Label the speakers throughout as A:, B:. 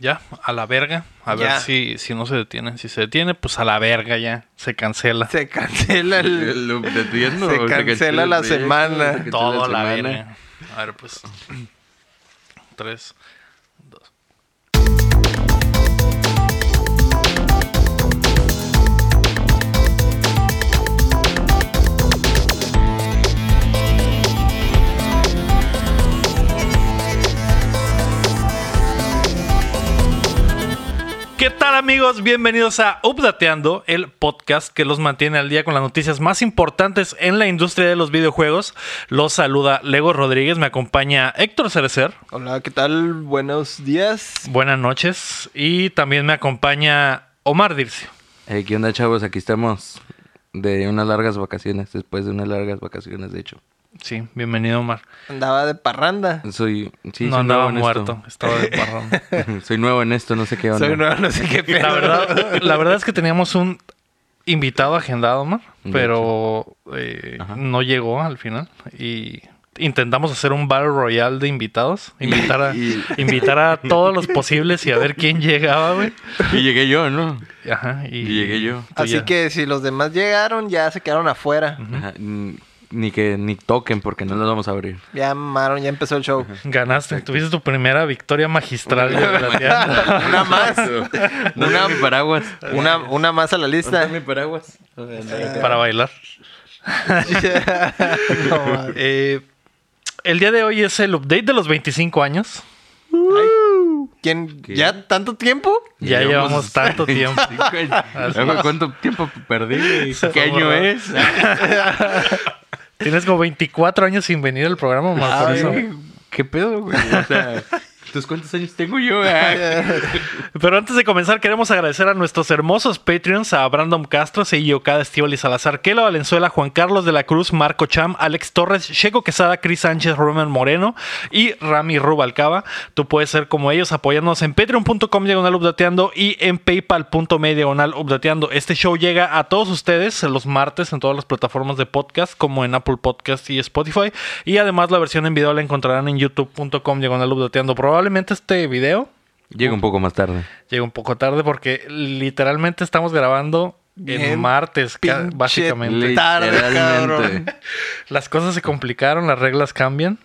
A: ya, a la verga. A
B: Ya.
A: ver si, si no se detienen. Si se detiene, pues a la verga ya. Se cancela.
B: Se cancela el...
C: El loop de tiendo,
B: Se
C: o
B: cancela
C: el
B: la
C: proyecto,
B: semana.
C: se cancela
A: Todo a la
C: semana.
A: verga. A ver, pues. Tres. ¿Qué tal amigos? Bienvenidos a Updateando, el podcast que los mantiene al día con las noticias más importantes en la industria de los videojuegos. Los saluda Lego Rodríguez, me acompaña Héctor Cerecer.
B: Hola, ¿qué tal? Buenos días.
A: Buenas noches. Y también me acompaña Omar Dircio.
C: Eh, ¿Qué onda, chavos? Aquí estamos de unas largas vacaciones, después de unas largas vacaciones, de hecho.
A: Sí, bienvenido Omar.
B: Andaba de parranda.
C: Soy, sí,
A: no
C: soy nuevo
A: andaba
C: en esto.
A: muerto, estaba de parrón.
C: soy nuevo en esto, no sé qué onda.
B: Soy nuevo, no sé qué pedo.
A: La verdad, pues, la verdad es que teníamos un invitado agendado, Omar,
C: De
A: pero eh,
C: Ajá.
A: no llegó al final y intentamos hacer un battle royal de invitados, invitar a,
C: y-
A: invitar a todos los posibles y a ver quién llegaba, güey.
C: Y llegué yo, ¿no?
A: Ajá, y,
C: Y llegué yo.
A: tú
B: Así
A: ya-
B: que si los demás llegaron, ya se quedaron afuera.
C: Ajá, n- Ni que ni toquen porque no los vamos a abrir.
B: Ya amaron, ya empezó el show.
A: ganaste, tuviste tu primera victoria magistral. güey, de la tienda.
B: Una más.
C: No
B: Una-
C: una, mi paraguas.
B: Una, una más a la
C: ¿Dónde
B: lista.
C: está mi paraguas.
A: para bailar.
B: No, madre.
A: Eh, el día de hoy es el update de los 25 años.
B: ¿Quién?
C: ¿Qué?
B: ¿Ya tanto tiempo?
A: Ya llevamos tanto tiempo.
C: Luego, ¿Cuánto tiempo perdí?
A: Se
C: ¿Qué
A: fue
C: año
A: borrado.
C: es?
A: Tienes como 24 años sin venir al programa, Omar, por
C: Ay,
A: eso.
C: ¿Qué pedo, güey? O sea, ¿tus cuántos años tengo yo? Ah,
A: Pero antes de comenzar, queremos agradecer a nuestros hermosos Patreons, a Brandon Castro, E Seiji Okada, Estíbal y Salazar, Kela Valenzuela, Juan Carlos de la Cruz, Marco Cham, Alex Torres, Checo Quesada, Cris Sánchez, Roman Moreno y Rami Rubalcaba. Tú puedes ser como ellos apoyándonos en patreon.com diagonal updateando y en paypal.me diagonal updateando. Este show llega a todos ustedes los martes en todas las plataformas de podcast como en Apple Podcast y Spotify. Y además la versión en video la encontrarán en youtube.com diagonal updateando. Probablemente este video
C: Llego un poco más tarde.
A: Llego un poco tarde porque literalmente estamos grabando en
B: Bien
A: martes, ca-
B: pinche
A: básicamente.
B: li- Tarde, cabrón.
A: Las cosas se complicaron, las reglas cambian.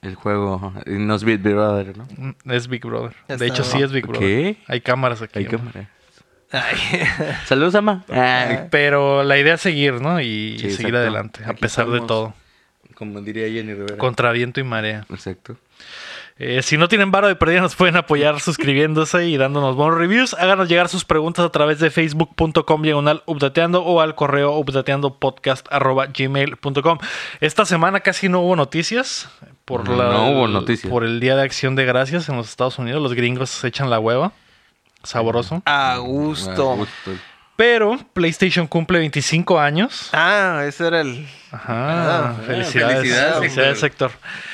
C: El juego eh, nos beat Big Brother, ¿no?
A: Mm, Es Big Brother.
B: Ya
A: de
B: está.
A: hecho, sí es Big
C: Ok.
A: Brother. Hay cámaras aquí.
C: Hay
A: ¿no?
C: cámara.
B: Ay.
C: Saludos, Ama. Ah,
A: Pero la idea es seguir, ¿no? Y
C: Sí,
A: seguir
C: exacto.
A: adelante, a
C: Aquí
A: pesar de
C: estamos.
A: todo.
C: como diría Jenny Rivera.
A: Contra viento y marea.
C: Exacto.
A: Eh, si no tienen varo de perdida, nos pueden apoyar suscribiéndose y dándonos buenos reviews. Háganos llegar sus preguntas a través de facebook.com diagonal updateando o al correo updateandopodcast.gmail.com. Esta semana casi no hubo noticias. Por
C: No,
A: la-
C: no hubo noticias.
A: Por el Día de Acción de Gracias en los Estados Unidos. Los gringos se echan la hueva. Sabroso.
B: A
C: Ah,
B: gusto.
C: gusto.
A: Pero PlayStation cumple 25 años.
B: Ah, ese era el.
A: Ajá,
B: Ah,
A: felicidades.
C: felicidades,
A: Felicidades, Héctor.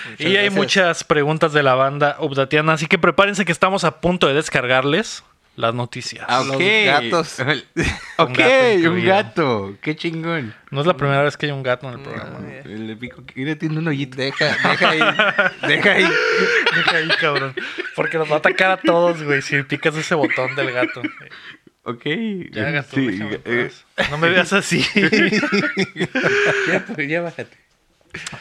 B: Muchas
A: Y hay
B: gracias.
A: muchas preguntas de la banda Obdatiana, así que prepárense que estamos a punto de descargarles las noticias.
C: Ah,
B: Los
C: ok.
B: gatos.
A: gato
C: ok, un
A: incluido.
C: gato. Qué chingón.
A: No es la primera vez que hay un gato en el programa.
C: Eh. Le pico. Mira, tiene un hoyito.
B: Deja, deja ahí. Deja ahí.
A: Deja ahí, cabrón. Porque nos va a atacar a todos, güey, si picas ese botón del gato.
C: Ok.
A: Ya, gato,
C: Sí,
A: déjame en
C: eh,
A: paz. No me veas así.
C: ya, ya bájate.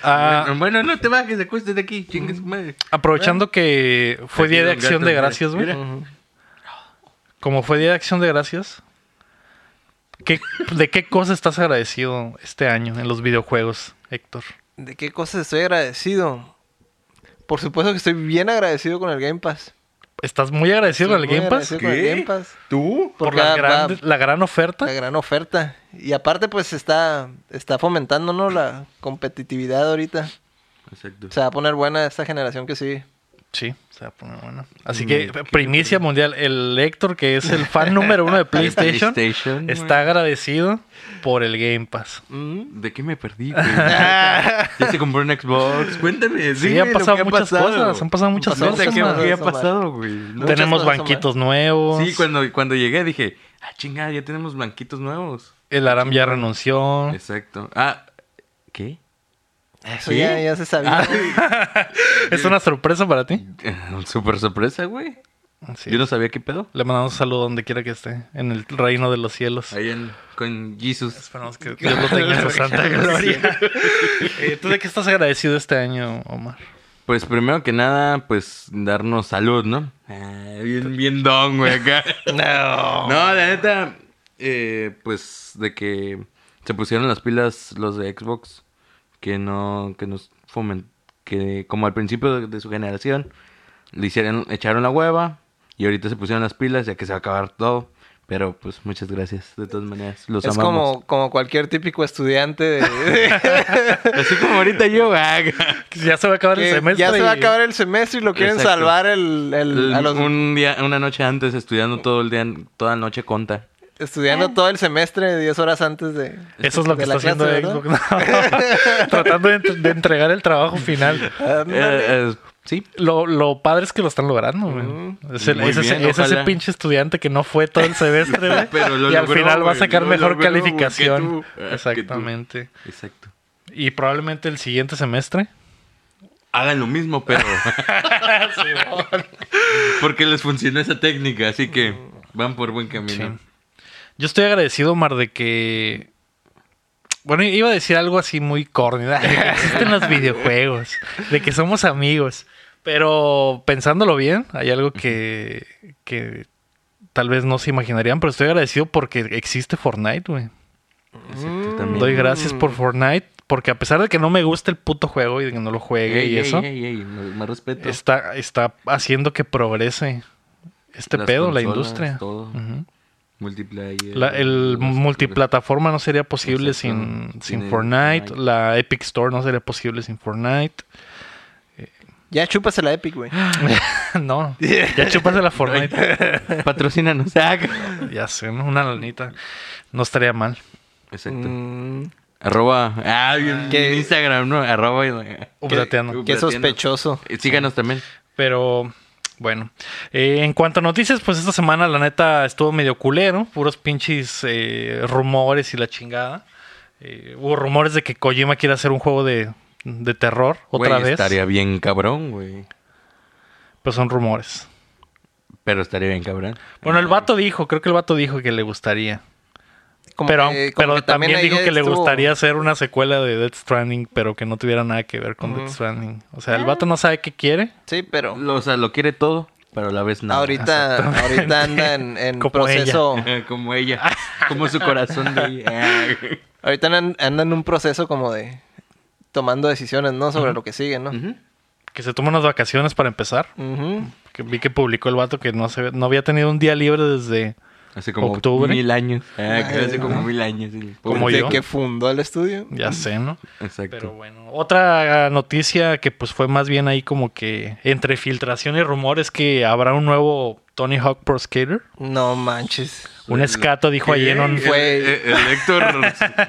A: Ah,
C: Bueno, bueno, no te bajes, acuéstate aquí. Chingue su madre.
A: aprovechando que fue
C: Aquí
A: Día de
C: don
A: Acción
C: gato,
A: de
C: mira,
A: Gracias, güey.
C: mira.
A: Como fue Día de Acción de Gracias, ¿qué- ¿de qué cosa estás agradecido este año en los videojuegos, Héctor?
B: ¿De qué cosas estoy agradecido? Por supuesto que estoy bien agradecido con el Game Pass.
A: ¿Estás muy agradecido con el
B: Muy
A: Game Pass?
B: agradecido con el
C: ¿Qué?
B: Game Pass.
C: ¿Tú?
A: Por
B: Porque
A: la
B: va-
A: gran,
B: va-
A: la gran oferta.
B: La gran oferta. Y aparte, pues está, está fomentando, ¿no? La competitividad ahorita.
C: Exacto.
B: Se va a poner buena esta generación que sí.
A: Sí, se va a poner buena.
B: Mm,
A: Así que, primicia mundial. El Héctor, que es el fan número uno de PlayStation,
C: Este, PlayStation,
A: está agradecido por el Game Pass.
C: ¿De qué me perdí? güey? ya se compró un Xbox. Cuéntame.
A: Sí,
C: dime
A: han
C: lo
A: pasado
C: que ha
A: muchas
C: pasado.
A: cosas, han pasado muchas
C: No sé
B: cosas,
C: qué,
B: man.
C: qué ha pasado, güey. No.
B: Muchas
A: Tenemos
B: cosas,
A: banquitos nuevos.
C: Sí, cuando, cuando llegué dije, ah, chingada, ya tenemos blanquitos nuevos.
A: El Aram ya renunció.
C: Exacto. Ah, ¿qué?
B: Eso
C: ¿Sí?
B: ya,
A: Ah,
B: ya se sabía.
A: ¿Es una sorpresa para ti?
C: Eh, Súper sorpresa, güey.
A: Así
C: Yo no
A: es.
C: sabía qué pedo.
A: Le mandamos un saludo donde quiera que esté, en el reino de los cielos.
C: Ahí en, con Jesus.
A: Esperamos que Dios lo tenga en su santa gloria. Eh, ¿Tú de qué estás agradecido este año, Omar?
C: Pues primero que nada, pues darnos salud, ¿no? Ah, bien, bien don, güey, acá.
B: No.
C: No, la neta, eh, pues de que se pusieron las pilas los de Xbox, que no, que nos fomen, que como al principio de, de su generación, le hicieron, echaron la hueva y ahorita se pusieron las pilas ya que se va a acabar todo. Pero pues muchas gracias, de todas maneras, los
B: es
C: amamos.
B: como, como cualquier típico estudiante de- de-
C: Así como ahorita yo, ah,
A: Ya se va a acabar el
B: que
A: semestre.
B: ya se va a
A: y-
B: acabar el semestre y lo quieren
C: Exacto.
B: salvar el, el- a los
C: un día, una noche antes estudiando todo el día, toda la noche conta.
B: estudiando todo el semestre 10 horas antes de
A: Eso es lo que
B: de la
A: está haciendo
B: clase,
A: Xbox. No. Tratando de, ent- de entregar el trabajo final.
B: Ándale.
C: Eh, eh, sí,
A: Lo, lo padre es que lo están logrando, güey. Es, el-
C: Muy
A: es ese,
C: bien,
A: es ese
C: ojalá.
A: pinche estudiante que no fue todo el semestre, güey.
C: Pero lo
A: y al
C: logró,
A: final va a
C: güey,
A: sacar
C: lo
A: mejor
C: logró, güey, que
A: calificación.
C: tú. Ah, que tú.
A: Exactamente.
C: exacto.
A: Y probablemente el siguiente semestre.
C: Hagan lo mismo, pero. Porque les funcionó esa técnica, así que van por buen camino.
A: Yo estoy agradecido, Omar, de que. Bueno, iba a decir algo así muy corny, de que existen los videojuegos, de que somos amigos. Pero pensándolo bien, hay algo que, que tal vez no se imaginarían, pero estoy agradecido porque existe Fortnite, güey.
C: Exacto, también.
A: Doy gracias por
B: Mm.
A: Fortnite, porque a pesar de que no me gusta el puto juego y de que no lo juegue
C: Ey,
A: y
C: ey,
A: eso,
C: ey, ey, me- me respeto.
A: está, está haciendo que progrese este
C: Las
A: pedo, la
C: consolas,
A: industria.
C: todo.
A: Ujú.
C: Multiplayer.
A: La- el
C: Los-
A: multiplataforma no sería posible
C: Exacto.
A: sin,
C: Sin
A: sin
C: el
A: Fortnite.
C: Fortnite.
A: La Epic Store no sería posible sin Fortnite.
B: Ya chúpase la Epic, güey.
A: no, ya chúpase la Fortnite.
C: Patrocínanos.
A: ya sé, ¿no? una lanita. No estaría mal.
C: Exacto.
B: Mm,
C: Arroba. Ah, bien,
B: Que-
C: en Instagram, ¿no? Arroba. eh, y-
A: Ublateando.
B: Qué
C: Plateando.
B: sospechoso.
C: Eh, Síganos también.
A: Pero bueno, Eh, en cuanto a noticias, pues esta semana la neta estuvo medio culero. Puros pinches eh, rumores y la chingada. Eh, hubo rumores de que Kojima quiere hacer un juego de, de terror otra
C: Güey,
A: vez.
C: Estaría bien cabrón, güey.
A: Pero son rumores.
C: Pero estaría bien cabrón.
A: Bueno, el vato dijo, creo que el vato dijo que le gustaría.
B: Como
A: pero
B: que- como
A: pero
B: que
A: también,
B: ahí
A: dijo que le
B: estuvo-
A: gustaría hacer una secuela de Death Stranding, pero que no tuviera nada que ver con Death Stranding. O sea, el vato no sabe qué quiere.
B: Sí, pero
C: Lo- o sea, lo quiere todo, pero a la vez nada.
B: ahorita, ahorita anda en, en
A: Como
B: proceso.
C: como ella. Como su corazón de ella.
B: Ahorita andan, andan en un proceso como de tomando decisiones, ¿no? Sobre lo que sigue, ¿no?
C: Ujú.
A: Que se toma unas vacaciones para empezar.
B: Ujú.
A: Que vi que publicó el vato que no, se, no había tenido un día libre desde...
C: Hace como
A: Octubre.
C: mil años. Ah, que
B: Ay,
C: hace como mil años. el
A: Como
C: pobre.
B: Desde
A: yo.
B: que fundó el estudio.
A: Ya sé, ¿no?
C: Exacto.
A: Pero bueno, otra noticia que pues fue más bien ahí como que entre filtración y rumores que habrá un nuevo Tony Hawk Pro Skater.
B: No manches.
A: Un escato dijo ahí en un...
B: ¿Qué? Güey.
C: El, el- el Héctor.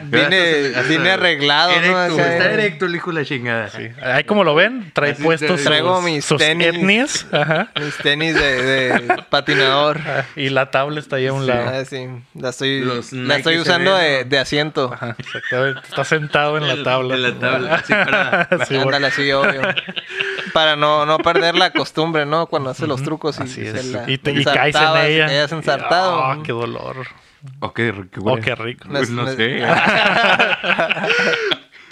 B: Vine-
C: Hasta-
B: vine arreglado, ¿no?
C: Erecto,
B: Acá,
C: Está
B: eh.
C: erecto el hijo de la chingada.
A: Sí. Ahí como lo ven, trae
C: Así
A: puestos
C: te-
B: Traigo
A: sus,
B: mis
A: sus
B: tenis.
A: etnias, ajá,
B: Mis tenis de, de patinador.
A: y la tabla está ahí a un lado.
B: Ah, sí. La estoy,
C: Los
B: la estoy
C: Nike
B: usando
C: se ven,
B: de, de asiento.
A: Ajá, Ah, exactamente. Está sentado en la
C: El-
A: tabla.
C: en la tabla, así para-
A: Sí, bueno.
B: Ándale, así, obvio. Para no, no perder la costumbre, ¿no? Cuando hace los trucos y,
A: Así
B: se
A: es.
B: la
A: Y, te- y caes en
B: ensartabas y
A: ella.
B: caías ensartado.
A: Ah, qué dolor.
C: Ok, qué
A: Oh, qué rico.
C: Pues no
B: Me-
C: sé.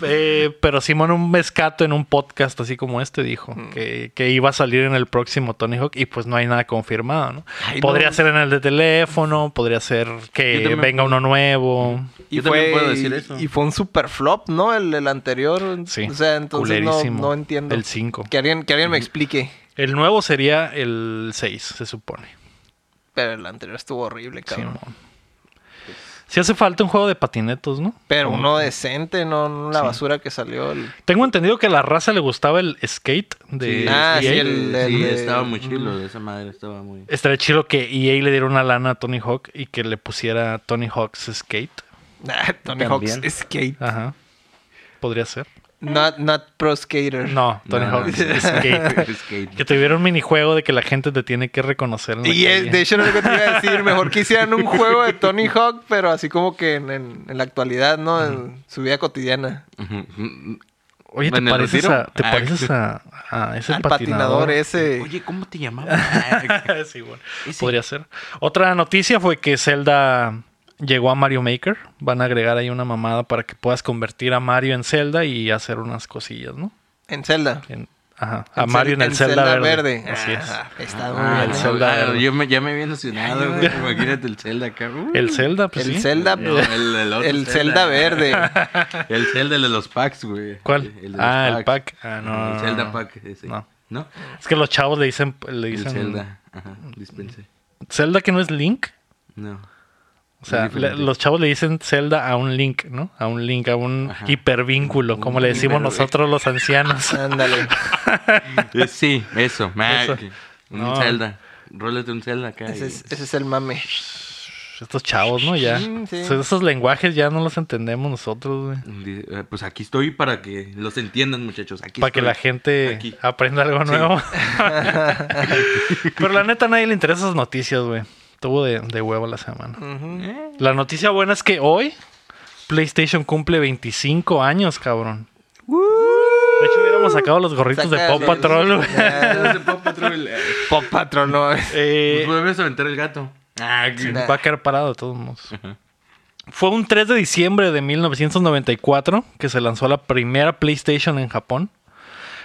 A: Eh, pero Simón, un mezcato en un podcast así como este dijo
C: Mm.
A: que, que iba a salir en el próximo Tony Hawk y pues no hay nada confirmado, ¿no?
C: Ay,
A: podría
C: no.
A: ser en el de teléfono, podría ser que
C: Yo también-
A: venga uno nuevo.
B: Y
C: Yo
B: fue,
C: también puedo decir eso.
B: Y fue un super flop, ¿no? El, el anterior.
A: Sí.
B: O sea, entonces no,
A: culerísimo.
B: no entiendo.
A: El 5.
B: Que alguien, que alguien me explique.
A: El nuevo sería el 6, se supone.
B: Pero el anterior estuvo horrible, cabrón.
A: Simón. Sí hace falta un juego de patinetos, ¿no?
B: Pero
A: Como-
B: uno decente, no no la
A: Sí.
B: basura que salió. el-
A: Tengo entendido que a la raza le gustaba el skate de E
C: Sí,
B: Ah, sí,
A: EA.
B: el- el-
C: sí, estaba muy chilo. Esa madre estaba muy.
A: Estaría chido que EA le diera una lana a Tony Hawk y que le pusiera Tony Hawk's Skate.
B: Ah, Tony
C: También.
B: Hawk's Skate.
A: Ajá. Podría ser.
B: Not, not pro skater.
A: No, Tony
C: No, no,
A: Hawk's
C: no.
A: Skate.
C: Skate.
A: que tuviera un minijuego de que la gente te tiene que reconocer. en la
B: Y es-
A: calle.
B: de hecho era lo que te iba a decir. Mejor que hicieran un juego de Tony Hawk, pero así como que en, en- en la actualidad, ¿no? En su vida cotidiana.
C: Ujú.
A: Oye, ¿te
C: ¿En el
A: pareces,
C: retiro?
A: a, te
C: Ah,
A: pareces a, a ese
B: Al
A: patinador?
B: patinador ese.
C: Oye, ¿cómo te llamabas? Ah,
A: sí, bueno.
C: Ese.
A: Podría ser. Otra noticia fue que Zelda llegó a Mario Maker. Van a agregar ahí una mamada para que puedas convertir a Mario en Zelda y hacer unas cosillas, ¿no?
B: En Zelda.
A: En- ajá. A Mario en el Zelda, verde. Así es.
B: Ah, está muy
C: Ah,
A: el
C: no,
B: bien.
A: Zelda.
C: ah, yo me, ya me había emocionado, güey. Imagínate el Zelda acá. uh.
A: El Zelda, pues
B: El
A: sí.
B: Zelda,
C: No, el, el otro
B: el Zelda verde.
C: El Zelda de los packs, güey.
A: ¿Cuál?
C: de los
A: Ah, el
C: packs.
A: pack. Ah, no,
C: El
A: no,
C: Zelda
A: no.
C: pack, ese.
A: No.
C: No.
A: Es que los chavos le dicen... Le
C: El
A: dicen Zelda.
C: Zelda. Ajá, dispense.
A: que no es Link.
C: No.
A: O sea,
C: Es diferente.
A: le- los chavos le dicen Zelda a un link, ¿no? A un link, a un
C: Ajá.
A: hipervínculo,
C: Un
A: como le decimos
C: hiper-
A: nosotros los ancianos.
B: Ándale.
C: Eh, Sí, eso. ma,
A: Eso.
C: que- Un
A: No.
C: Zelda. Rólate un Zelda acá.
B: Ese
C: y-
B: es, ese es el mame.
A: Estos chavos, ¿no? Ya.
B: Mm, sí.
A: O sea, esos lenguajes ya no los entendemos nosotros, güey.
C: Di- eh, Pues aquí estoy para que los entiendan, muchachos. Aquí
A: Para que la
C: estoy.
A: gente
C: Aquí.
A: aprenda algo
C: Sí.
A: nuevo. Pero la neta, a nadie le interesa esas noticias, güey. Tuvo de, de huevo la semana.
B: Ujú.
C: Eh,
A: La noticia buena es que hoy PlayStation cumple 25 años, cabrón. De hecho, hubiéramos sacado los gorritos de
B: Saca
A: Paw
B: los-
A: Patrol, güey.
B: Ya,
C: ese Paw Patrol, eh,
B: Pop Patrol, no.
A: Eh,
C: Pues vuelves a aventar el gato. Ah, que-
B: Nah.
A: Va a quedar parado de todos modos. Fue un 3 de diciembre de 1994 que se lanzó la primera PlayStation en Japón.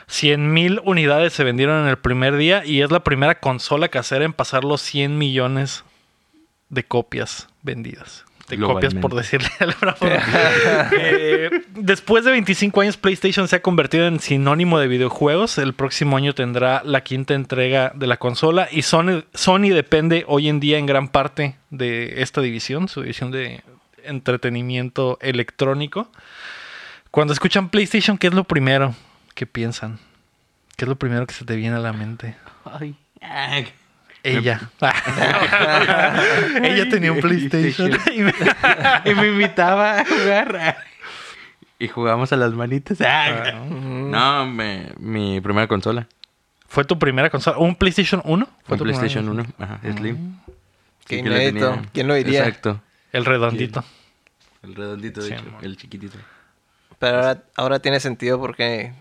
A: 100.000 unidades se vendieron en el primer día y es la primera consola casera en pasar los 100 millones de copias vendidas. De copias
C: Globalmente.
A: por decirle al bravo. Eh, después de 25 años PlayStation se ha convertido en sinónimo de videojuegos. El próximo año tendrá la quinta entrega de la consola y Sony, Sony depende hoy en día en gran parte de esta división, su división de entretenimiento electrónico. Cuando escuchan PlayStation, ¿qué es lo primero que piensan? ¿Qué es lo primero que se te viene a la mente?
C: Ay, ah, que-
A: Ella. Ella tenía un PlayStation. y me-
C: y me invitaba a jugar. Y jugamos a las manitas. Ah, No, me- mi primera consola.
A: ¿Fue tu primera consola? ¿Un PlayStation 1? ¿Fue
C: Fue
A: tu primera
C: PlayStation
A: consola? Ah.
C: 1. Ajá, Slim.
B: Qué
C: Sí, que la
B: inédito.
C: tenía.
B: ¿Quién lo diría?
C: Exacto.
A: El redondito.
C: El redondito, de
A: Sí,
C: hecho,
A: amor.
C: el chiquitito.
B: Pero ahora, ahora tiene sentido porque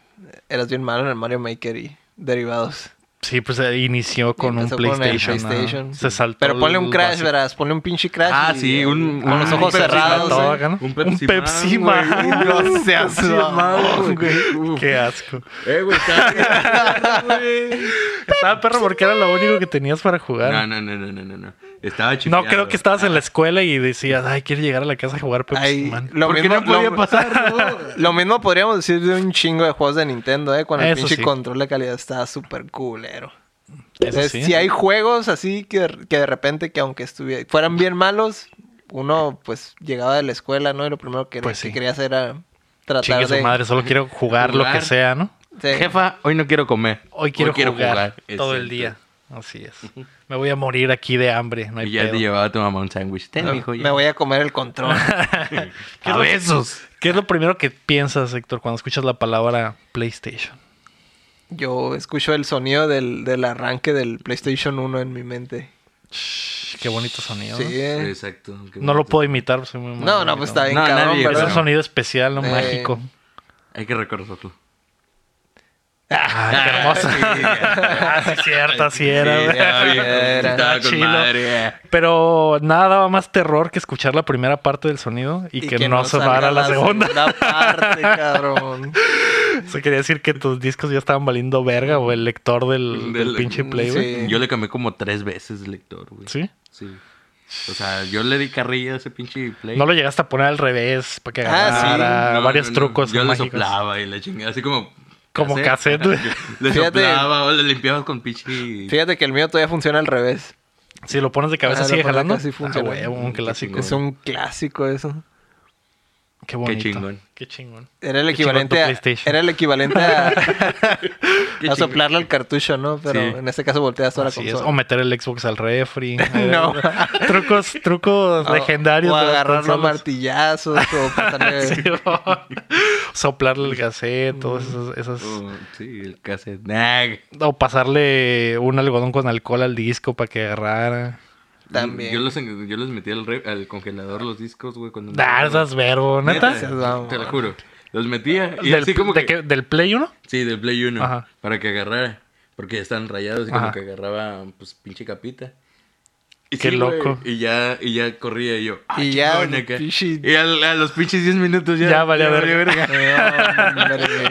B: eras bien malo en el Mario Maker y derivados.
A: Sí, pues eh, inició con un
B: Empezó con el
A: PlayStation. ¿no?
B: PlayStation.
A: Se saltó.
B: Pero ponle
A: el
B: un crash,
A: básico.
B: verás. Ponle un pinche crash.
C: Ah,
B: y-
C: sí, un-
B: Con
C: un-
B: los
C: un
B: ojos
C: Pepsi
B: cerrados.
C: Man,
A: Todo
B: ¿eh?
A: acá, ¿no?
C: Un
A: Un
C: Pepsi
A: Pepsi
C: Man,
A: Man.
B: No seas
C: Pepsi
B: mamón,
C: Man, güey. Uf.
A: Qué asco.
C: Eh, güey, estaba- güey.
A: Estaba perro porque era lo único que tenías para jugar.
C: No, Ah. no, no, no, no, no, no. Estaba chido.
A: No, creo que estabas en la escuela y decías, ay, quiero llegar a la casa a jugar Pepsi
B: Ay,
A: Man.
B: lo
C: ¿Por qué
B: mismo,
C: no podía
B: lo-
C: pasar?
B: Lo mismo podríamos decir de un chingo de juegos de Nintendo, ¿eh? Cuando el
A: Eso
B: pinche
A: sí.
B: control de calidad estaba súper culero.
A: Eso
B: Entonces,
A: sí.
B: si hay juegos así que, que de repente, que aunque estuviera, fueran bien malos, uno pues llegaba de la escuela, ¿no? Y lo primero que,
A: Pues
B: que
A: sí.
B: quería hacer era tratar
A: Chingue su
B: de...
A: madre, solo quiero jugar lo que
C: Jugar.
A: sea, ¿no?
B: sí.
C: Jefa, hoy no quiero comer.
A: Hoy quiero, jugar, todo
C: Exacto.
A: el día. Así es. Me voy a morir aquí de hambre. No hay
C: Y ya
A: pedo.
C: te llevaba tu mamá un sándwich. Ten, mijo, ya.
B: Me voy a comer el control.
C: A besos.
A: ¿Qué es lo primero que piensas, Héctor, cuando escuchas la palabra PlayStation?
B: Yo escucho el sonido del, del arranque del PlayStation 1 en mi mente.
A: Shh, Qué bonito sonido.
B: Sí,
A: ¿no?
B: ¿eh?
C: Exacto. qué
A: No lo
C: bonito.
A: puedo imitar, soy muy
B: No,
A: malo,
B: no, pues
A: pero-
B: está bien,
C: No,
B: cabrón,
C: nadie,
A: Es
B: ¿verdad?
A: un sonido especial, no
B: Eh.
A: mágico.
C: Hay que recordarlo.
A: Ah, qué hermoso. ah, sí, cierto, así era.
C: Sí,
A: güey.
C: ya, viejo,
B: Era.
C: Estaba con
A: Chilo.
C: madre. eh.
A: Pero nada daba más terror que escuchar la primera parte del sonido y, que, no sonara
B: salga
A: la segunda.
B: segunda parte, cabrón.
A: Eso quería decir que tus discos ya estaban valiendo verga o el lector del, del
C: Del-
A: pinche Play, güey.
B: Sí.
C: Yo le cambié como tres veces el lector, güey.
A: ¿Sí?
C: Sí. O sea, yo le di carrilla a ese pinche play.
A: No lo llegaste a poner al revés para que
B: Ah, sí.
A: agarrara
C: No,
A: varios
C: no, no.
A: trucos
C: Yo
A: mágicos.
C: le soplaba y la chingada. Así como.
A: Como cassette, güey.
C: Le
B: Fíjate.
C: soplaba o le limpiabas con pinche.
B: Fíjate que el mío todavía funciona al revés.
A: Si lo pones de cabeza,
B: Ah, lo
A: sigue
B: pones
A: jalando.
B: acá, sí funciona.
A: Ah, güey, un clásico.
B: Es un clásico eso.
A: Qué bonito.
C: chingón.
A: Qué chingón.
B: Era el
A: Qué chingón tu
B: equivalente a,
A: PlayStation.
B: era el equivalente a, a soplarle al cartucho, ¿no? Pero
C: Sí.
B: en este caso volteas toda la
A: Así es.
B: consola.
A: O meter el Xbox al refri. Eh,
B: No.
A: trucos, trucos
B: O-
A: legendarios.
B: O
A: de las
B: agarrarlo a
A: consolas.
B: martillazos. o pasarle-
A: Sí, o- Soplarle el gasé, todas esas. esas-
C: Oh, sí, el cassette. Nah.
A: O pasarle un algodón con alcohol al disco para que agarrara.
B: También.
C: Yo los, en- yo los metí al, re- al congelador los discos, güey. Cuando
A: Dar, esas verbo, neta.
B: Neta. Seas mamón.
C: Te lo juro. Los metía. Y
A: Del,
C: así como
A: de
C: que,
A: qué- ¿Del Play 1?
C: Sí, del Play 1.
A: Ajá.
C: Para que agarrara. Porque ya están rayados y
A: Ajá.
C: como que agarraba, pues, pinche capita. Y
A: Qué
C: sí, güey,
A: loco.
C: Y ya, y ya corría y yo. "Ah,
B: Y ya,
C: chingón, acá".
B: pinche-
C: Y al- a, los pinches 10 minutos ya.
A: Ya valía verga.
C: verga.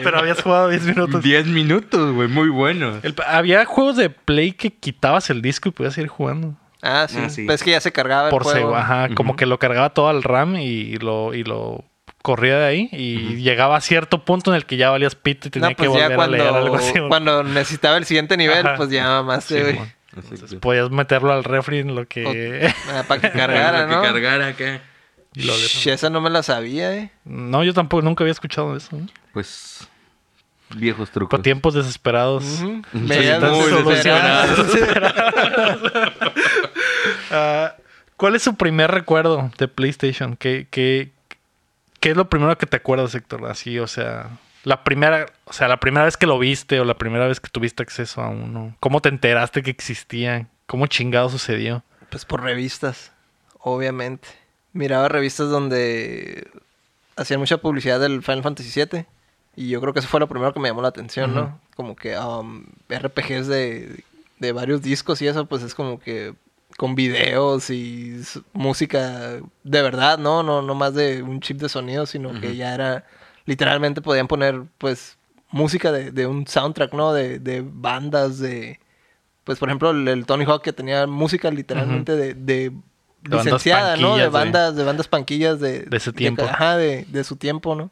A: Pero habías jugado 10 minutos.
C: 10 minutos, güey, muy bueno.
A: El- había juegos de Play que quitabas el disco y podías ir jugando.
B: Ah, sí.
C: Ah, sí.
B: Pues es que ya se cargaba el
A: por
B: juego.
A: seg- ajá, como
C: Ujú.
A: que lo cargaba todo al RAM y lo, y lo corría de ahí y llegaba a cierto punto en el que ya valías pito y tenía
B: No, pues
A: que volver
B: ya
A: a leer algo
B: cuando,
A: así.
B: cuando necesitaba el siguiente nivel,
A: Ajá.
B: pues ya mamaste,
A: Sí,
B: güey.
A: mon.
C: Así
A: Entonces,
C: que-
A: podías meterlo al refri en lo que...
B: Ah, para que cargara,
C: Que
B: ¿no?
C: cargara acá.
A: y lo lees.
B: Sh, esa no me la sabía, eh.
A: no, yo tampoco, nunca había escuchado eso. ¿no?
C: Pues, viejos trucos.
A: Con tiempos desesperados.
B: Ujú.
C: Sí,
B: Medidas
C: muy
B: desesperadas.
A: Ah, ¿Cuál es su primer recuerdo de PlayStation? ¿Qué, qué, qué es lo primero que te acuerdas, Héctor? Así, o sea, la primera, o sea, la primera vez que lo viste o la primera vez que tuviste acceso a uno. ¿Cómo te enteraste que existía? ¿Cómo chingado sucedió?
B: Pues por revistas, obviamente. Miraba revistas donde hacían mucha publicidad del Final Fantasy VII. Y yo creo que eso fue lo primero que me llamó la atención,
A: Ujú.
B: ¿no? Como que um, RPGs de, de varios discos y eso, pues es como que con videos y s- música de verdad, ¿no? No, no más de un chip de sonido, sino que ya era... Literalmente podían poner, pues, música de, de un soundtrack, ¿no? De, de bandas, de pues por ejemplo el, el Tony Hawk que tenía música literalmente de, de
A: bandas
B: licenciada, ¿no?
A: panquillas,
B: De
A: güey.
B: bandas, de bandas panquillas de,
A: De ese tiempo.
B: ajá, de, de su tiempo, ¿no?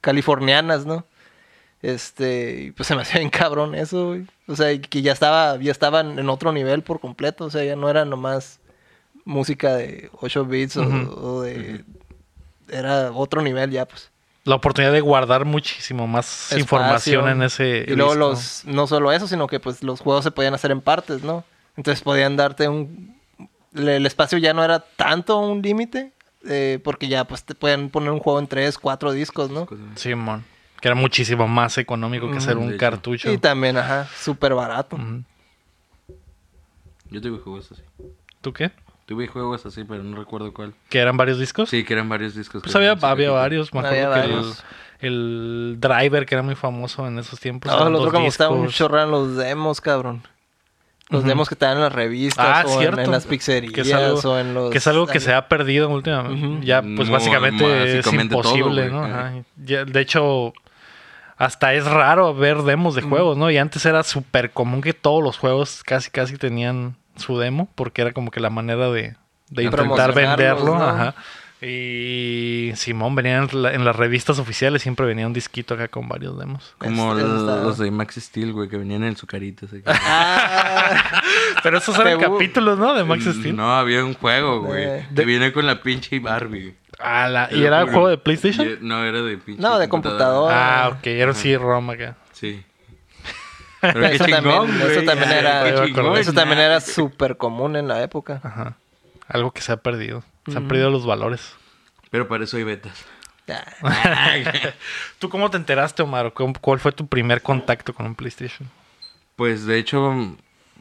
B: Californianas, ¿no? Este, y, pues se me hacía bien cabrón eso, güey. O sea, y que ya estaba, ya estaban en otro nivel por completo, o sea, ya no era nomás música de 8 bits o-
A: Ujú.
B: o, de era otro nivel ya, pues.
A: La oportunidad de guardar muchísimo más
B: espacio.
A: información en ese.
B: Y luego
A: disco.
B: los, no solo eso, sino que pues los juegos se podían hacer en partes, ¿no? Entonces podían darte un... le- El espacio ya no era tanto un límite, eh, porque ya pues te pueden poner un juego en tres, cuatro discos, ¿no?
A: Simón. Que era muchísimo más económico que hacer
C: Ujú,
A: un
C: de hecho.
A: cartucho.
B: Mm, Y también, ajá, súper barato.
A: Ujú.
C: Yo tuve juegos así.
A: ¿Tú qué?
C: Tuve juegos así, pero no recuerdo cuál.
A: ¿Que eran varios discos?
C: Sí, que eran varios discos.
A: Pues
C: que
A: había,
C: eran música
A: había
C: que-
A: varios, me acuerdo
B: Había
A: que el,
B: varios.
A: el driver que era muy famoso en esos tiempos.
B: No,
A: pues, eran
B: el otro
A: dos
B: que me gustaba
A: discos.
B: mucho eran los demos, cabrón. Los
A: Ujú.
B: demos que estaban en las revistas
A: Ah,
B: o en-
A: cierto.
B: en, las
A: Que es
B: pizzerías
A: algo-
B: o en los...
A: Que es algo que se ha perdido últimamente.
B: Ujú.
A: Ya, pues
C: No,
A: básicamente es
C: básicamente todo,
A: imposible,
C: güey. Eh.
A: ¿no?
C: Ajá.
A: Ajá. Ya, de hecho, hasta es raro ver demos de juegos, ¿no? Y antes era súper común que todos los juegos casi, casi tenían su demo, porque era como que la manera de, de
C: De
A: intentar
B: promocionarlos,
A: venderlo.
B: ¿no?
A: Ajá. Y Simón venían en, la- en las revistas oficiales, siempre venía un disquito acá con varios demos.
C: Como
B: Este,
C: los,
B: está-
C: los de Max Steel, güey, que venían en su carita. así que-
B: Ah,
A: Pero esos eran
B: Te bu-
A: capítulos, ¿no? De Max Steel.
C: Mm, No, había un juego, güey.
B: Eh.
C: Que viene con la pinche Barbie.
A: Ah, la-
C: Te
A: ¿Y
C: lo
A: era un
C: juro.
A: juego de PlayStation?
C: Y- No, era de pinche.
B: No, de computadora.
A: Ah, ok, era un CD-ROM acá.
C: Sí. Pero qué
B: eso,
C: chingón,
B: también,
C: güey.
B: eso también
A: Ya,
B: era...
A: ya me
C: Qué
A: acordé.
C: chingón,
B: Eso también
C: nah.
B: era súper común en la época.
A: Ajá. Algo que se ha perdido. Se han perdido los valores.
C: Pero para eso hay betas.
B: Ah,
A: ¿Tú cómo te enteraste, Omar? ¿O cómo- ¿Cuál fue tu primer contacto con un PlayStation?
C: Pues de hecho,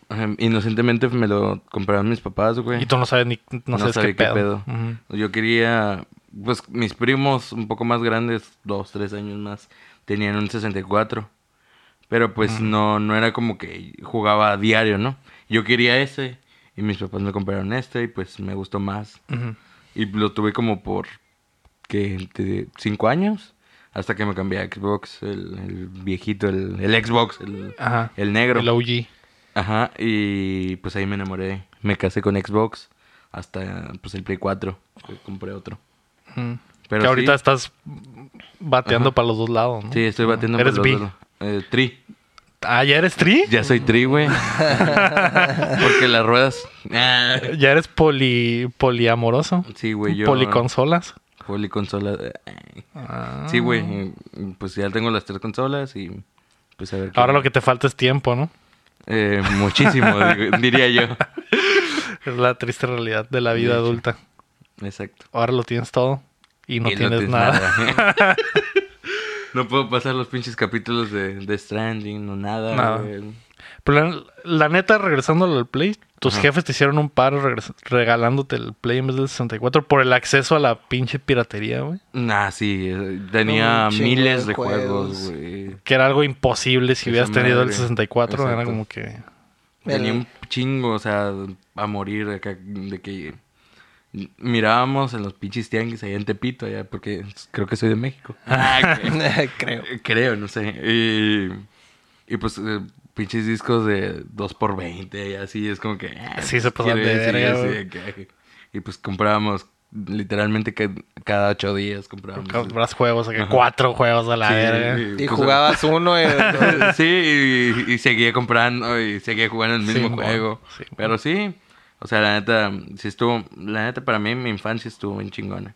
C: em, inocentemente me lo compraron mis papás, güey.
A: Y tú no sabes ni no, sabes
C: sabía
A: qué pedo. Ujú.
C: Yo quería, pues mis primos un poco más grandes, dos, tres años más, tenían un 64. Pero pues no, no era como que jugaba a diario, ¿no? Yo quería ese y mis papás me compraron este y pues me gustó más.
A: Ujú.
C: Y lo tuve como por, ¿qué? Te- ¿Cinco años? Hasta que me cambié a Xbox, el, el viejito, el, el Xbox, el,
A: Ajá.
C: el negro.
A: El OG.
C: Ajá, y pues ahí me enamoré. Me casé con Xbox hasta pues el Play 4. que compré otro.
A: Ujú.
C: Pero
A: que ahorita
C: sí.
A: estás bateando para los dos lados, ¿no?
C: Sí, estoy batiendo
A: Eres
C: por
A: bi.
C: los dos. Eh, tri.
A: Ah, ¿ya eres tri?
C: Ya soy tri, güey. Porque las ruedas. Ah.
A: ¿Ya eres poli, poliamoroso?
C: Sí, güey, yo.
A: ¿Policonsolas?
C: Policonsola. eh.
A: Ah.
C: Sí, güey. eh, Pues ya tengo las tres consolas y. Pues a ver. qué-
A: Ahora lo que te falta es tiempo, ¿no?
C: Eh, muchísimo, digo- diría yo.
A: Es la triste realidad de la vida
C: De hecho.
A: adulta.
C: Exacto.
A: Ahora lo tienes todo y no
C: Y
A: tienes nada.
C: nada. no puedo pasar los pinches capítulos de, de Stranding, no nada.
A: Nada.
C: güey.
A: Pero la, la neta, regresando al Play, Tus
C: Ajá.
A: jefes te hicieron un paro regres- regalándote el Play en vez del 64 por el acceso a la pinche piratería, güey.
C: Ah, sí, eh, tenía
B: Un chingo
C: miles
B: de
C: de juegos,
B: juegos.
C: güey.
A: Que era algo imposible si
C: Esa
A: hubieras tenido el
C: madre.
A: 64. Era
C: Exacto.
A: como que...
C: Tenía
B: El-
C: un chingo, o sea, a morir acá, de que mirábamos en los pinches tianguis allá en Tepito, allá, porque creo que soy de México.
A: Ah,
B: Creo.
C: creo, no sé. Y, y pues eh, pinches discos de 2x20 y así, es como que... ah,
A: Sí, se pasan
C: quiere
A: de
C: decir,
A: verga,
C: sí,
A: güey.
C: de que- Y pues comprábamos literalmente que cada ocho días comprábamos.
A: Compras juegos, acá, cuatro juegos a la
C: Pues Sí,
A: verga.
C: sí,
B: Y
C: cosa-
B: jugabas uno. eh,
C: sí, y, y seguía comprando y seguía jugando el
A: Sí,
C: mismo
A: mon.
C: juego.
A: Sí, mon.
C: Pero sí, o sea, la neta, sí estuvo, la neta para mí mi infancia estuvo bien chingona.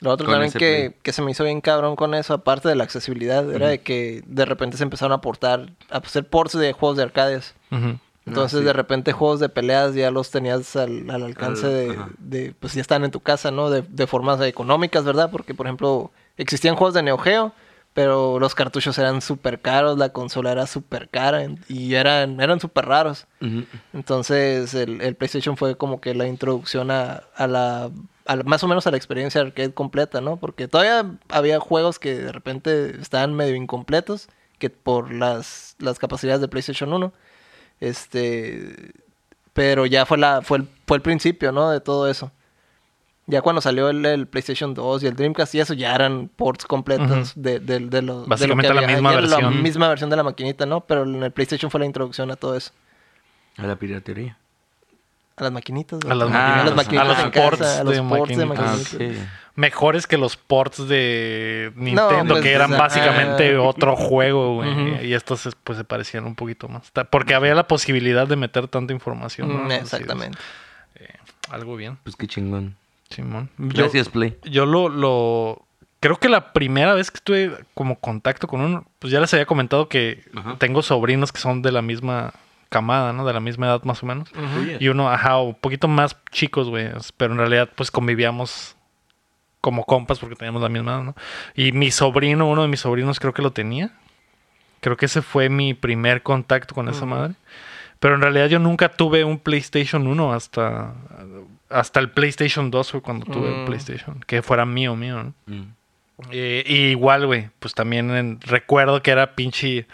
B: Lo otro
C: Con
B: también
C: ese
B: que, que se me hizo bien cabrón con eso, aparte de la accesibilidad, era de que de repente se empezaron a aportar, a hacer ports de juegos de arcades.
A: Ujú.
B: Entonces,
C: Ah, sí.
B: de repente, juegos de peleas ya los tenías al, al alcance
C: Al-
B: de,
C: ajá.
B: de- Pues ya están en tu casa, ¿no? De, de formas económicas, ¿verdad? Porque, por ejemplo, existían juegos de Neo Geo, pero los cartuchos eran súper caros, la consola era súper cara en- y eran, eran súper raros. Entonces, el, el PlayStation fue como que la introducción a, a la. a la- más o menos a la experiencia arcade completa, ¿no? Porque todavía había juegos que de repente estaban medio incompletos, que por las, las capacidades de PlayStation 1. Este. Pero ya fue, la, fue, el, fue el principio, ¿no? De todo eso. Ya cuando salió el, el PlayStation 2 y el Dreamcast y eso, ya eran ports completos de, de, de lo- de lo que
A: Básicamente la
B: había. Ya
A: misma
B: era La
A: versión.
B: misma versión de la maquinita, ¿no? Pero en el PlayStation fue la introducción a todo eso.
C: A la piratería.
B: A las maquinitas.
A: A las
B: güey. Ah,
C: maquinitas, a los
B: en casa,
A: ports
B: a los
A: de
B: ports de
A: maquinitas.
C: Ah,
B: maquinitas.
C: ok.
A: Mejores que los ports de Nintendo,
B: pues,
A: que eran
B: ajá.
A: básicamente
B: ah.
A: otro juego, güey.
B: Ujú.
A: Y estos es- pues se parecían un poquito más. Ta- Porque había la posibilidad de meter tanta información. ¿no?
B: Mm,
A: Así es.
B: Exactamente.
A: algo bien,
C: Pues qué chingón.
A: Simón. Yo-
C: Gracias, Play.
A: Yo lo, lo. Creo que la primera vez que estuve como contacto con uno, pues ya les había comentado que
C: Ajá.
A: tengo sobrinos que son de la misma camada, ¿no? De la misma edad más o menos. Y uno, ajá, un poquito más chicos, güey. Pero en realidad, pues convivíamos como compas porque teníamos la misma edad, ¿no? Y mi sobrino, uno de mis sobrinos creo que lo tenía. Creo que ese fue mi primer contacto con esa madre. Pero en realidad yo nunca tuve un PlayStation 1 hasta, hasta el PlayStation 2 fue cuando tuve el
B: Mm.
A: PlayStation. Que fuera mío, mío, ¿no?
C: Mm.
A: Eh, y igual, güey, pues también en- recuerdo que era pinche.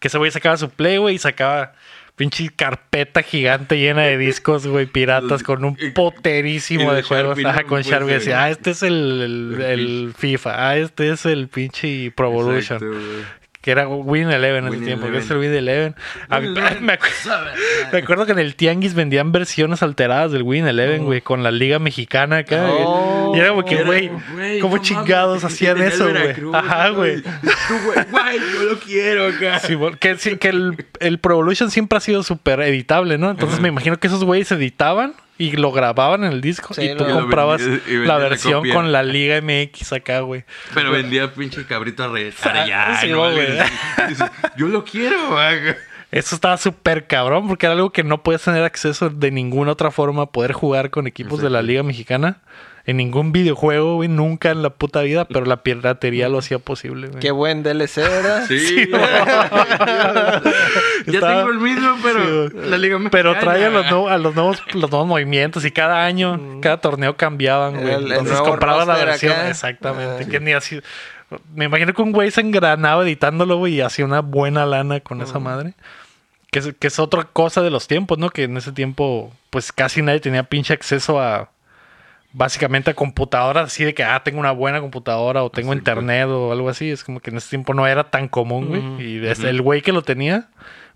A: Que ese güey sacaba su play, güey, y sacaba pinche carpeta gigante llena de discos, güey, piratas, con un poterísimo
C: Y
A: de
C: de
A: juegos.
C: Sharpie,
A: Ajá,
C: ¿no?
A: con
C: Pues,
A: Sharpie.
C: eh,
A: Decía, ah, este es el, el-
C: el
A: el FIFA, ah, este es el pinche Pro Evolution.
C: Exacto, güey.
A: Que era Win Eleven en ese
C: Win
A: tiempo, que es
C: 11.
A: el Win Eleven. A mí- me, acu- me acuerdo que en el Tianguis vendían versiones alteradas del Win Eleven, güey, con la Liga Mexicana acá. güey.
B: Oh.
A: y era como que,
C: Era-
A: güey,
C: güey,
A: ¿cómo
C: no
A: chingados
C: mames,
A: hacían
C: tenía el
A: eso, güey?
C: Veracruz,
A: Ajá,
C: ¿no?
A: güey.
C: Tú, güey, güey, yo lo quiero, acá.
A: Simón, que, sí, que el, el Pro Evolution siempre ha sido súper editable, ¿no? Entonces me imagino que esos güeyes editaban y lo grababan en el disco
B: Sí,
A: y tú
B: lo-
A: comprabas
C: Y lo vendías- y vendías
A: la
C: la
A: versión
C: copia.
A: con la Liga MX acá, güey.
C: Pero vendía pinche cabrito re-
A: Ah,
C: arellano,
A: sí, güey.
C: algo así. Dices, Yo lo quiero, acá.
A: Eso estaba súper cabrón porque era algo que no podías tener acceso de ninguna otra forma, poder jugar con equipos de la
C: Exacto.
A: Liga Mexicana. En ningún videojuego, güey, nunca en la puta vida, pero la piratería lo hacía posible, güey.
B: Qué buen DLC, ¿verdad?
C: Sí.
A: Sí, güey.
C: ya
A: Estaba-
C: tengo el mismo, pero
A: Sí,
C: la Liga
A: Pero
C: Mexicana.
A: traía los nuevos, a los nuevos, los nuevos movimientos y cada año, cada torneo cambiaban, güey.
B: Mm. El- el
A: Entonces
B: nuevo
A: comprabas la
B: roster
A: versión.
B: acá.
A: Exactamente.
B: Ah.
A: que ni así. Me imagino que un güey se engranaba editándolo, güey, y hacía una buena lana con esa madre. Que es, que es otra cosa de los tiempos, ¿no? Que en ese tiempo, pues casi nadie tenía pinche acceso a. Básicamente a computadoras, así de que, ah, tengo una buena computadora o tengo
C: Exacto.
A: internet o algo así. Es como que en ese tiempo no era tan común, güey.
B: Ujú.
A: Y desde el güey que lo tenía,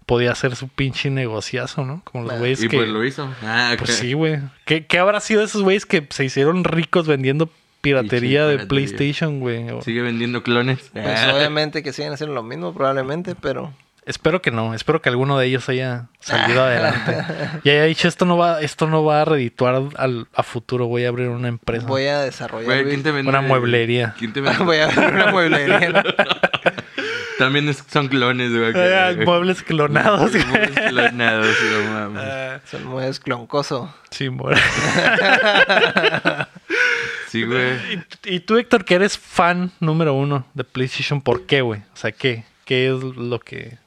A: podía hacer su pinche negociazo, ¿no? Como los
B: Ah,
A: güeyes
C: Y
A: que.
C: pues lo hizo. Ah,
A: Pues
C: ok.
A: sí, güey. ¿Qué, qué habrá sido de esos güeyes que se hicieron ricos vendiendo piratería de
C: piratería.
A: PlayStation, güey? O-
C: Sigue vendiendo clones. Ah,
B: Pues obviamente que siguen haciendo lo mismo, probablemente, pero.
A: Espero que no. Espero que alguno de ellos haya salido
B: Ah.
A: adelante. Y haya dicho, esto no va, esto no va a redituar al, a futuro. Voy a abrir una empresa.
B: Voy a desarrollar.
C: Güey,
B: güey.
C: ¿quién te vende?
A: Una mueblería.
C: ¿Quién te vende?
B: Voy a abrir una mueblería. ¿no?
C: También es- son clones, güey.
A: Ah,
C: que-
A: muebles clonados. güey.
C: Muebles clonados, no mames.
A: Ah,
B: Son muebles cloncoso.
A: sí, mor-
C: Sí, güey.
A: Y tú, Héctor, que eres fan número uno de PlayStation, ¿por qué, güey? O sea, ¿qué? ¿Qué es lo que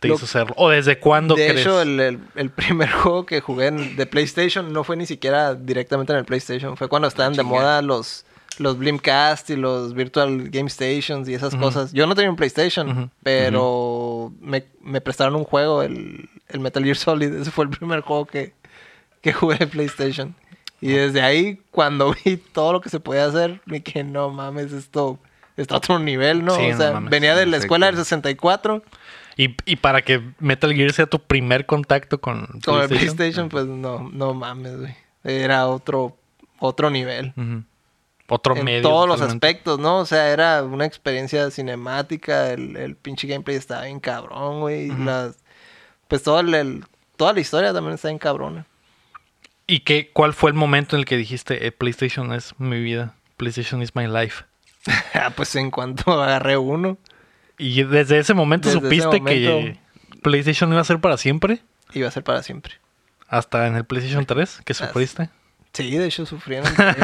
A: te
B: Lo-
A: hizo hacerlo? ¿O desde cuándo
B: de
A: crees?
B: hecho, el, el- el primer juego que jugué en- de PlayStation no fue ni siquiera directamente en el PlayStation. Fue cuando
A: Ah,
B: estaban de
C: Chinga.
B: moda los, los Blimcast y los Virtual Game Stations y esas
A: Ujú.
B: cosas. Yo no tenía un PlayStation,
A: Ujú.
B: pero me, me prestaron un juego, el, el Metal Gear Solid. Ese fue el primer juego que, que jugué de PlayStation. Y
A: Ah.
B: desde ahí, cuando vi todo lo que se podía hacer, me dije, no mames, esto está a otro nivel, ¿no?
A: Sí,
B: o
A: no
B: sea,
A: mames,
B: venía de la
C: sí,
B: escuela del
C: claro.
B: 64.
A: Y, y para que Metal Gear sea tu primer contacto con,
B: Con el
A: Ah.
B: PlayStation, pues no, no mames, güey. Era otro, otro nivel.
A: Ujú. Otro
B: en
A: medio.
B: todos los
A: totalmente.
B: aspectos, ¿no? O sea, era una experiencia cinemática, el, el pinche gameplay estaba bien cabrón, güey. y
A: Ujú.
B: las- pues todo el, el- toda la historia también está bien cabrona.
A: ¿Y qué, cuál fue el momento en el que dijiste, eh, PlayStation es mi vida? PlayStation is my life.
B: Ah, pues en cuanto agarré uno
A: ¿Y desde ese momento
B: Desde ese
A: supiste
B: momento-
A: que PlayStation iba a ser para siempre?
B: iba a ser para siempre.
A: Hasta en el PlayStation 3, que
B: Así.
A: sufriste.
B: Sí, de hecho sufrí en el 3.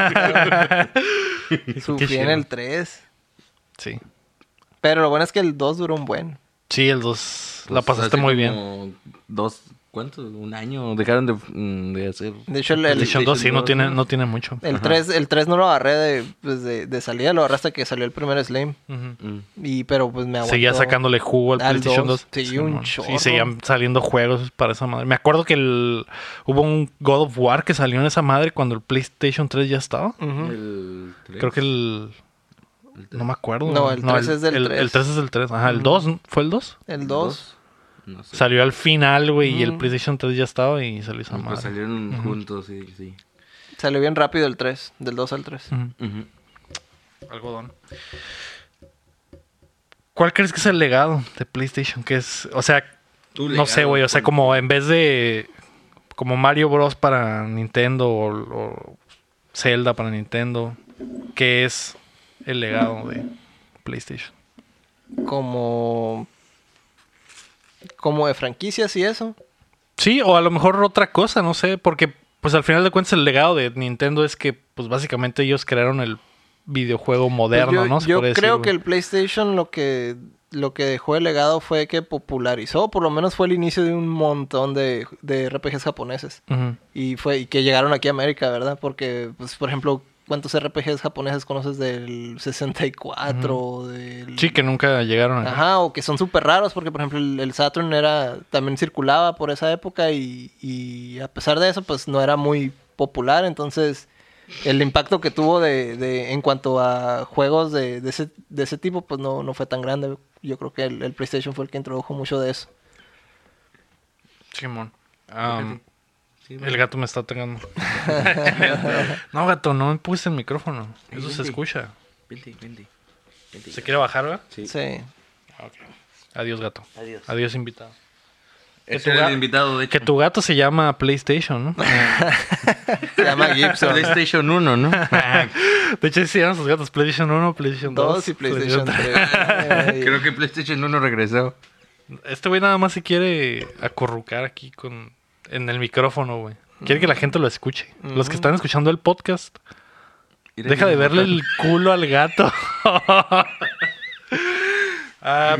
B: sufrí en
A: chido.
B: el 3.
A: Sí.
B: Pero lo bueno es que el 2 duró un buen.
A: Sí, el 2 la
C: Pues,
A: pasaste
C: hace
A: muy bien.
C: como Dos, ¿cuánto? Un año dejaron de, mm, de hacer.
B: De hecho, el, el-
A: PlayStation 2 sí, no
C: PlayStation
A: tiene,
C: 2,
A: no tiene mucho.
B: El 3, el 3 no lo agarré de, pues, de, de salida, lo agarré hasta que salió el primer Slime.
A: Ujú.
C: Mm.
B: Y pero pues me aguantó.
A: Seguía sacándole jugo al,
B: Al
A: PlayStation 2.
B: dos. Sí, un chorro.
A: Y seguían saliendo juegos para esa madre. Me acuerdo que el- hubo un God of War que salió en esa madre cuando el PlayStation 3 ya estaba.
B: Ujú.
C: El tres.
A: Creo que el... No me acuerdo.
B: No, el 3 es del
A: el,
B: 3.
A: El 3 es del 3. Ajá, el 2. ¿no? ¿Fue el 2?
B: El 2.
C: No sé.
A: Salió al final, güey, y el
B: Mm.
A: PlayStation 3 ya estaba y salió esa
C: Pues
A: madre.
C: salieron juntos, sí, sí.
B: Salió bien rápido el 3, del 2 al 3.
A: Ujú. Algodón. ¿Cuál crees que es el legado de PlayStation? Que es, o sea,
C: Tu
A: no sé,
C: legado,
A: güey, o sea,
C: ¿cuál?
A: como en vez de como Mario Bros para Nintendo o, o Zelda para Nintendo, ¿qué es el legado de PlayStation?
B: Como como de franquicias y eso. Pues
A: Sí, o a lo mejor otra cosa, no sé, porque pues al final de cuentas el legado de Nintendo es que pues básicamente ellos crearon el videojuego
B: Pues,
A: moderno,
B: yo
A: ¿no? Se
B: yo
A: podría decir,
B: creo
A: güey.
B: que el PlayStation lo que lo que dejó de legado fue que popularizó, por lo menos fue el inicio de un montón de, de RPGs japoneses.
A: Ujú.
B: Y fue y que llegaron aquí a América, ¿verdad? Porque, pues, por ejemplo, ¿cuántos RPGs japoneses conoces del 64? del...
A: Sí, que nunca llegaron acá.
B: Ajá, o que son súper raros, porque, por ejemplo, el, el Saturn era también circulaba por esa época y, y a pesar de eso, pues, no era muy popular. Entonces, el impacto que tuvo de, de- en cuanto a juegos de, de ese, de ese tipo, pues, no, no fue tan grande. Yo creo que el, el PlayStation fue el que introdujo mucho de eso.
A: Simón. Am,
C: Sí,
A: el gato me está atacando. no, gato, no me puse el micrófono. Eso se escucha.
C: Vente, vente. vente.
A: ¿Se quiere bajar, verdad?
C: Sí.
B: Sí.
A: Ah, ok. Adiós, gato.
C: Adiós.
A: Adiós, invitado.
C: Ese
A: tu
C: Este era
A: ga-
C: el invitado, de hecho.
A: Que tu gato se llama PlayStation, ¿no?
B: Se llama Gibson.
C: PlayStation 1, ¿no?
A: De hecho, sí eran sus gatos. PlayStation 1, PlayStation 2.
B: Dos y PlayStation 3.
C: Creo que PlayStation 1 regresó.
A: Este güey nada más se quiere acurrucar aquí con en el micrófono, güey. Quiere que la gente lo escuche. Los que
B: Ujú.
A: están escuchando el podcast,
C: Mira,
A: deja de
C: tiene
A: verle
C: un
A: el culo al gato. ah,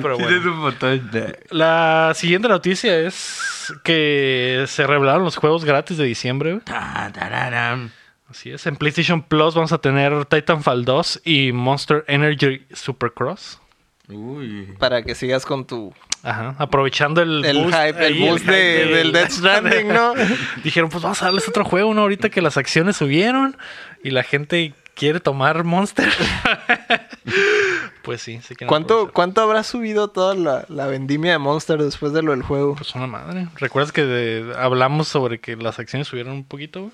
A: pero
C: botón.
A: bueno.
C: Tiene un botón de-
A: La siguiente noticia es que se revelaron los juegos gratis de diciembre. güey.
C: Ta, tararam.
A: Así es. En PlayStation Plus vamos a tener Titanfall 2 y Monster Energy Supercross.
C: Uy.
B: Para que sigas con tu
A: Ajá. Aprovechando el,
B: el
A: boost
B: hype, el
A: ahí,
B: boost
A: hype
B: de- del Death Stranding, ¿no?
A: Dijeron, pues vamos a darles otro juego, ¿no? Ahorita que las acciones subieron y la gente quiere tomar Monster. pues sí, sí que
B: ¿Cuánto, ¿Cuánto habrá subido toda la, la vendimia de Monster después de lo del juego?
A: Pues una madre. ¿Recuerdas que de- hablamos sobre que las acciones subieron un poquito, güey?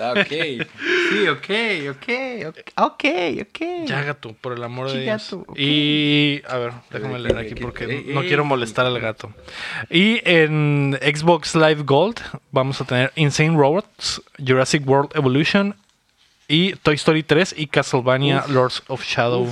B: Ah,
C: Ok. Sí, ok, ok, ok.
B: Ok, ok.
A: Ya, gato, por el amor de
B: Sí,
A: Dios.
B: gato, ok.
A: Y a ver, déjame leer aquí porque
C: Ey,
A: no
C: ey.
A: quiero molestar al gato. Y en Xbox Live Gold vamos a tener Insane Robots, Jurassic World Evolution y Toy Story 3 y Castlevania Lords of Shadow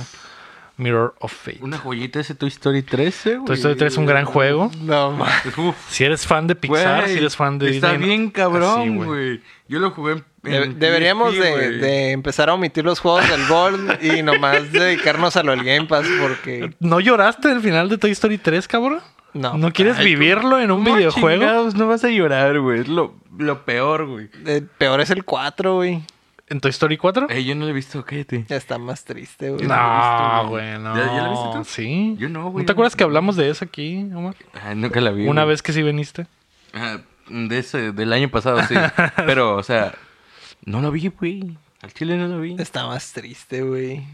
A: Mirror of Fate.
C: Una joyita ese Toy Story 13, güey.
A: Toy Story 3 es un gran juego.
B: No, ma-
C: Uf,
A: Si eres fan de Pixar,
C: güey,
A: si eres fan de
C: Está
A: Disney, no-
C: bien
A: Así,
C: cabrón, güey. Yo lo jugué en,
B: de-
C: en
B: deberíamos
C: PSP,
B: de,
C: güey.
B: de empezar a omitir los juegos del Gold y nomás dedicarnos a lo del Game Pass porque
A: ¿No lloraste del final de Toy Story 3, cabrón?
B: no.
A: ¿No quieres
C: Ay,
A: vivirlo en un
C: ¿Cómo
A: videojuego?
C: chingados no vas a llorar, güey. Es lo, lo peor, güey.
B: Eh, peor es el 4, güey.
A: ¿En Toy Story 4?
C: Ey, yo no lo he visto, cállate.
B: Ya está más triste, güey.
C: yo Pues no lo he visto,
A: no,
C: güey.
A: güey, no.
C: ¿Ya- ya lo viste tú?
A: Sí.
C: Yo no, güey.
A: ¿No te acuerdas que hablamos de eso aquí, Omar?
C: Ay, nunca la vi.
A: Una
C: güey.
A: vez que sí viniste.
C: Ah, de ese, del año pasado, sí. Pero, o sea, no lo vi, güey. Al chile no lo vi.
B: Está más triste, güey.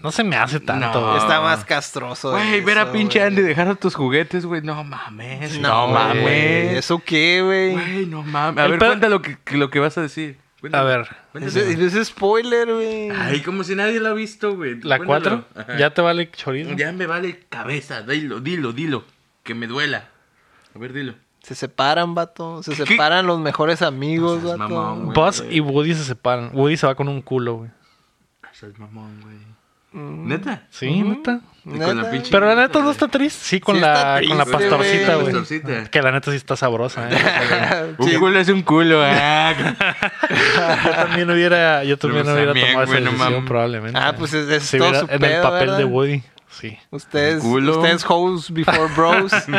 A: No se me hace tanto.
C: No.
A: güey.
B: Está más castroso.
C: Güey, ver a
B: eso,
C: pinche
B: güey.
C: Andy dejar a tus juguetes, güey. No mames.
B: No,
C: No,
B: mames.
C: mames.
B: ¿Eso qué, güey?
C: Güey, no mames. A
A: El
C: ver,
A: pedo-
C: cuenta lo que, que- lo que vas a decir.
A: A
C: Cuéntalo.
A: ver,
B: Es,
C: Cuéntalo.
B: es spoiler, güey.
C: Ay, como si nadie lo ha visto, güey.
A: ¿la
C: Cuéntalo.
A: 4?
C: Ajá.
A: ¿Ya te vale chorizo?
C: Ya me vale cabeza. Dilo, dilo, dilo. Que me duela. A ver, dilo.
B: Se separan, vato. Se
C: ¿Qué?
B: separan los mejores amigos,
C: No seas
B: vato.
C: mamón, güey.
A: Buzz y Woody se separan. Woody se va con un culo, güey. Ah,
C: Seas mamón, güey.
B: Mm,
C: ¿Neta?
A: Sí, neta.
C: Y
B: Neta,
C: con la pinche...
A: Pero la neta no está triste. Sí, con,
B: Sí
A: la,
B: está
A: con la
B: triste,
A: pastorcita,
B: güey.
A: güey.
C: Pastorcita.
A: Que la neta sí está sabrosa, ¿eh?
C: Un
B: Sí,
C: culo es un culo, ah.
A: yo también hubiera, yo también
C: Pero
A: hubiera
C: también,
A: tomado
C: güey,
A: esa
C: no
A: decisión
C: mames.
A: probablemente.
B: Ah, pues es, es
A: Si
B: todo
A: hubiera-
B: su
A: en el
B: pedo,
A: papel de
B: ¿verdad?
A: Woody. Sí.
B: Ustedes,
C: Culo.
B: ustedes hoes before bros. Sí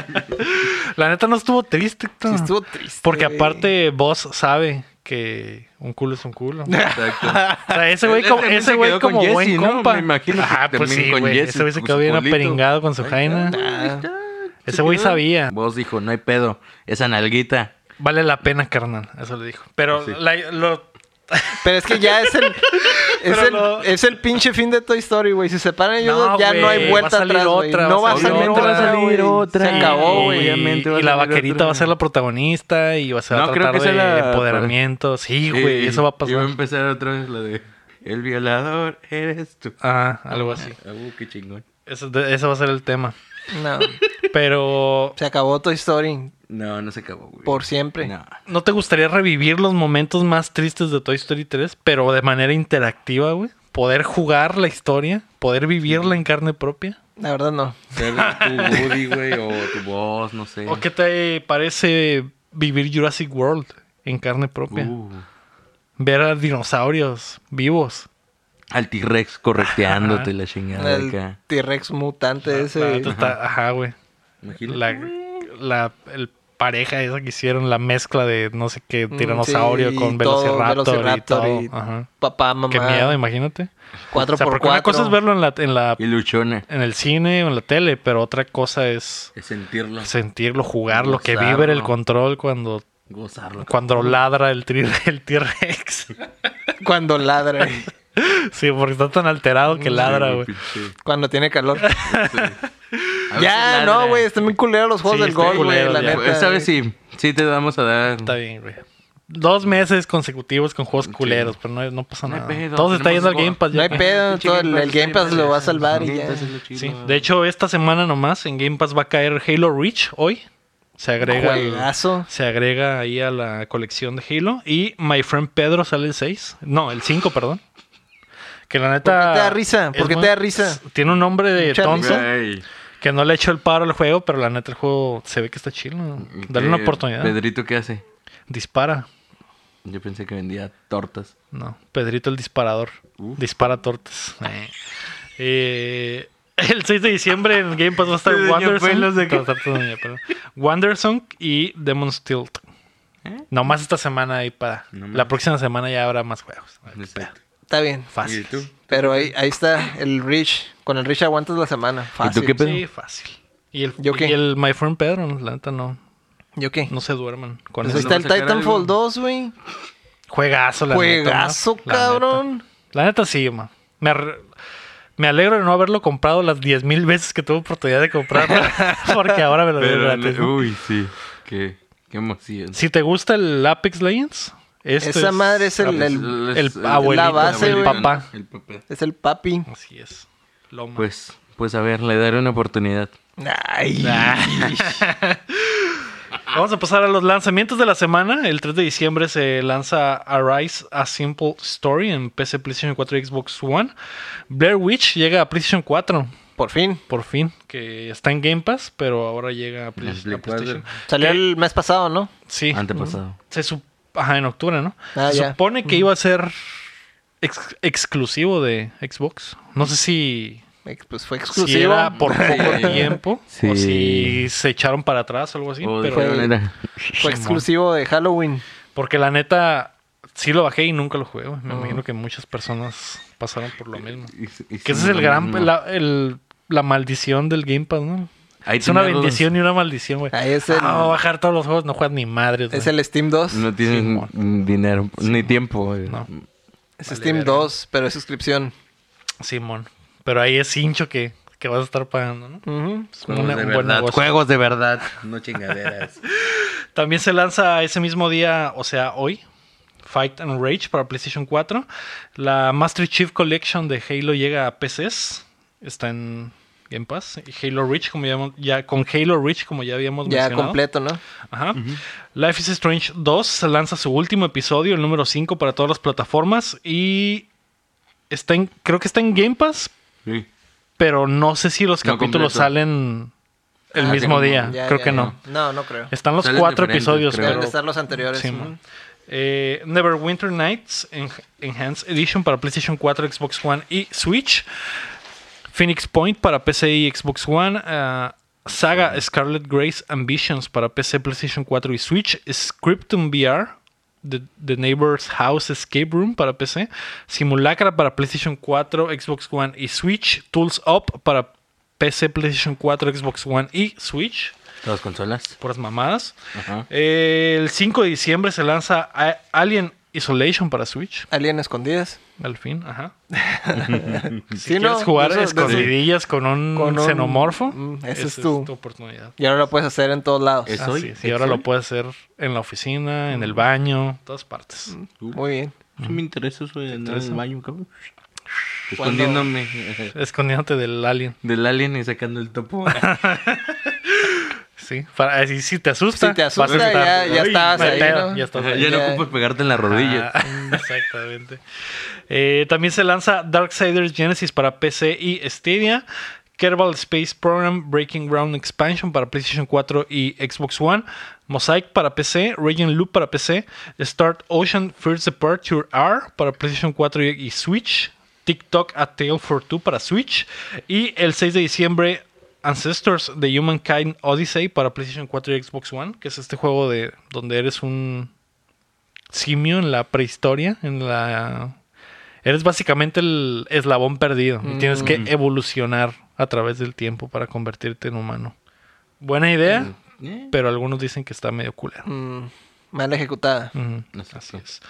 A: La neta no estuvo triste, Héctor.
B: estuvo triste.
A: Porque
B: güey.
A: aparte vos sabe que un culo es un culo. O
C: Exacto.
A: sea, ese güey
C: Él
A: como,
C: también
A: ese
C: se
A: güey
C: quedó con
A: como
C: Jesse,
A: buen
C: ¿no?
A: compa.
C: Me imagino que
A: Ah, pues
C: también
A: sí,
C: con
A: güey.
C: Jesse,
A: Ese güey se
C: con
A: quedó
C: su
A: bien
C: culito.
A: aperingado con su jaina.
B: Ah,
A: Ese güey sabía.
C: Vos dijo, no hay pedo. Esa nalguita.
A: Vale la pena, carnal. Eso le dijo. Pero
C: Sí.
A: la- lo...
B: pero es que ya es el. Es,
A: Pero
B: el,
A: no.
B: es el pinche fin de Toy Story, güey. Si se separan ellos
A: No,
B: dos, ya no hay
A: güey,
B: vuelta
A: va a salir
B: atrás, güey.
A: otra,
B: No va a
A: otra, va
B: salir
A: a
B: otra,
C: salir
B: güey.
C: otra.
B: Se acabó,
A: y-
B: güey.
C: obviamente va a
A: Y la
C: salir
A: vaquerita
C: otra.
A: va a ser la protagonista y va a ser
C: No,
A: a
C: creo
A: tratar
C: que sea
A: de
C: la-
A: empoderamiento. Sí, güey.
C: Y-
A: Eso va a
C: Y va a
A: pasar.
C: empezar otra vez la de... El violador eres tú.
A: Ah, algo así.
C: Ah, uh, qué chingón.
A: Eso, ese va a ser el tema.
B: No,
A: Pero...
B: se acabó Toy Story
C: No, no se acabó, güey.
B: por siempre.
C: No.
A: ¿No te gustaría revivir los momentos más tristes de Toy Story 3, pero de manera interactiva, güey? Poder jugar la historia, poder vivirla en carne propia.
B: La verdad, no.
C: Ser tu Woody, güey, o tu voz, no sé.
A: ¿O qué te parece vivir Jurassic World en carne propia?
C: Uh.
A: Ver a dinosaurios vivos.
C: Al T-Rex correcteándote la chingada de
B: El
C: acá.
B: T-Rex mutante
A: La
B: ese.
A: neta está- ajá, güey.
C: Imagínate.
A: La, la el pareja esa que hicieron, la mezcla de no sé qué,
B: Mm,
A: tiranosaurio
B: sí,
A: con
B: y todo,
A: velociraptor,
B: Velociraptor
A: y
B: y-
A: todo. Ajá.
B: Papá, mamá.
A: Qué miedo, imagínate.
B: Cuatro
A: O sea,
B: por
A: porque una
B: cuatro.
A: cosa es verlo en la, en la
C: Y luchona.
A: en el cine o en la tele, pero otra cosa es
C: Es sentirla.
A: sentirlo, jugarlo, que
C: Gozarlo.
A: vibre el control cuando,
C: Gozarlo.
A: cuando ladra el tri- el T-Rex.
B: Cuando ladra. güey.
A: sí, porque está tan alterado que ladra, güey.
C: Sí.
B: Cuando tiene calor.
C: A veces
B: ya,
C: ladra.
B: no, güey. Están bien culeros los juegos
A: Sí,
B: del
A: están
B: gol, güey.
A: culeros,
B: La
A: ya.
B: neta.
C: Esta vez
B: güey.
C: sí. Sí te vamos a dar.
A: Está bien, güey. Dos meses consecutivos con juegos culeros, pero no, no pasa
C: No hay
A: nada.
C: pedo,
A: Todos están
C: tenemos
A: yendo al
C: go-
A: Game Pass. ya,
B: No hay
A: güey.
B: pedo.
C: Pinche
B: todo el, el Game Pass lo va a salvar y ya.
C: Neta, eso es lo chido.
A: Sí. De hecho, esta semana nomás en Game Pass va a caer Halo Reach hoy. Se agrega, el-
B: Juegazo.
A: se agrega ahí a la colección de Halo. Y My Friend Pedro sale el 6. No, el 5, perdón. Que la neta.
B: ¿Por qué te da risa? ¿Por
A: es
B: qué te da risa?
A: Tiene un nombre de
B: Mucha
A: tonto
C: Güey.
A: que no le ha hecho el paro al juego, pero la neta el juego se ve que está chido. Dale una
C: ¿Qué,
A: oportunidad.
C: Pedrito, ¿qué hace?
A: Dispara.
C: Yo pensé que vendía tortas.
A: No, Pedrito el disparador.
C: Uf.
A: Dispara tortas. Eh. Eh, el 6 de diciembre en Game Pass va a estar
C: De Doña Pelos de
A: Wanderson.
C: que-
A: Tras tanto, Doña Pelos. Wanderson y Demon's Tilt.
C: ¿Eh?
A: Nomás esta semana ahí para.
C: No
A: la
C: mames.
A: próxima semana ya habrá más juegos.
C: Exacto.
B: Está bien.
A: Fácil.
C: ¿Y tú?
B: Pero ahí, ahí está el Rich. Con el Rich aguantas la semana. Fácil.
C: qué pe-
A: Sí, fácil. Y el,
B: ¿Yo qué?
A: y el My Friend Pedro, la neta no,
B: ¿Yo qué?
A: no se duerman con
B: Pues
A: eso.
B: ahí está el
C: ¿No va a sacar
B: Titanfall
C: algo?
B: 2, güey.
A: Juegazo, la
B: Juegazo,
A: neta. ¿no? La neta.
B: cabrón.
A: La neta sí, ma. Me, ar- me alegro de no haberlo comprado las 10.000 veces que tuve oportunidad de comprarlo. porque ahora me lo dio
C: Pero,
A: gratis. ¿no?
C: uy, sí. Qué, qué emoción.
A: Si te gusta el Apex Legends, esto
B: Esa
A: es-
B: madre es el- el-
A: el abuelito,
B: la base,
A: el
B: güey.
A: papá.
C: El papá.
B: Es el papi.
A: Así es. Loma.
C: Pues, pues a ver, le daré una oportunidad.
B: Ay.
A: Vamos a pasar a los lanzamientos de la semana. El 3 de diciembre se lanza Arise A Simple Story en PC, PlayStation 4 y Xbox One. Blair Witch llega a PlayStation 4.
B: Por fin.
A: por fin, que está en Game Pass, pero ahora llega a, Play-
C: En
A: a
C: Play
A: PlayStation.
B: Salió
A: Que-
B: el mes pasado, ¿no?
A: Sí.
C: Antepasado.
A: Se sup- Ajá, en octubre, ¿no?
B: Ah,
A: se
B: ya.
A: supone que iba a ser ex- exclusivo de Xbox. No sé si,
B: Ex- Pues fue
A: si
B: exclusivo.
A: era por
C: Sí.
A: poco tiempo o
C: Sí. Oh,
A: si se echaron para atrás o algo así.
C: O de
A: pero-
C: qué manera.
B: Fue exclusivo de Halloween.
A: Porque la neta, sí lo bajé y nunca lo jugué. güey. Me
B: Ajá.
A: imagino que muchas personas pasaron por lo mismo.
C: Y- y-
A: Que ese es el
C: no,
A: gran,
C: no.
A: la, el- la maldición del Game Pass, ¿no?
C: Ahí
A: Es una
C: tenía los-
A: bendición y una maldición, güey.
B: Ahí es el-
A: Ah, voy a bajar todos los juegos, no juegas ni madres, güey.
B: Es el Steam 2.
C: No tienen
A: Sí,
C: dinero ni tiempo. güey.
A: No.
B: es
A: vale
B: Steam
A: verga.
B: 2, pero es suscripción.
A: Simón. Pero ahí es hincho que, que vas a estar pagando, ¿no?
B: Ujú.
A: Es
C: Juegos
A: una-
C: de
A: un buen
C: verdad,
A: negocio.
C: Juegos de verdad, no chingaderas.
A: También se lanza ese mismo día, o sea, hoy, Fight and Rage para PlayStation 4. La Master Chief Collection de Halo llega a PCs. Está en Game Pass. Y Halo Reach, como ya, hemos- ya- con Halo Reach, como ya habíamos
B: Ya
A: mencionado.
B: completo, ¿no?
A: Ajá. Life is Strange 2 se lanza su último episodio, el número 5, para todas las plataformas. Y está en, creo que está en Game Pass,
C: Sí.
A: pero no sé si los
C: No
A: capítulos
C: completo.
A: salen el
C: Ah,
A: mismo
C: sí,
A: día.
B: Ya,
A: creo
B: ya,
A: que
B: ya.
A: no.
B: No, no creo.
A: Están los
C: Salen
A: cuatro
C: diferentes,
A: episodios,
C: creo.
B: Deben de
A: pero...
B: estar los anteriores.
A: Sí,
B: ujú.
A: man. Eh, Neverwinter Nights en- Enhanced Edition para PlayStation 4, Xbox One y Switch. Phoenix Point para PC y Xbox One. ah, Saga Scarlet Grace Ambitions para PC, PlayStation 4 y Switch. Scriptum VR. The, The Neighbor's House Escape Room para PC. Simulacra para PlayStation 4, Xbox One y Switch. Tools Up para PC, PlayStation 4, Xbox One y Switch.
C: Las consolas.
A: Puras mamadas.
C: Ajá.
A: Eh, El 5 de diciembre se lanza A- Alien Isolation para Switch.
B: Alien escondidas.
A: Al fin, ajá. si
B: Sí,
A: quieres
B: no,
A: jugar
B: eso-
A: a
B: eso-
A: escondidillas con un
B: Con un-
A: xenomorfo,
B: Mm, esa
A: esa
B: es tu-
A: oportunidad.
B: Y ahora lo puedes hacer en todos lados.
C: Es-
A: Así
C: hoy?
A: es, Y ahora
C: ¿Es
A: lo
C: hoy?
A: puedes hacer en la oficina, en el baño, en todas partes.
B: Muy bien.
C: Sí me interesa eso de andar en
A: interesa?
C: el baño, cabrón.
B: Cuando-
C: Escondiéndome
A: Escondiéndote del alien.
C: del alien y sacando el topo.
A: Sí. Para, así, si te asusta,
B: Si te asusta,
A: vas a estar-
B: ya- ya
A: Ay,
B: estabas
A: me
B: ahí,
A: pedo,
B: ¿no?
A: ya estás
C: Ajá,
A: ahí.
C: ya no
B: Ya.
C: ocupas pegarte en las rodillas.
A: Ah, exactamente. Eh, también se lanza Darksiders Genesis para PC y Stadia. Kerbal Space Program Breaking Ground Expansion para PlayStation 4 y Xbox One. Mosaic para PC. Region Loop para PC. Start Ocean First Departure R para PlayStation 4 y, y Switch. TikTok A Tale for Two para Switch. Y el 6 de diciembre Ancestors The Humankind Odyssey para PlayStation 4 y Xbox One, que es este juego de donde eres un simio en la prehistoria, en la... Eres básicamente el eslabón perdido y tienes que evolucionar a través del tiempo para convertirte en humano. Buena idea,
C: Eh,
A: pero algunos dicen que está medio culero.
B: Mm, mal ejecutada.
A: Ujú,
C: Exacto.
A: así es.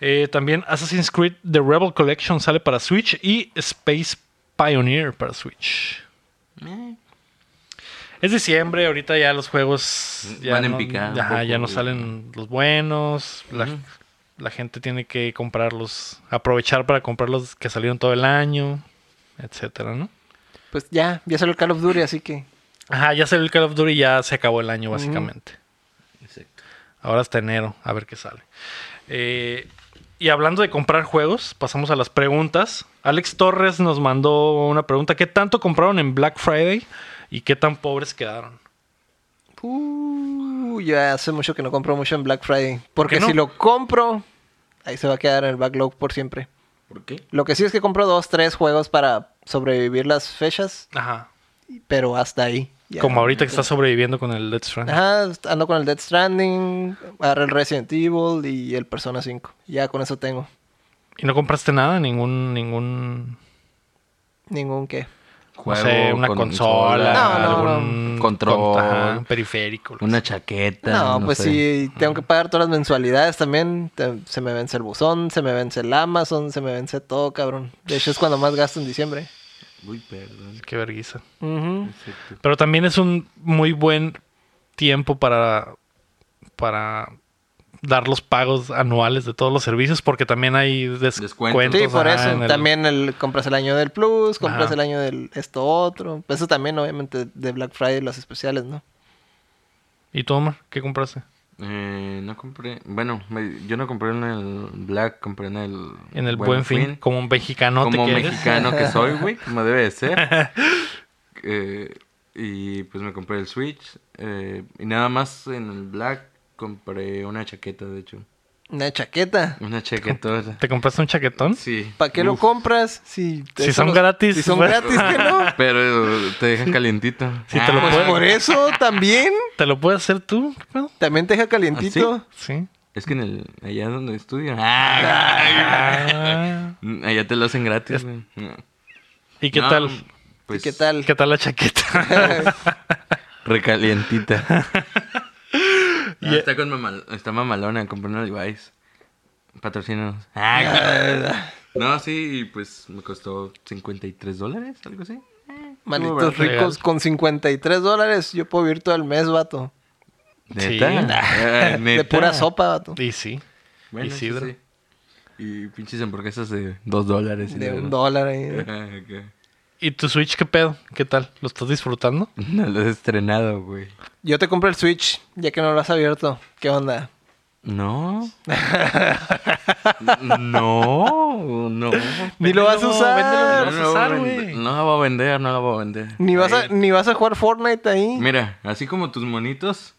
A: Eh, también Assassin's Creed The Rebel Collection sale para Switch y Space Pioneer para Switch.
C: eh.
A: Es diciembre, ahorita ya los juegos ya
C: Mm, Van en
A: no-
C: picada un
A: ajá,
C: poco,
A: ya no
C: güey.
A: salen los buenos. La, la gente tiene que comprarlos, aprovechar para comprar los que salieron todo el año, etcétera, ¿no?
B: Pues ya, ya salió el Call of Duty, así que.
A: Ajá, ya salió el Call of Duty y ya se acabó el año, básicamente.
C: Exacto.
A: Ahora hasta enero, a ver qué sale. Eh, y hablando de comprar juegos, pasamos a las preguntas. Alex Torres nos mandó una pregunta: ¿Qué tanto compraron en Black Friday y qué tan pobres quedaron?
B: Uh, ya hace mucho que no compro mucho en Black Friday. Porque
A: qué no?
B: si lo compro, ahí se va a quedar en el backlog por siempre.
C: ¿Por qué?
B: Lo que sí es que compro dos, tres juegos para sobrevivir las fechas,
A: Ajá.
B: pero hasta ahí. Ya.
A: Como ahorita que está sobreviviendo con el Death Stranding.
B: Ajá, ando con el Dead Stranding, agarré el Resident Evil y el Persona 5. Ya con eso tengo.
A: Y no compraste nada, ningún, ningún,
B: Ningún que.
A: no sé, una
C: con-
A: consola,
B: No, no, no.
A: algún
C: control,
A: con- ajá, periférico. lo que
C: una
A: sea.
C: chaqueta.
B: No, pues
C: sé.
B: sí, tengo que pagar todas las mensualidades también. Te- se me vence el buzón, se me vence el Amazon, se me vence todo, cabrón. De hecho, es cuando más gasto en diciembre.
C: Uy, perdón.
A: Qué vergüenza.
B: Ujú.
C: Exacto.
A: Pero también es un muy buen tiempo para, para dar los pagos anuales de todos los servicios, porque también hay descuentos.
C: Descuentos.
B: Sí, por
A: ajá,
B: eso.
A: en el-
B: También el, compras el año del Plus, compras
A: Ajá.
B: el año del esto otro. Eso también, obviamente, de Black Friday, los especiales, ¿no?
A: ¿Y tú, Omar? ¿Qué compraste?
C: Eh, no compré. Bueno, me- yo no compré en el Black, compré en el.
A: En el buen, fin, como un mexicano
C: Como
A: te quieres.
C: mexicano que soy, güey, como debe de ser. eh, y pues me compré el Switch. eh, y nada más en el Black compré una chaqueta, de hecho.
B: Una chaqueta.
C: Una chaquetona.
A: ¿Te compraste un chaquetón?
C: Sí.
B: ¿Para qué lo
C: Uf,
B: compras? Si,
A: Si
B: eso
A: son
B: los-
A: gratis, pues.
B: Si son
A: bueno.
B: gratis, que no.
C: Pero te dejan calientito. Ah,
A: Sí, te lo
B: Pues
A: Bueno.
B: por eso también.
A: ¿Te lo puedes hacer tú? ¿Qué pedo?
B: También te deja calientito.
A: ¿Ah, Sí.
C: ¿Ah, Es que en el, allá donde estudio.
A: Ah,
C: allá te lo hacen gratis, güey.
A: ¿Y qué
C: No,
A: tal?
C: Pues,
B: ¿Qué tal?
A: ¿Qué tal la chaqueta?
C: Recalientita. Ah,
A: Ya.
C: está, con mamal- está mamalona, compré una Levi's. Patrocínanos. Ah, No, sí, y pues me costó 53 dólares, algo así. Muy
B: Malditos
C: barato.
B: ricos, con 53 dólares yo puedo vivir todo el mes, vato.
A: Sí.
C: ¿Neta? Ah,
B: De
C: ¿neta?
B: pura sopa, vato.
A: y sí.
C: Bueno,
A: y
C: sí,
A: sidra.
C: sí. Y pinches hamburguesas de 2 dólares. y
B: De
C: la
B: un
C: verdad.
B: dólar ahí.
C: Ah, ok.
A: ¿Y tu Switch qué pedo? ¿Qué tal? ¿Lo estás disfrutando?
C: No lo he estrenado, güey.
B: Yo te compré el Switch, ya que no lo has abierto. ¿Qué onda?
C: No. no, no.
B: Ni lo vas a
A: Véndelo,
B: usar.
A: véndelo, ni lo vas a usar,
C: no,
A: güey.
C: no la voy a vender, no la voy a vender.
B: Ni vas a,
C: Ahí.
B: ni vas a jugar Fortnite ahí.
C: Mira, así como tus monitos,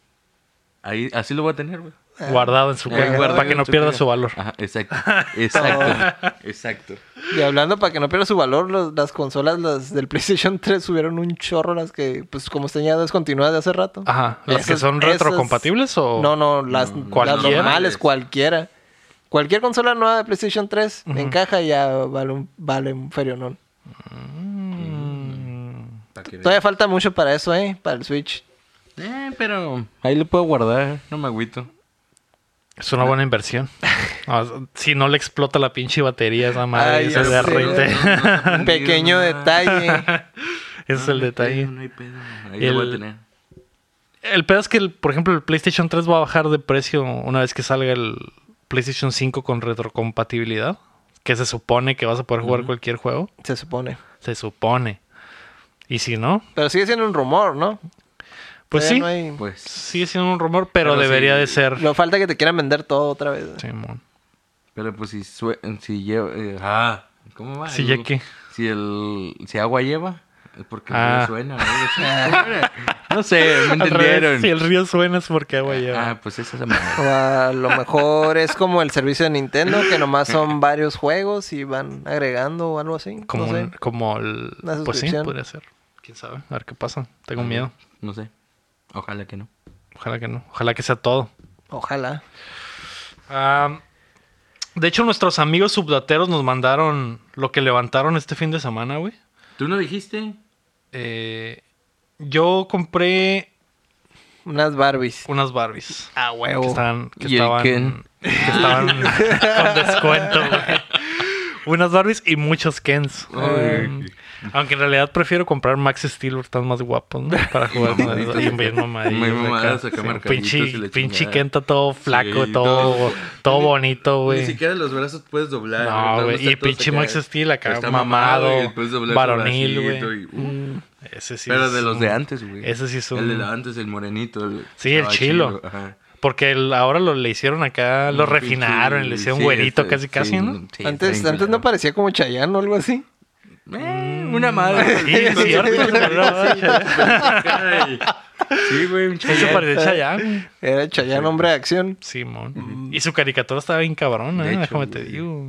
C: ahí, así lo voy a tener, güey.
A: Guardado en su
C: Ahí
A: caja
C: Eh, guardado
A: para que
C: en
A: no
C: tu
A: pierda
C: caja.
A: su valor.
C: Ajá, exacto, exacto, exacto.
B: Y hablando para que no pierda su valor, los- las consolas las del PlayStation 3 subieron un chorro las que, pues como están ya descontinuadas de hace rato.
A: Ajá. ¿Las que
B: Esas-
A: son
B: esas-
A: retrocompatibles o...? Mm,
B: No, no, las,
C: No,
B: las
A: cualquiera.
B: normales, cualquiera. Cualquier consola nueva de PlayStation 3 en caja ya vale un, vale un ferionón.
C: Pa' que veas.
B: Todavía falta mucho para eso, ¿eh? Para el Switch.
C: Eh, pero ahí lo puedo guardar, no me agüito.
A: Es una buena inversión. No, si no le explota la pinche batería esa madre,
B: Ay,
A: ese
B: ya
A: es
B: sé.
A: el derrite.
C: No, no,
B: Pequeño
C: no,
B: detalle.
A: Ese es el detalle.
C: No, hay pedo, ahí lo voy
A: El-
C: a tener.
A: El pedo es que, el- por ejemplo, el PlayStation 3 va a bajar de precio una vez que salga el PlayStation 5 con retrocompatibilidad. Que se supone que vas a poder jugar cualquier juego.
B: Se supone.
A: Se supone. Y si no,
B: Pero sigue siendo un rumor, ¿no?
A: pues
B: Todavía
A: sí. Pues
B: no hay-
C: Pues,
A: Sigue siendo un rumor, pero,
C: Pero
A: debería
C: sí.
A: de ser.
B: No falta que te quieran vender todo otra vez.
A: Simón.
C: pero pues si sue- si lleva, eh, ah, ¿cómo va?
A: Si ya qué.
C: Si el, si agua lleva, es porque
A: Ah.
C: no suena. ¿no? No sé, me
A: Al revés,
C: entendieron.
A: si el río suena es porque agua lleva.
C: Ah, pues esa es la madre.
B: O a lo mejor es como el servicio de Nintendo, que nomás son varios juegos y van agregando o algo así.
A: como,
B: no sé.
A: un- como el.
B: Una
A: Pues sí,
B: suscripción.
A: podría ser. Quién sabe. A ver qué pasa. Tengo miedo.
C: No sé. Ojalá que no.
A: Ojalá que no. Ojalá que sea todo.
B: Ojalá.
A: Ah, de hecho, nuestros amigos subdateros nos mandaron lo que levantaron este fin de semana, güey.
C: ¿Tú no dijiste?
A: Eh, yo compré
B: Unas Barbies.
A: unas Barbies.
B: A huevo.
A: Que estaban, que
C: ¿Y el
A: estaban,
C: Ken?
A: que estaban con descuento, güey. Unas Barbies y muchos Kens. Um, aunque en realidad prefiero comprar Max Steel, están más guapos, ¿no? Para jugar con
C: Mamaditos.
A: bien, bien
C: Muy mamadas,
A: mamadas.
C: acá
A: acá. Sí,
C: marcaditos y
A: Pinche,
C: la
A: pinche
C: chingada.
A: Ken está todo flaco,
C: Sí,
A: todo,
C: todo-
A: todo bonito, güey.
C: Ni siquiera los brazos puedes doblar.
A: No, güey. Y pinche Max Steel acá, mamado, varonil, güey. Ese sí
C: Pero
A: es
C: de los
A: un-
C: de antes, güey.
A: Ese sí es un-
C: uh, El de la antes, el morenito. el-
A: Sí, el
C: estaba
A: chilo.
C: ajá.
A: Porque el- ahora lo le hicieron acá, lo
C: Un pinche-
A: refinaron, le hicieron
C: sí,
A: güerito
C: este-
A: casi casi,
C: sí,
A: ¿no?
C: sí,
B: antes,
C: está
B: antes
C: bien
B: no
C: culero.
B: parecía como Chayanne o algo así.
C: Eh, una madre.
A: Sí, es cierto.
C: Ay, Sí, güey, un
A: Eso
C: Chayanne.
A: parecía ya.
B: Era Chayanne, hombre de acción.
A: Simón. Y su caricatura estaba bien cabrona,
C: De
A: ¿eh?
C: hecho,
A: déjame te
C: güey.
A: digo.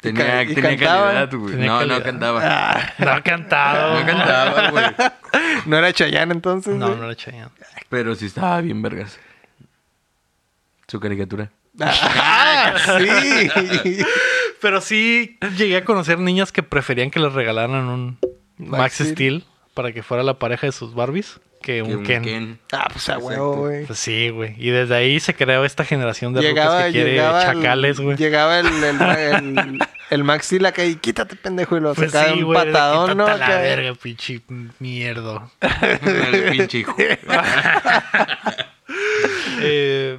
C: Tenía,
B: Y ca- y
C: tenía
B: cantaba.
C: calidad, güey.
A: Tenía
C: No,
A: calidad. Ah.
C: no cantaba.
A: No ha cantado.
C: No cantaba, güey.
B: No era Chayanne entonces.
A: No,
B: güey?
A: no era Chayanne.
C: Pero sí estaba bien vergas. Su caricatura.
B: Ah, sí.
A: Pero sí llegué a conocer niñas que preferían que les regalaran un Max,
B: Max
A: Steel.
B: Steel.
A: para que fuera la pareja de sus Barbies que
C: Que
A: un
C: un
A: Ken.
B: Ah, pues a huevo,
C: Exacto.
B: güey.
A: Pues sí, güey. Y desde ahí se creó esta generación de rucas
B: Llegaba,
A: que quiere
B: llegaba,
A: chacales,
B: el,
A: güey.
B: llegaba el, el, el, el Max Steel acá y quítate, pendejo, y lo
A: Pues
B: sacaba
A: sí,
B: un
A: güey. de
B: patadón, ¿no?
A: quítate a la
B: Acá.
A: verga, pinche mierdo.
C: El pinche hijo.
A: Eh,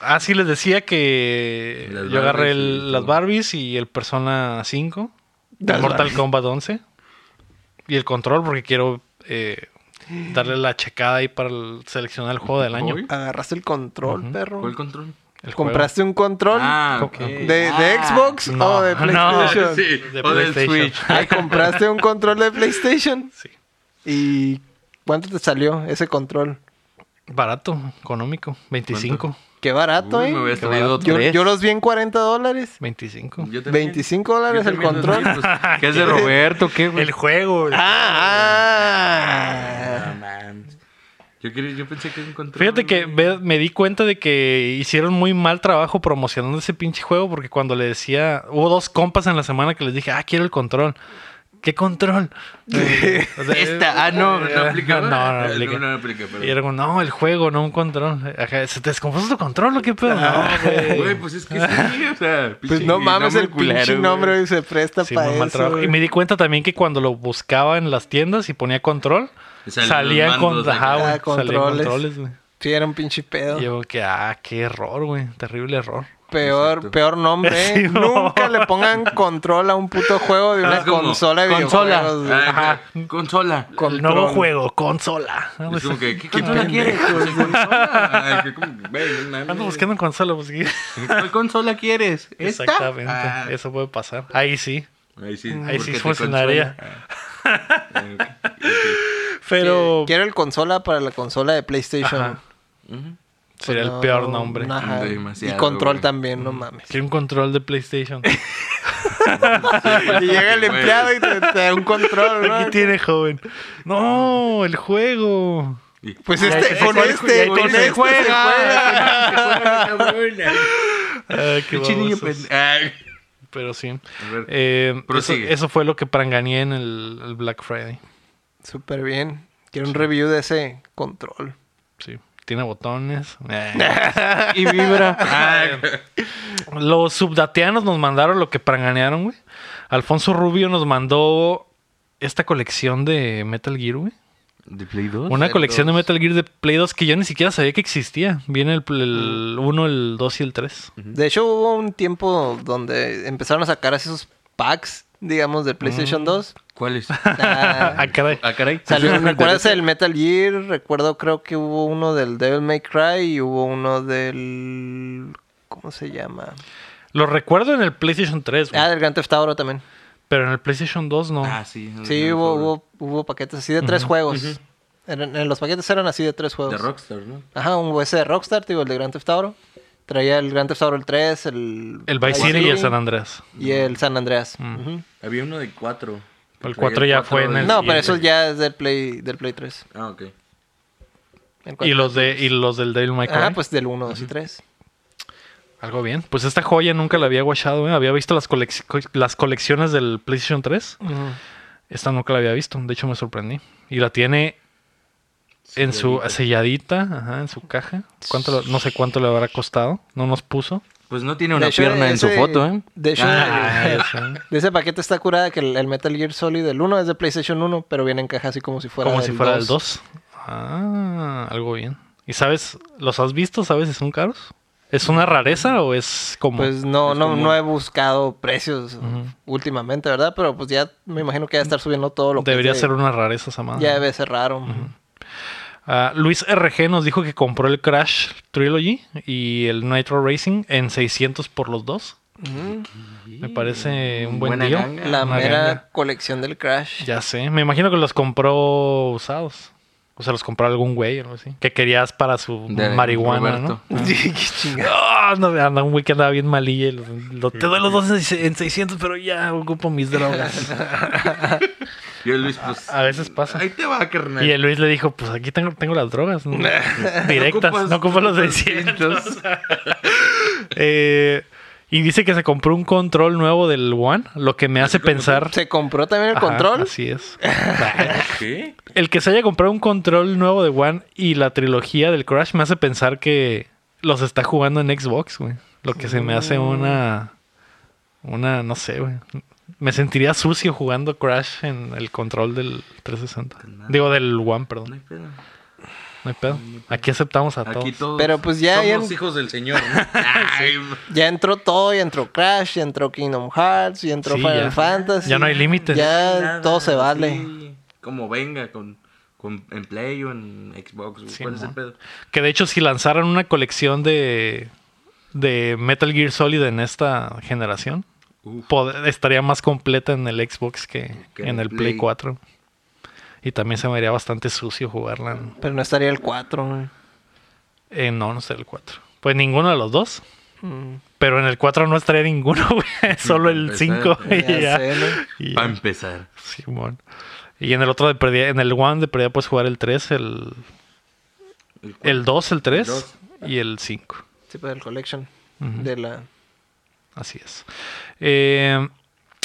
A: ah, sí, les decía que
C: Las
A: yo agarré el-
C: Barbies y
A: las
C: todo.
A: Barbies y el Persona 5,
B: Las
A: Mortal
B: Barbies.
A: Kombat 11 y el control porque quiero eh, darle la checada ahí para el- seleccionar el juego del año.
C: ¿Hoy?
B: Agarraste el control, perro.
C: ¿Cuál control?
A: El
B: ¿Compraste un control?
C: Ah,
A: Co-
C: ok.
B: ¿De, de
C: Ah,
B: Xbox
A: No,
B: o de
A: no.
B: PlayStation? Ah,
C: Sí,
A: De
C: o del
A: PlayStation.
C: Switch.
B: Ay, ¿compraste un control de PlayStation?
A: juego. Sí.
B: ¿Y cuánto te salió ese control?
A: Barato, económico. 25.
B: Qué barato,
C: Uy,
B: ¿eh?
C: me hubiera
B: Qué
C: traído
B: barato. yo,
C: tres.
B: yo los vi en 40 dólares.
A: 25.
C: Yo también.
B: 25
C: Yo
B: dólares el
C: también los
B: control.
C: vi, pues, ¿Qué es de Roberto? ¿Qué, güey?
A: El juego. güey.
B: Ah,
C: No, man. Yo, quería- yo pensé que era un control.
A: Fíjate que
C: güey.
A: ve- me di cuenta de que hicieron muy mal trabajo promocionando ese pinche juego porque cuando le decía, hubo dos compas en la semana que les dije, ah, quiero el control. ¿Qué control? O sea,
B: Esta, ah,
C: No,
B: no.
C: no aplica.
A: No, no aplica.
C: No, no aplica, perdón.
A: Y era como, no, el juego, no un control. Ajá, ¿Se te descompuso tu control o qué pedo? No, güey.
C: Güey, pues es que sí, o sea.
B: Pues no mames, el pinche nombre güey, se presta
A: Sí,
B: para
A: muy mal
B: eso.
A: trabajo.
B: güey.
A: Y me di cuenta también que cuando lo buscaba en las tiendas y ponía control,
C: Salían
A: salían
C: los
A: con
C: mandos acá.
A: ajá, güey,
B: Ah,
A: salían
B: controles.
A: controles, güey.
B: Sí, era un pinche pedo.
A: Y yo que, ah, qué error, güey. Terrible error.
B: Peor,
C: Exacto.
B: peor nombre. ¿eh?
A: Sí, no.
B: Nunca le pongan control a un puto juego de
C: Ah,
B: una
C: es como, Ah,
B: consola de
A: consola.
B: videojuegos. güey.
C: Ajá. Consola.
A: El
B: Control.
A: nuevo juego, consola. Ah,
C: Es
A: pues,
C: como que, ¿qué consola quieres? Pues, consola. Ay, que como, güey, no mames.
A: Ando buscando consola, pues, ¿qué?
C: ¿Cuál consola quieres? ¿Esta?
A: Exactamente.
C: Ah,
A: Eso puede pasar. Ahí sí.
C: Ahí sí,
A: Ahí sí
C: porque te
A: funcionaría.
C: consola. Ah, ok, ok.
A: Pero
B: Quiero el consola para la consola de PlayStation.
A: Ajá.
C: Ujú.
B: Pues
A: sería el
B: no,
A: peor nombre.
B: ajá. Y
C: Demasiado,
B: control
C: güey.
B: también, no mames.
A: Quiero un control de PlayStation.
B: Y llega el
C: Güey.
B: empleado y te, te da un control, ¿no?
A: Aquí tiene, joven. No, el juego.
C: Y-
B: Pues
A: Ya
B: este,
A: que se
B: con
A: juega, ya
B: este,
A: que
B: con
A: se
B: este se
A: juega.
B: juega.
A: Ah, qué
C: Pinche niño
A: babosos.
C: pende- Ay.
A: Pero sí.
C: A ver,
A: Eh, eso,
C: prosigue.
A: eso fue lo que pranganeé en el, el Black Friday.
B: Súper bien. Quiero un review de ese control.
A: Sí. Tiene botones.
C: Y vibra. Ay.
A: Los subdateanos nos mandaron lo que pranganearon, güey. Alfonso Rubio nos mandó esta colección de Metal Gear, güey.
C: ¿De Play 2?
A: Una
B: Metal
A: colección de
B: 2.
A: Metal Gear de Play 2 que yo ni siquiera sabía que existía. Viene el 1, el 2 y el 3.
B: De hecho, hubo un tiempo donde empezaron a sacar así esos packs, digamos, del PlayStation
A: Mm.
B: 2.
C: ¿Cuál es?
B: Ah,
A: Ah, caray.
C: Ah, caray.
B: Salió,
C: Me
B: ¿Recuerdas
C: interesa.
B: el Metal Gear? Recuerdo, creo que hubo uno del Devil May Cry y hubo uno del. ¿Cómo se llama?
A: Lo recuerdo en el PlayStation 3, güey.
B: Ah, del Grand Theft Auto también.
A: Pero en el PlayStation 2 no.
C: Ah, sí. el
B: Sí,
C: de
B: hubo,
C: Ford.
B: hubo, hubo paquetes así de tres juegos. Eran- en los paquetes eran así de tres juegos.
C: De Rockstar, ¿no?
B: Ajá, un ese de Rockstar, te digo, el de Grand Theft Auto. Traía el Grand Theft Auto el 3, el...
A: el Vice City y el San Andreas. Mm.
B: y el San Andreas. Ujú.
C: Había uno de 4.
A: Pero el cuatro ya fue en el-
B: No,
A: y
B: pero
A: el-
B: eso ya es del Play, del Play 3.
C: Ah, ok.
B: El
A: Y
B: cuatro.
A: los, de, y los del Devil May Cry.
B: Ah, pues del 1, 2 y 3.
A: Algo bien. Pues esta joya nunca la había guachado, güey. Había visto las, colec- co- las colecciones del PlayStation 3. Esta nunca la había visto. De hecho, me sorprendí. Y la tiene en su selladita, ajá, en su caja. ¿Cuánto lo- no sé cuánto le habrá costado. No nos puso.
C: Pues no tiene una pierna en su foto, ¿eh?
B: De hecho,
A: Ah, ya sé.
B: de ese paquete está curada que el, el Metal Gear Solid del 1 es de PlayStation 1, pero viene en caja así como si fuera
A: Como si fuera
B: del
A: el 2. Ah, algo bien. ¿Y sabes? ¿Los has visto? ¿Sabes si son caros? ¿Es una rareza o es como...?
B: Pues no,
C: Es
B: no,
C: como-
B: no he buscado precios últimamente, ¿verdad? Pero pues ya me imagino que va a estar subiendo todo lo que...
A: debería
B: es de-
A: ser una rareza esa madre.
B: Ya debe ser raro.
A: Ah, Luis RG nos dijo que compró el Crash Trilogy y el Nitro Racing en 600 por los dos. Mm, Me parece un buen
C: Buena
A: día.
C: ganga.
B: La
A: Una
B: mera
A: ganga.
B: colección del Crash.
A: Ya sé. Me imagino que los compró usados. O sea, los compró algún güey o algo así. Que querías para su
C: De
A: marihuana,
C: Roberto.
A: ¿no? Ah, no, anda un güey que andaba bien malilla. y lo- lo- te doy los dos en seis- en 600, pero ya ocupo mis drogas.
C: Yo, Luis, pues.
A: A veces pasa.
C: Ahí te va, carnal.
A: Y el Luis le dijo, pues aquí tengo, tengo las drogas. ¿no? Directas,
C: ocupas-
A: no ocupo los
C: no
A: de
C: ocupas
A: 600. Eh, y dice que se compró un control nuevo del One, lo que me hace pensar...
B: ¿Se compró también el
A: Ajá,
B: control?
A: así es.
C: ¿Qué?
A: El que se haya comprado un control nuevo de One y la trilogía del Crash me hace pensar que los está jugando en Xbox, güey. Lo que se me hace
C: Mm.
A: una... Una, no sé, güey. Me sentiría sucio jugando Crash en el control del 360. Digo, del One, perdón.
C: No hay pedo.
A: No hay pedo. Aquí aceptamos a
C: Aquí
A: todos.
C: todos.
B: Pero, pues, ya-
C: Somos
B: ya-
C: hijos del Señor. ¿no? Ay, pues,
B: Ya entró todo, ya entró Crash, ya entró Kingdom Hearts, ya entró
A: Sí,
B: Final
A: ya.
B: Fantasy.
A: Ya no hay límites.
B: Ya
C: nada, pues,
B: todo se vale.
C: sí. Como venga, con, con, en Play o en Xbox. güey.
A: Sí,
C: ¿Cuál es
A: mo.
C: el pedo?
A: Que de hecho, si lanzaran una colección de, de Metal Gear Solid en esta generación,
C: Uf.
A: pod- estaría más completa en el Xbox que
C: Que
A: en
C: en
A: el Play
C: Play.
A: 4. Y también se me haría bastante sucio jugarla. En,
B: Pero no estaría el 4, güey.
A: en- no, no sé, el 4. Pues ninguno de los dos.
B: Mm,
A: Pero en el 4 no estaría ninguno, güey. Solo el
C: Pues,
A: 5.
B: ya
A: Y ya.
B: sé, ¿no?
A: Y
C: Para
A: ya.
C: empezar.
A: Simón. Y en el otro de perdida, en el One de perdida puedes jugar el 3, el, el 2, el 3 y el 5.
B: Sí, pues el collection de la...
A: Así es. Eh,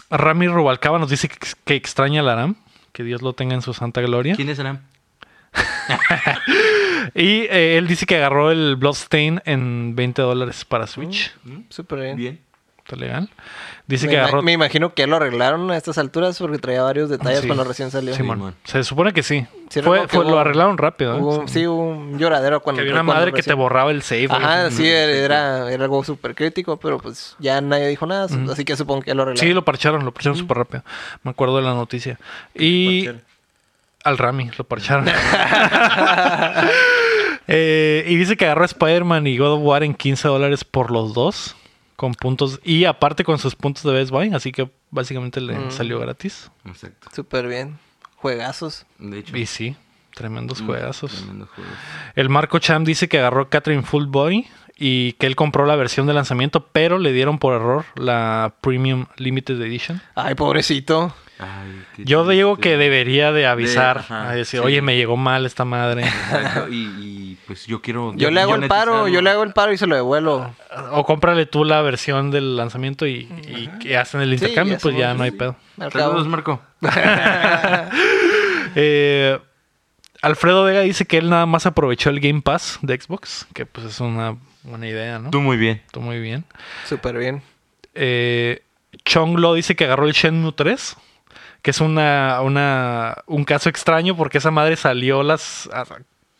A: Rami Rubalcaba nos dice que, que extraña la Aram. Que Dios lo tenga en su santa gloria.
C: ¿Quiénes serán?
A: Y eh, él dice que agarró el Bloodstain en 20 dólares para Switch.
C: Mm.
B: Súper bien.
C: Bien.
A: Está legal. Dice
B: me,
A: que
B: ima-
A: agarró.
B: me imagino que lo arreglaron a estas alturas porque traía varios detalles
A: Sí.
B: cuando recién salió.
A: Simón.
C: Simón.
A: Se supone que sí. fue,
B: Sí, recuerdo que
A: fue-
B: hubo-
A: lo arreglaron rápido. ¿eh?
B: Hubo un- sí, hubo un lloradero cuando...
A: que había una
B: cuando
A: madre que te
B: recién-
A: borraba el save. güey.
B: Ajá, sí, era, era algo súper crítico, pero pues ya nadie dijo nada, su- así que supongo que lo
A: Sí,
B: arreglaron.
A: lo parcharon, lo
B: Mm.
A: parcharon súper rápido. Me acuerdo de la noticia. Y
C: Parcharon.
A: al Rami lo parcharon. Eh, y dice que agarró a Spider-Man y God of War en 15 dólares por los dos. Con puntos. Y aparte con sus puntos de Best Buy. Así que básicamente le
B: Mm.
A: salió gratis.
C: Exacto.
B: Súper bien. Juegazos.
C: De hecho. mm,
A: Y sí, tremendos juegazos.
C: Tremendo juego.
A: El Marco Cham dice que agarró Catherine Full Body y que él compró la versión de lanzamiento, pero le dieron por error la Premium Limited Edition.
B: Ay, pobrecito.
C: Ay, qué
A: Yo
C: triste.
A: digo que debería de avisar,
C: ajá,
A: a decir,
C: sí.
A: oye, me llegó mal esta madre.
C: Exacto, Y, y, pues yo quiero.
B: Yo Ah, le hago el paro,
C: monetizarlo.
B: yo le hago el paro y se lo devuelvo.
A: o cómprale tú la versión del lanzamiento y, y que hacen el
B: Sí,
A: intercambio,
B: ya
A: pues ya
B: somos-
A: no hay pedo.
B: Al cabo.
C: Saludos, Marco.
A: Eh, Alfredo Vega dice que él nada más aprovechó el Game Pass de Xbox, que pues es una buena idea, ¿no?
C: Tú muy bien.
A: Está muy bien.
B: Súper bien.
A: Eh, Chong Lo dice que agarró el Shenmue 3, que es una, una, un caso extraño porque esa madre salió las... a-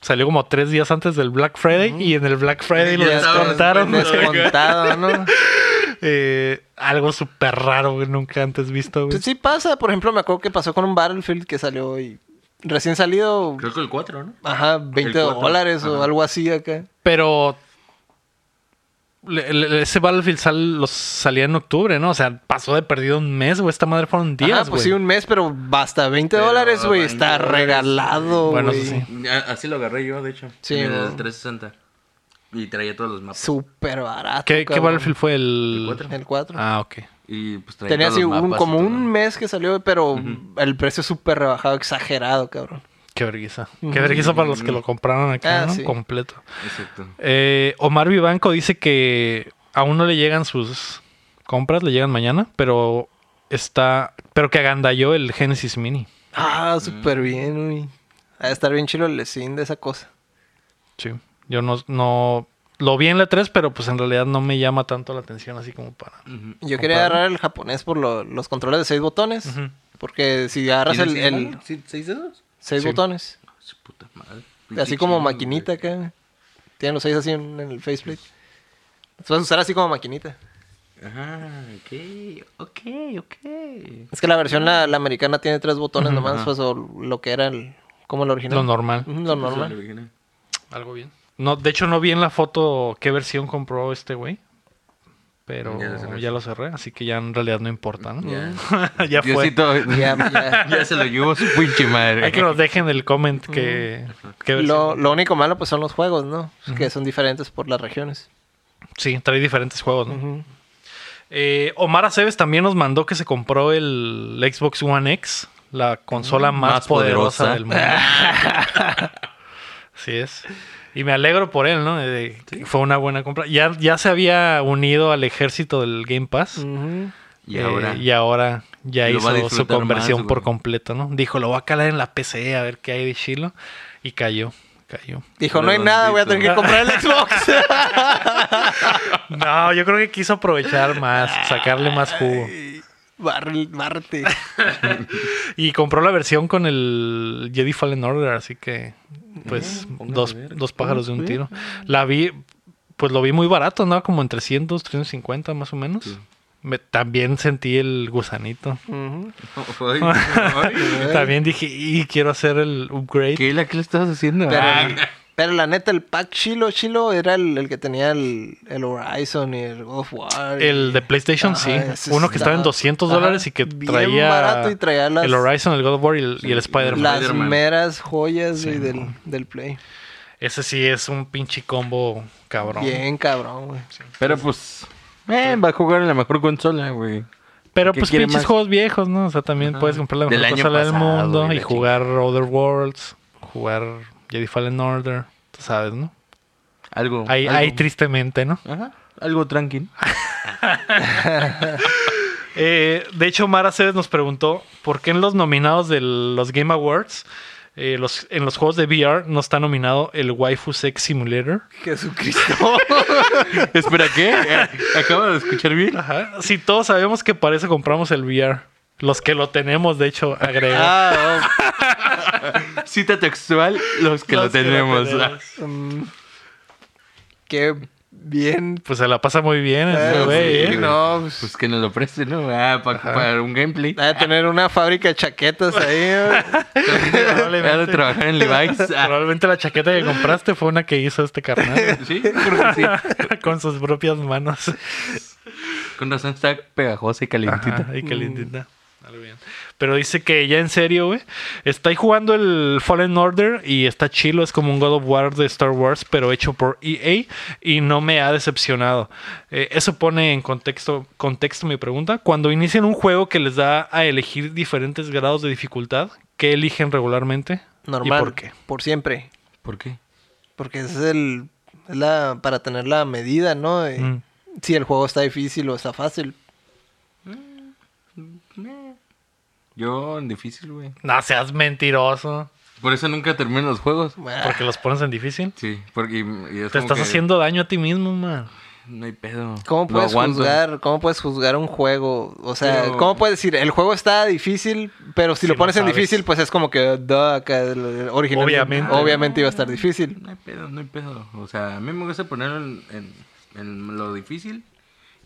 A: Salió como tres días antes del Black Friday y en el Black Friday lo
B: Ya está
A: descontaron.
B: Descontado, ¿no?
A: Eh, algo súper raro que nunca antes visto. güey.
B: Pues sí pasa, por ejemplo, me acuerdo que pasó con un Battlefield que salió y recién salido,
C: Creo que el 4, ¿no?
B: ajá, 20
C: el cuatro.
B: dólares o
C: Ajá.
B: algo así acá.
A: Pero le- le- ese Battlefield sal- los, salía en octubre, ¿no? O sea, pasó de perdido un mes, güey. Esta madre fueron días,
B: Ajá, pues
A: güey.
B: sí, un mes, pero basta 20
C: Pero
B: dólares, güey,
C: 20
B: está
C: dólares.
B: regalado,
A: Bueno,
B: güey.
A: eso sí.
C: A- Así lo agarré yo, de hecho.
B: Sí,
C: En el
B: güey.
C: 360. Y traía todos los mapas.
B: Súper barato.
A: ¿Qué, qué
B: cabrón.
A: Battlefield fue el...?
C: El cuatro.
B: El 4.
A: Ah, ok.
C: Y pues traía
B: Tenía
C: todos
B: así
C: los
B: un,
C: mapas y
B: como
C: todo.
B: un mes que salió, pero el precio súper rebajado, exagerado, cabrón.
A: Qué vergüenza. Qué vergüenza para los que lo compraron acá,
B: Ah,
A: ¿no?
B: sí.
A: Completo.
C: Exacto.
A: Eh, Omar Vivanco dice que aún no le llegan sus compras, le llegan mañana, pero está... Pero que agandalló el Genesis Mini.
B: Ah, súper bien, güey. Ha de estar bien chilo el sin de esa cosa.
A: Sí. Yo no... no lo vi en la 3, pero pues en realidad no me llama tanto la atención así como para...
C: Ujú.
B: Yo quería
A: Comprarlo.
B: agarrar el japonés por lo- los controles de seis botones.
A: Ujú.
B: Porque si agarras
C: ¿Tiene
B: el,
C: seis
B: el
C: manos? ¿Sí- ¿Seis dedos?
B: seis
A: Sí.
B: botones,
C: Ah, Su puta madre.
B: así
C: Qué
B: como
C: chido,
B: maquinita
C: güey.
B: acá. Tienen los seis así en, en el faceplate. Los vas a usar así como maquinita.
C: Ajá, ok, ok, ok.
B: Es que la versión la, la americana tiene tres botones nomás,
C: Ajá.
B: pues, o lo que era el, como el original.
A: Lo normal.
B: Ujú,
C: pues,
B: Lo normal.
A: Algo bien. No, de hecho, no vi en la foto qué versión compró este güey. Pero
C: Ya
A: ya
C: lo
A: lo,
C: cerré.
A: cerré, así que ya en realidad no importa, ¿no?
C: Ya.
A: ya fue.
C: Diosito,
B: Ya, ya.
C: ya se lo llevó su pinche madre.
A: Hay que nos dejen el comment que, qué
B: Lo,
A: versión.
B: lo único malo pues son los juegos, ¿no? Que son diferentes por las regiones.
A: Sí, trae diferentes juegos, ¿no? Eh, Omar Aceves también nos mandó que se compró el Xbox One X, la consola más,
C: Mm, Más
A: poderosa.
C: poderosa.
A: del mundo. Así es. Y me alegro por él, ¿no? De- que Fue una buena compra. Ya, ya se había unido al ejército del Game Pass.
B: Ujú.
C: Y
A: Eh,
C: ahora.
A: y ahora ya
C: Lo va a
A: hizo su
C: disfrutar
A: conversión
C: más, güey.
A: por completo, ¿no? Dijo, lo voy a calar en la PC a ver qué hay de chilo. Y cayó, cayó.
B: Dijo, no hay nada, voy a tener que comprar el Xbox.
A: No, yo creo que quiso aprovechar más, sacarle más jugo.
B: Barre- Bárrete.
A: Y compró la versión con el Jedi Fallen Order, así que, pues, dos, dos
B: Ah,
A: pájaros de un tiro. La vi, pues lo vi muy barato, ¿no? Como en 300, 350 más o menos. Me, también sentí el gusanito.
B: Ujú.
C: Ay, ay.
A: También dije, y quiero hacer el upgrade.
C: ¿Qué, la, ¿Qué le estás haciendo?
B: Pero,
C: Ah,
B: Pero la neta, el pack chilo, chilo era el, el que tenía el, el Horizon y el God of War. y-
A: El de PlayStation,
B: Ajá,
A: sí.
B: ese
A: Uno que estaba en
B: estaba-
A: 200
B: ajá,
A: dólares y que
B: bien
A: traía,
B: barato y traía las-
A: el Horizon, el God of War y el, y el Spider-Man.
B: Las
C: Spider-Man.
B: meras joyas güey, del, del Play.
A: Ese sí es un pinche combo cabrón.
B: Bien cabrón, güey.
C: Pero pues, eh, va a jugar en la mejor consola, güey.
A: Pero
C: ¿Qué
A: pues
C: quiere
A: pinches
C: más?
A: juegos viejos, ¿no? O sea, también puedes comprar la
C: Del
A: mejor
C: año
A: consola del
C: pasado,
A: mundo
C: güey,
A: y
C: la
A: jugar Other Worlds, jugar Jedi Fallen Order, tú sabes, ¿no?
C: Algo.
A: Ahí,
C: algo.
A: ahí tristemente, ¿no?
C: Ajá, algo tranquilo.
A: Eh, de hecho, Mara Cedes nos preguntó por qué en los nominados de los Game Awards, eh, los, en los juegos de VR, no está nominado el Waifu Sex Simulator.
B: Jesucristo.
C: Espera, ¿qué? Eh, Acabo de escuchar bien.
A: Ajá. Si todos sabemos que para eso compramos el VR. Los que lo tenemos, de hecho, agregó.
B: ah,
C: Cita textual, los que lo
A: Los
C: tenemos. ah.
B: oh, mm. qué bien.
A: Pues se la pasa muy bien, ese
B: Eh,
A: güey,
B: sí,
A: ¿eh?
B: no, pues,
C: Pues que nos lo presten, ¿no? Ah, pa- para un gameplay.
B: ha de tener una fábrica de chaquetas ahí. eh, güey.
C: Ha de
A: Probablemente,
C: trabajar en Levi's. Ah,
A: probablemente la chaqueta que compraste fue una que hizo este carnal
C: sí, creo que sí.
A: con sus propias manos.
C: Con razón está pegajosa y calientita.
A: Ajá, y calentita. Algo bien. Pero dice que ya en serio, güey. Está ahí jugando el Fallen Order y está chilo. Es como un God of War de Star Wars, pero hecho por EA y no me ha decepcionado. Eh, eso pone en contexto, contexto mi pregunta. Cuando inician un juego que les da a elegir diferentes grados de dificultad, ¿qué eligen regularmente?
B: Normal.
A: ¿Y por qué?
B: Por siempre.
C: ¿Por qué?
B: Porque ese es el. Es la, para tener la medida, ¿no? De
A: Mm.
B: Si el juego está difícil o está fácil.
C: Yo, en difícil, güey.
A: No seas mentiroso.
C: Por eso nunca termino los juegos.
A: Porque los pones en difícil.
C: Sí, porque y es
A: Te
C: Ah. como
A: estás
C: que
A: haciendo daño a ti mismo, man.
C: No hay pedo.
B: ¿Cómo
C: Lo
B: puedes
C: aguanto.
B: juzgar? ¿Cómo puedes juzgar un juego? O sea,
C: Pero-
B: ¿cómo puedes decir el juego está difícil, pero si
A: Si
B: lo
A: no
B: pones en
A: sabes.
B: difícil, pues es como que duh, acá el- el original
A: Obviamente.
B: obviamente iba a estar difícil.
C: No hay pedo, no hay pedo. O sea, a mí me gusta ponerlo en, en- en lo difícil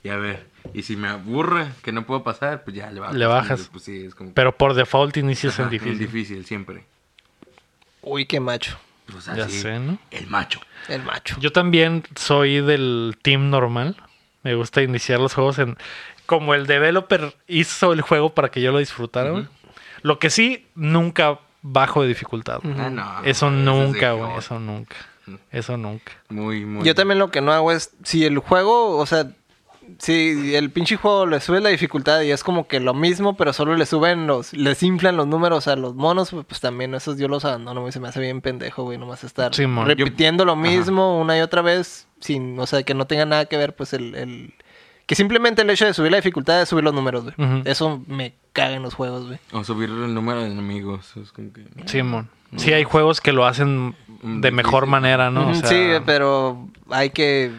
C: y a ver. Y si me aburre que no puedo pasar, pues ya le bajas.
A: Le bajas.
C: Pues sí, es como.
A: Pero por default inicias
C: Ajá,
A: en difícil.
C: difícil, siempre.
B: Uy, qué macho,
C: Pues
A: Ya
C: así,
A: sé, ¿no?
C: El macho.
B: el macho.
A: Yo también soy del team normal. Me gusta iniciar los juegos en. Como el developer hizo el juego para que yo lo disfrutara. güey. Lo que sí, nunca bajo de dificultad. güey.
C: Ah, no.
A: Mm, Eso
C: es de
A: nunca,
C: que- oh,
A: güey. Eso nunca. Eso nunca.
C: Muy, muy.
B: Yo también lo que no hago es si el juego, o sea, si el pinche juego le sube la dificultad y es como que lo mismo, pero solo le suben los, les inflan los números a los monos, pues, pues también esos yo los abandono, güey, se me hace bien pendejo, güey, nomás estar
A: Sí, mon.
B: repitiendo lo mismo una y otra vez, sin, o sea, que no tenga nada que ver, pues el, el- que simplemente el hecho de subir la dificultad es subir los números, güey.
A: Ujú.
B: Eso me caga en los juegos, güey.
C: O subir el número de enemigos. Es como que.
A: Simón. Sí, hay juegos que lo hacen de mejor
C: Mm, Difícil.
A: manera, Ah, ¿no? O
B: Ujú,
A: sea,
B: sí, pero hay que,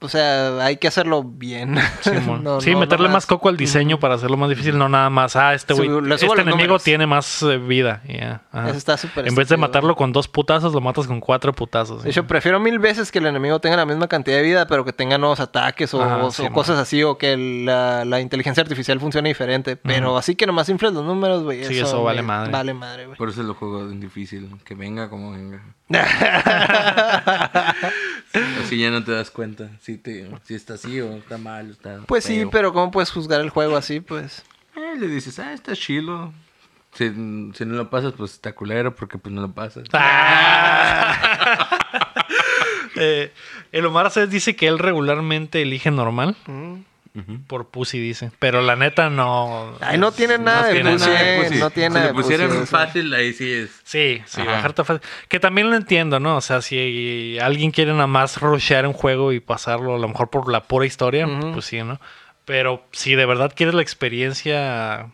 B: o sea, hay que hacerlo bien.
A: Simón.
B: No-
A: sí,
B: no- no
A: meterle
B: más.
A: más coco al diseño para hacerlo más difícil, no nada más. Ah, este güey,
B: Subo- le
A: este
B: subo los
A: enemigo
B: números.
A: tiene más eh, vida. ya, ajá.
B: Eso está súper
A: En vez de
B: estúpido,
A: matarlo con dos putazos, lo matas con cuatro putazos.
B: De
A: ya.
B: hecho, prefiero mil veces que el enemigo tenga la misma cantidad de vida, pero que tenga nuevos ataques o,
A: Ajá,
B: o
A: sí,
B: cosas así, o que la, la inteligencia artificial funcione diferente. Pero así que nomás infles los números, güey.
A: Sí, eso vale
B: me-
A: madre.
B: Vale madre, güey.
C: Por eso lo juego en difícil. Que venga como venga. Así ya no te das cuenta. Si, te, si está así o está mal. Está
B: Pues sí,
C: feo.
B: pero ¿cómo puedes juzgar el juego así? Pues
C: Eh, le dices, ah, está chilo. Si, si no lo pasas, pues está culero porque pues no lo pasas.
A: Ah, Eh, el Omar Aceves dice que él regularmente elige normal.
B: Mm,
A: Por pussy, dice. Pero la neta no.
B: Ay, no tiene nada de
A: tiene
B: pussy,
A: nada de
B: eh,
C: pussy.
B: no tiene
C: pues, si
B: nada
A: pues,
B: de
C: le pusiera
B: pussy, eso.
C: fácil, ahí sí es.
A: Sí, sí,
C: Ajá.
A: bajarte fácil. Que también lo entiendo, ¿no? O sea, si alguien quiere nada más rushear un juego y pasarlo a lo mejor por la pura historia,
B: Ujú.
A: pues sí, ¿no? Pero si de verdad quieres la experiencia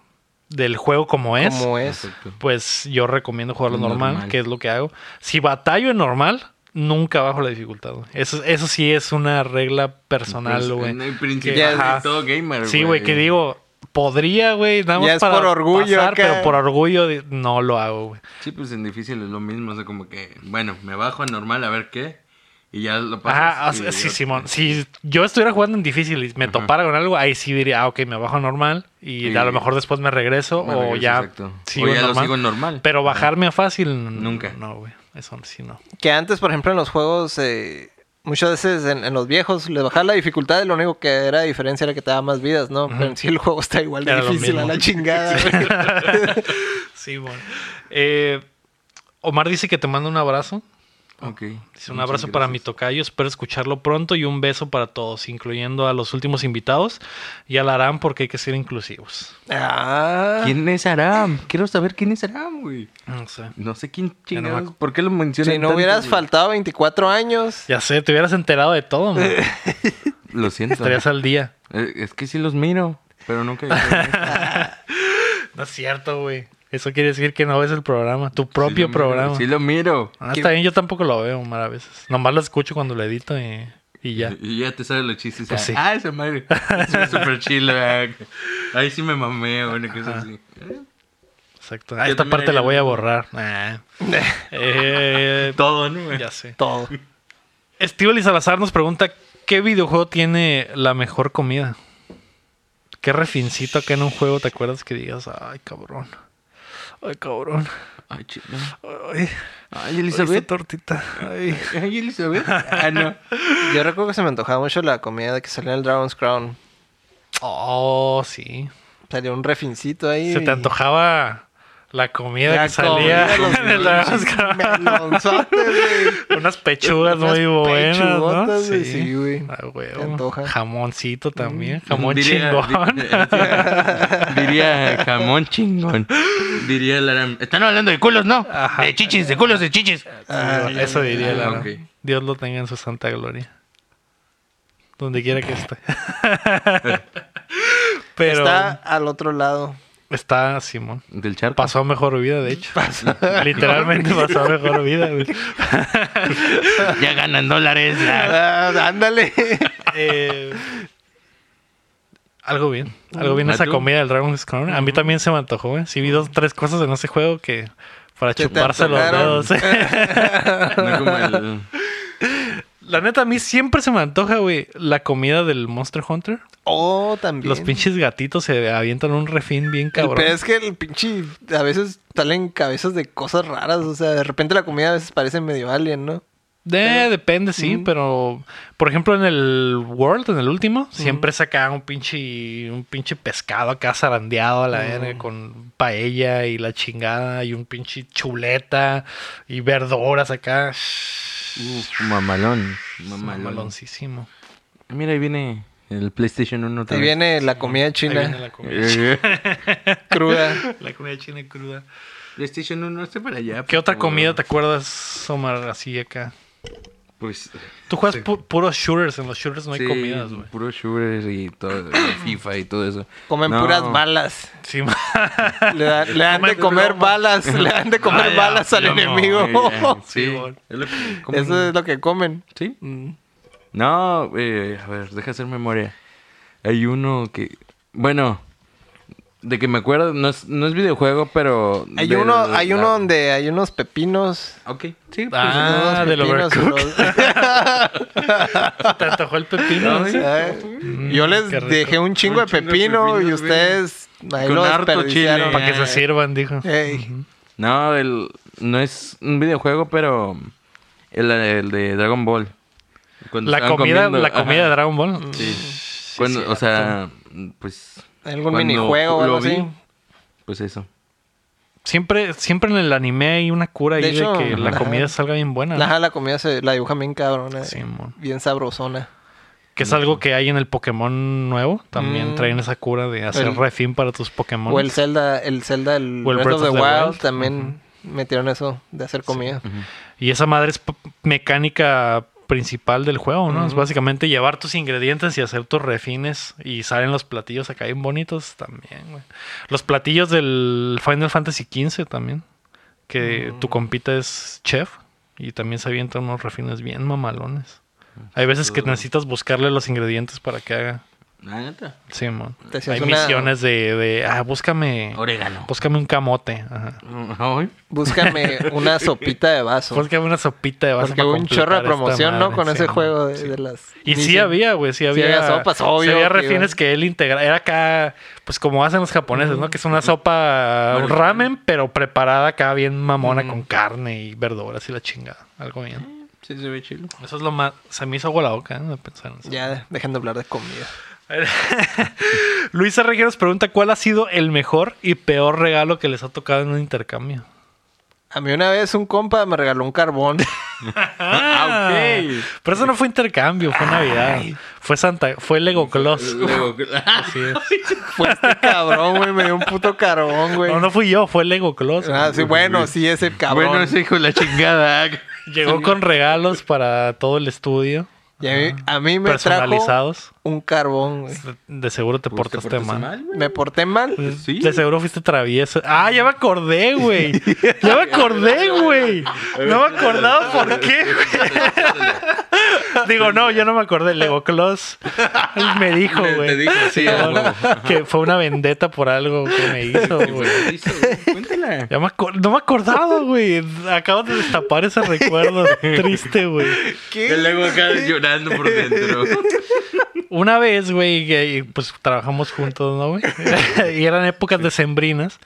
A: del juego como es,
B: Como es.
C: Exacto.
A: pues yo recomiendo jugarlo normal,
C: Normal.
A: que es lo que hago. Si batallo en normal, nunca bajo la dificultad. güey. Eso, eso sí es una regla
B: Pues,
A: personal, güey.
C: Pues, En el
A: Que-
C: principio
A: ajá.
C: de todo gamer,
A: Sí, güey, que digo, podría, güey, nada
B: Ya
A: más
B: es
A: para
B: por orgullo
A: pasar,
B: acá.
A: pero por orgullo de- no lo hago, güey.
C: Sí, pues en difícil es lo mismo. O sea, como que, bueno, me bajo a normal a ver qué. Y ya lo
A: Ajá, o
C: pasas.
A: sea,
C: y
A: sí,
C: ya-
A: Simón. Si yo estuviera jugando en difícil y me
C: Ajá.
A: topara con algo, ahí sí diría, ah, ok, me bajo a normal y,
C: Y-
A: a lo mejor después me regreso
C: Me
A: o
C: regreso,
A: ya
C: exacto.
A: sigo
C: O ya
A: en
C: lo
A: normal.
C: sigo en normal.
A: Pero
C: Ajá.
A: bajarme a fácil, n-
C: Nunca.
A: No, güey. Eso sí, no.
B: Que antes, por ejemplo, en los juegos, eh, muchas veces en, en los viejos, le bajaba la dificultad y lo único que era diferencia era que te daba más vidas, ¿no? Pero en sí el juego está igual de
A: Era lo
B: difícil a
A: mismo.
B: la chingada.
A: Sí, bueno. Eh, Omar dice que te manda un abrazo.
C: Ok.
A: Dice, un
C: Muchas
A: abrazo para mi
C: gracias.
A: tocayo, espero escucharlo pronto y un beso para todos, incluyendo a los últimos invitados y al Aram porque hay que ser inclusivos.
B: ah,
C: ¿Quién es Aram? Quiero saber quién es Aram, güey.
A: No sé.
C: No sé quién
A: Ya no me
C: chingados.
A: acu-
C: ¿Por qué lo mencionan
B: si no
C: tanto,
B: hubieras
C: güey?
B: faltado 24 años,
A: Ya sé, te hubieras enterado de todo, man.
C: Eh. Lo siento.
A: estarías al día.
C: Eh, Es que sí los miro, pero nunca. llegué.
A: No es cierto, güey. Eso quiere decir que no ves el programa, tu propio
C: Sí lo miro,
A: programa.
C: Sí lo miro.
A: Ah, está bien, yo tampoco lo veo, Omar, a veces. Nomás lo escucho cuando lo edito y, y ya.
C: Y ya te salen los chistes.
A: Pues
C: ah,
A: sí.
C: Ah, esa madre. Es súper chilo. ah, Ahí sí me mamé, una cosa así.
A: Exacto. Ah,
C: Yo
A: esta
C: también
A: parte la
C: haría lo
A: voy a
C: mismo.
A: borrar. Ah. Eh,
C: Todo, ¿no?
A: ya sé.
B: todo.
A: Estíbaliz Salazar nos pregunta ¿Qué videojuego tiene la mejor comida? ¿Qué refincito acá en un juego te acuerdas que digas Ay, cabrón Ay, cabrón
C: Ay, chilo.
A: Ay,
C: Ay,
A: esta
C: Elizabeth.
A: tortita Ay.
C: Ay, Elizabeth. Ah, no.
B: Yo recuerdo que se me antojaba mucho la comida que salía en el Dragon's Crown.
A: Oh, sí
B: Salió un refincito ahí.
A: Se te antojaba la comida
B: La
A: que salía
B: comida, los
A: en el Dragon's Crown.
B: melonzotes, güey.
A: Unas pechugas
B: Unas
A: muy buenas, ¿no?
B: pechugotas, güey, sí, güey.
A: Ah, güey.
B: Te antoja. Mm.
A: Jamoncito también. Jamón
C: Diría- eh,
A: chingón.
C: di- Diría jamón chingón. Diría la Están hablando de culos, ¿no?
A: Ajá.
C: De chichis, de culos, de chichis.
B: Ah,
A: Sí, eso diría la
C: ok.
A: Dios lo tenga en su santa gloria. Donde quiera que esté. Pero
B: Está
A: está,
B: al otro lado.
A: Simón.
C: Del charco.
A: Pasó a mejor vida, de hecho. Literalmente pasó a mejor vida. güey.
C: Ya ganan dólares. ya.
B: Ah, ándale.
A: Eh, algo bien. Algo bien
C: ¿Ah,
A: esa
C: tú?
A: comida del Dragon's Crown. A mí también se me antojó, güey. Sí vi dos, tres cosas en ese juego que... Para
B: Que te
A: chuparse los
B: antojaron.
A: dedos. eh.
C: No como el-
A: La neta, a mí siempre se me antoja, güey, la comida del Monster Hunter.
B: Oh, también.
A: Los pinches gatitos se avientan un refín bien
B: El
A: cabrón.
B: pedo es que el pinche. A veces salen cabezas de cosas raras. O sea, de repente la comida a veces parece medio alien, ¿no?
A: Eh, depende, sí, pero por ejemplo en el World, en el último, siempre saca un pinche, un pinche pescado acá zarandeado a la verga con paella y la chingada y un pinche chuleta y verduras acá. Uh,
C: Uf, mamalón. Mamalón.
A: Maloncísimo.
C: Mira, ahí viene el PlayStation 1
B: Ahí
C: también.
B: viene la comida
A: Ahí
B: china
A: viene la comida,
B: cruda.
A: la comida china cruda.
C: PlayStation 1, esté para allá.
A: ¿Qué
C: por
A: otra
C: favor.
A: comida te acuerdas, Omar, así acá?
C: Pues.
A: Tú juegas pu- puros shooters, en los shooters no hay
C: sí,
A: comidas, güey.
C: Puro shooters y todo. y FIFA y todo eso.
B: Comen
C: No. eh,
B: puras balas.
A: Sí,
B: Le, da- le dan de
A: Comen
B: comer
A: plomo.
B: balas. Le dan de comer
A: Vaya,
B: balas al
A: plomo,
B: enemigo.
C: Eh,
A: Sí,
C: Sí.
A: bueno.
C: Es lo que comen.
B: Eso es lo que comen.
C: Sí.
A: Mm.
C: No, eh, a ver, deja hacer memoria. Hay uno que. Bueno, de que me acuerdo, no es, no es videojuego, pero.
B: Hay
C: de-
B: uno, hay
C: la-
B: uno donde hay unos pepinos.
C: Ok, sí. pues,
A: Ah,
B: unos
A: del
B: pepinos y
A: Overcooked.
B: los-
A: Te antojó el pepino,
C: No,
A: güey.
C: sí.
B: ¿sabes? Yo les
A: qué rico.
B: dejé un chingo de
C: Un chingo de
B: pepino y
C: pepinos, güey.
B: ustedes ahí
C: Con
B: lo
C: harto
B: desperdiciaron.
C: chile.
A: Para que se sirvan, dijo.
B: Ey,
C: pues, No, el, no es un videojuego, pero. El, el de Dragon Ball. Cuando
A: La
C: estaban
A: comida,
C: comiendo,
A: la
C: ajá.
A: comida de Dragon Ball.
C: Sí. Cuando, o sea, pues.
B: algún
C: cuando
B: minijuego o
C: lo
B: algo
C: vi,
B: así.
C: Pues eso.
A: Siempre, siempre en el anime hay una cura ahí
B: De
A: de,
B: hecho,
A: que la
B: ajá.
A: comida salga bien buena. ¿no?
B: Ajá, la comida se la dibuja bien cabrona. eh,
A: Ah. Sí, mon.
B: bien sabrosona.
A: Que es algo que hay en el Pokémon nuevo. También
B: Mm.
A: traen esa cura de hacer
B: El-
A: refín para tus Pokémon.
B: O el Zelda, el Zelda, el
A: O el
B: Breath, of the, Wild, también metieron eso de hacer comida.
A: Y esa madre es p- mecánica principal del juego, ¿no? Es básicamente llevar tus ingredientes y hacer tus refines y salen los platillos acá bien bonitos también, güey. Los platillos del Final Fantasy XV también, que
B: Mm.
A: tu compita es chef y también se avientan
B: Mm.
A: unos refines bien mamalones. Hay veces que necesitas buscarle los ingredientes para que haga
C: La neta.
A: Sí, mon.
B: Te hacías
A: Hay
B: una-
A: misiones de, de, ah, búscame,
C: Orégano.
A: búscame un camote. Ajá.
C: Ay,
B: Búscame una sopita de vaso.
A: Búscame una sopita de base
B: Porque
A: para
B: hubo un chorro de
A: completar esta
B: promoción, ¿no?
A: madre,
B: Con
A: sí,
B: ese
A: mon.
B: juego de,
A: Sí.
B: de las...
A: Y sí
B: Nissin.
A: había, güey, sí había.
B: había sopas, obvio,
A: Sí había
B: que
A: refines
B: iban-
A: que él integraba. Era acá, pues como hacen los japoneses, ¿no? Que es una sopa, un
C: Bueno,
A: ramen, pero preparada acá bien mamona
C: Ujú.
A: con carne y verduras y la chingada. Algo bien.
C: sí se ve chilo.
A: Eso es lo más. Se me hizo agua la boca, ¿eh? De pensar en eso.
B: Ya, dejen de hablar de comida.
A: Luisa Regueros pregunta: ¿Cuál ha sido el mejor y peor regalo que les ha tocado en un intercambio?
B: A mí una vez un compa me regaló un carbón.
C: Ah, ok.
A: Pero eso no fue intercambio, fue Navidad. Fue Santa, fue Lego Claus.
C: Luego-
A: Así es.
B: Fue este cabrón, güey. Me dio un puto carbón, güey.
A: No, no fui yo, fue Lego Claus.
B: Ah, sí, bueno, sí, ese cabrón.
C: Bueno, ese hijo de la
A: ah,
C: chingada.
A: Llegó con regalos para todo el estudio.
B: Y a mí, a mí me trajo
A: personalizados.
B: un carbón, güey.
A: De- De seguro te
C: Pues, ¿te
A: portaste mal.
C: güey?
B: Me porté mal.
A: Pues,
C: Sí.
A: De seguro fuiste travieso. Ah, ya me acordé, güey. Ya me acordé, güey. No me acordaba por qué, güey. Digo, no, yo no me acordé. Lego Claus me dijo,
C: Te- te
A: güey.
C: dijo,
A: Sí,
C: sí, a
A: güey,
C: huevo.
A: que fue una vendetta por algo que me hizo, güey.
C: Cuéntala.
A: Ya me acor- no me acordaba, güey. Acabo de destapar ese recuerdo triste, güey.
C: Y luego acá llorando por dentro.
A: Una vez, güey, que, pues trabajamos juntos, ¿no, güey? y eran épocas decembrinas.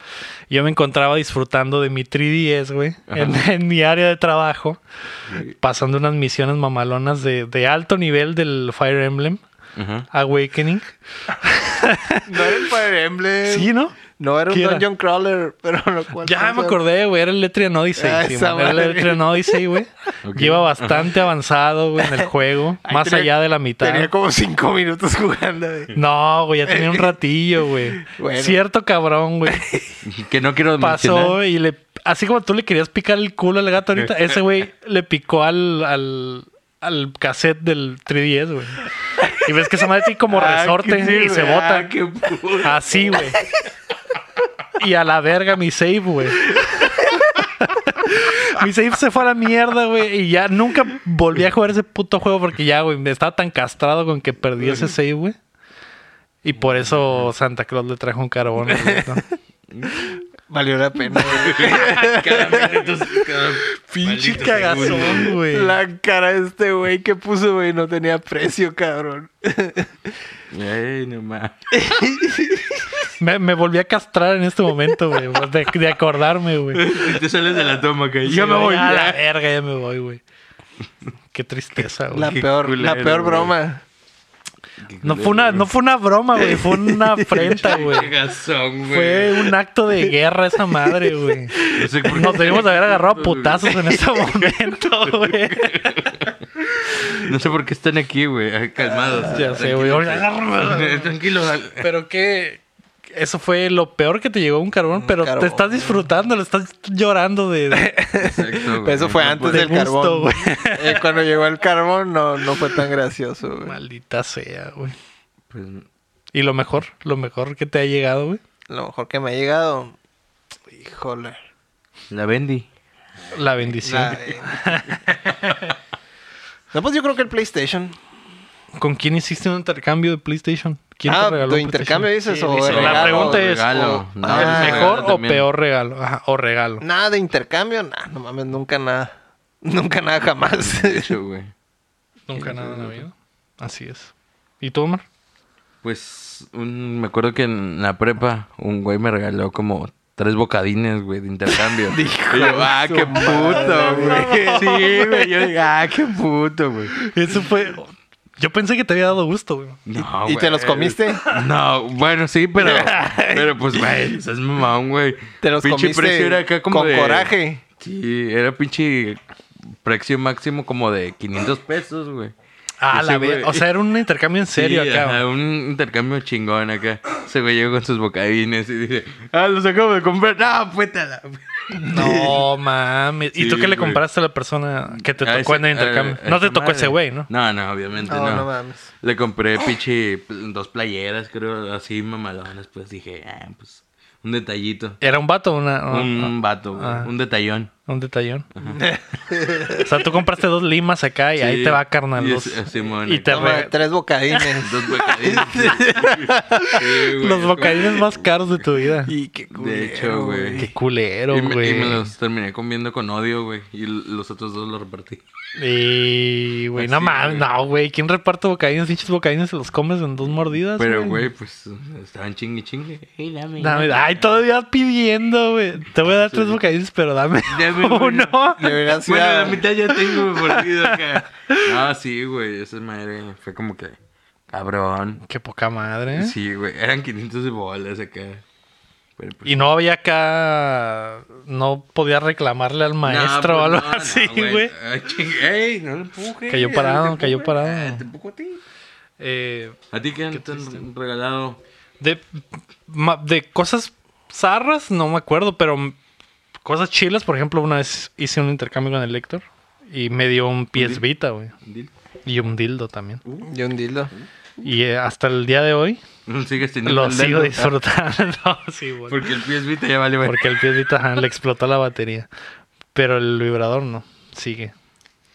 A: Yo me encontraba disfrutando de mi 3DS, güey, en, en mi área de trabajo, pasando unas misiones mamalonas de, de alto nivel del Fire Emblem
C: Ajá.
A: Awakening.
B: No era el Fire Emblem.
A: Sí, ¿no?
B: No era un
A: ¿Qué era?
B: Dungeon Crawler, pero no Eh, cuál
A: Ya
B: cosa.
A: me acordé, güey, era el Letrian
B: Ah,
A: Odyssey. sí,
B: esa
A: man, era el
B: madre.
A: Letrian Odyssey, güey.
C: Ok.
A: Lleva bastante avanzado, güey, en el juego,
B: Ahí
A: más
B: tenía-
A: allá de la mitad.
B: Tenía como cinco minutos jugando, güey.
A: No, güey, ya tenía un ratillo, güey.
B: Bueno.
A: Cierto cabrón, güey.
C: Que no quiero mencionar.
A: pasó y le así como tú le querías picar el culo al gato ahorita, ese güey le picó al, al, al cassette del 3DS, güey. Y ves que esa madre tiene como
C: Ah,
A: resorte
C: que sí,
A: y se
C: güey.
A: bota.
C: Ah, qué puto.
A: Así, güey. Y a la verga mi save, güey. Mi save se fue a la mierda, güey. Y ya nunca volví a jugar ese puto juego porque ya, güey, me estaba tan castrado con que perdí ese save, güey. Y por eso Santa Claus le trajo un carbón. güey, ¿no?
B: Valió la pena, güey.
C: Cada minuto- cada
A: Pinche
C: maldito segundo.
A: cagazón, güey.
B: La cara de este güey que puso, güey, no tenía precio, cabrón.
C: Ey, no mames.
A: Me, me volví a castrar en este momento, güey. De, de acordarme, güey.
C: Te sales de la toma, que yo
A: Sí,
C: me voy.
A: A la
C: ya.
A: verga, ya me voy, güey. Qué tristeza, güey.
B: La
C: Qué
B: peor, la
C: culero,
B: peor
C: güey.
B: broma.
A: No fue, una, no fue una broma, güey. Fue una afrenta, güey.
C: Cagazón, güey.
A: Fue un acto de guerra esa madre, güey.
C: No sé por qué.
A: Nos debimos de haber agarrado a putazos en ese momento, güey.
C: No sé por qué están aquí, güey. ah, Calmados.
A: Ya sé, güey.
C: Tranquilos.
A: Agárrame.
C: Tranquilos. al-
A: Pero que eso fue lo peor que te llegó un carbón, pero te
B: carbón.
A: estás disfrutando, lo estás llorando de, de,
C: Exacto,
B: Pero
C: güey. Pues,
B: eso fue
C: No
B: antes
A: de
C: puede-
B: del
A: gusto,
B: carbón.
A: güey.
B: Eh, cuando llegó el carbón, no, no fue tan gracioso, güey.
A: Maldita sea, güey.
C: pues,
A: Y lo mejor, lo mejor que te ha llegado, güey.
B: Lo mejor que me ha llegado. Híjole.
C: la vendí.
A: La bendición.
B: La de- No, pues yo creo que el PlayStation.
A: ¿Con quién hiciste un intercambio de PlayStation? ¿Quién
B: Ah,
A: un
B: ¿de intercambio
A: PlayStation?
B: dices o de
A: sí.
B: regalo?
A: La pregunta es,
C: Regalo.
B: o-
C: No,
B: ah,
A: ¿El
B: el
A: mejor
C: regalo
A: o
C: también.
A: peor regalo? Ajá, o regalo.
B: Nada de intercambio, nada, no mames, nunca nada. Nunca nada jamás.
C: De hecho, güey.
A: Nunca nada en la vida. Así es. ¿Y tú, Omar?
C: Pues un- me acuerdo que en la prepa un güey me regaló como tres bocadines, güey, de intercambio. y yo, ah, qué puto, güey. Sí, güey. Yo dije, ah, qué puto, güey.
A: Eso fue... Yo pensé que te había dado gusto, güey.
C: No,
B: ¿Y te
C: güey.
B: los comiste?
C: No, bueno, sí, pero. pero pues, güey, es mamón, güey.
B: Te los
C: pinche
B: comiste
C: precio era acá como
B: con
C: de-
B: coraje.
C: Sí, era pinche precio máximo como de 500 pesos, güey.
A: Ah,
C: Ese
A: la
C: güey-
A: ve- O sea, era un intercambio en serio
C: Sí,
A: acá.
C: ajá,
A: güey.
C: un intercambio chingón acá. Ese güey llegó con sus bocadines y dice, ah, los acabo de comprar. Ah, puétala.
A: No mames. ¿Y
C: Sí,
A: tú qué le
C: güey.
A: compraste a la persona que te
C: A
A: tocó
C: Ah, ese-
A: en el intercambio?
C: a- a
A: no te
C: esa
A: tocó
C: madre.
A: ese güey, ¿no?
C: No, no, obviamente
B: No,
C: no.
B: no mames.
C: Le compré pinche pl- dos playeras, creo, así mamalones. Pues dije, ah, pues un detallito.
A: ¿Era un vato o una...?
C: Un vato, güey,
A: Ah.
C: un detallón.
A: Un detallón. o sea, tú compraste dos limas acá y ahí
C: Sí.
A: te va, carnal.
C: Y
A: los-
C: es- Simón,
A: y te
C: acá.
B: Toma,
A: re-
B: tres bocadines.
C: Dos bocadines. Sí, güey,
A: los
C: es
A: bocadines
C: como-
A: más caros de tu vida.
B: y qué culero,
C: De hecho, güey.
A: Qué culero,
C: Y me, y
A: güey.
C: me los terminé comiendo con odio, güey. Y l- los otros dos los repartí.
A: Y, güey, no
C: Así,
A: mames,
C: güey.
A: no, güey. ¿Quién reparte bocadines? Hinchos bocadines se los comes en dos mordidas.
C: Pero, güey, pues estaban chingue chingue. Ey, dame.
A: Dame- ay, todavía pidiendo, güey. Te voy a dar tres bocadines, pero dame,
C: Dame
A: uno.
C: uno.
B: Deberías ir
C: Bueno,
B: a-
C: la mitad ya tengo perdido acá. No, sí, güey. Esa madre fue como que. Cabrón.
A: Qué poca madre. ¿eh?
C: Sí, güey. Eran 500 de bolas acá. Pero, pues,
A: Y no había acá. No podía reclamarle al maestro
C: No,
A: o
C: pues,
A: algo
C: no, no,
A: así, güey.
C: Ay, chingue- Ey, no lo empuje.
A: Cayó parado, cayó parado.
C: Ah, Te empujo a ti.
A: Eh,
C: ¿A ti qué, te han regalado?
A: de, ma- de cosas zarras, no me acuerdo, pero m- cosas chilas. Por ejemplo, una vez hice un intercambio con el Lector y me dio un pies
C: dil-
A: Vita, güey.
C: Dil.
A: Y un dildo también.
B: Y un dildo.
A: Y eh, hasta el día de hoy
C: Sigues teniendo
A: lo
C: el Ah.
A: sigo
C: dedo?
A: disfrutando. sí, güey.
C: Porque el PS Vita ya vale, güey.
A: Porque el pies Vita ajá, le explotó la batería. Pero el vibrador no. Sigue.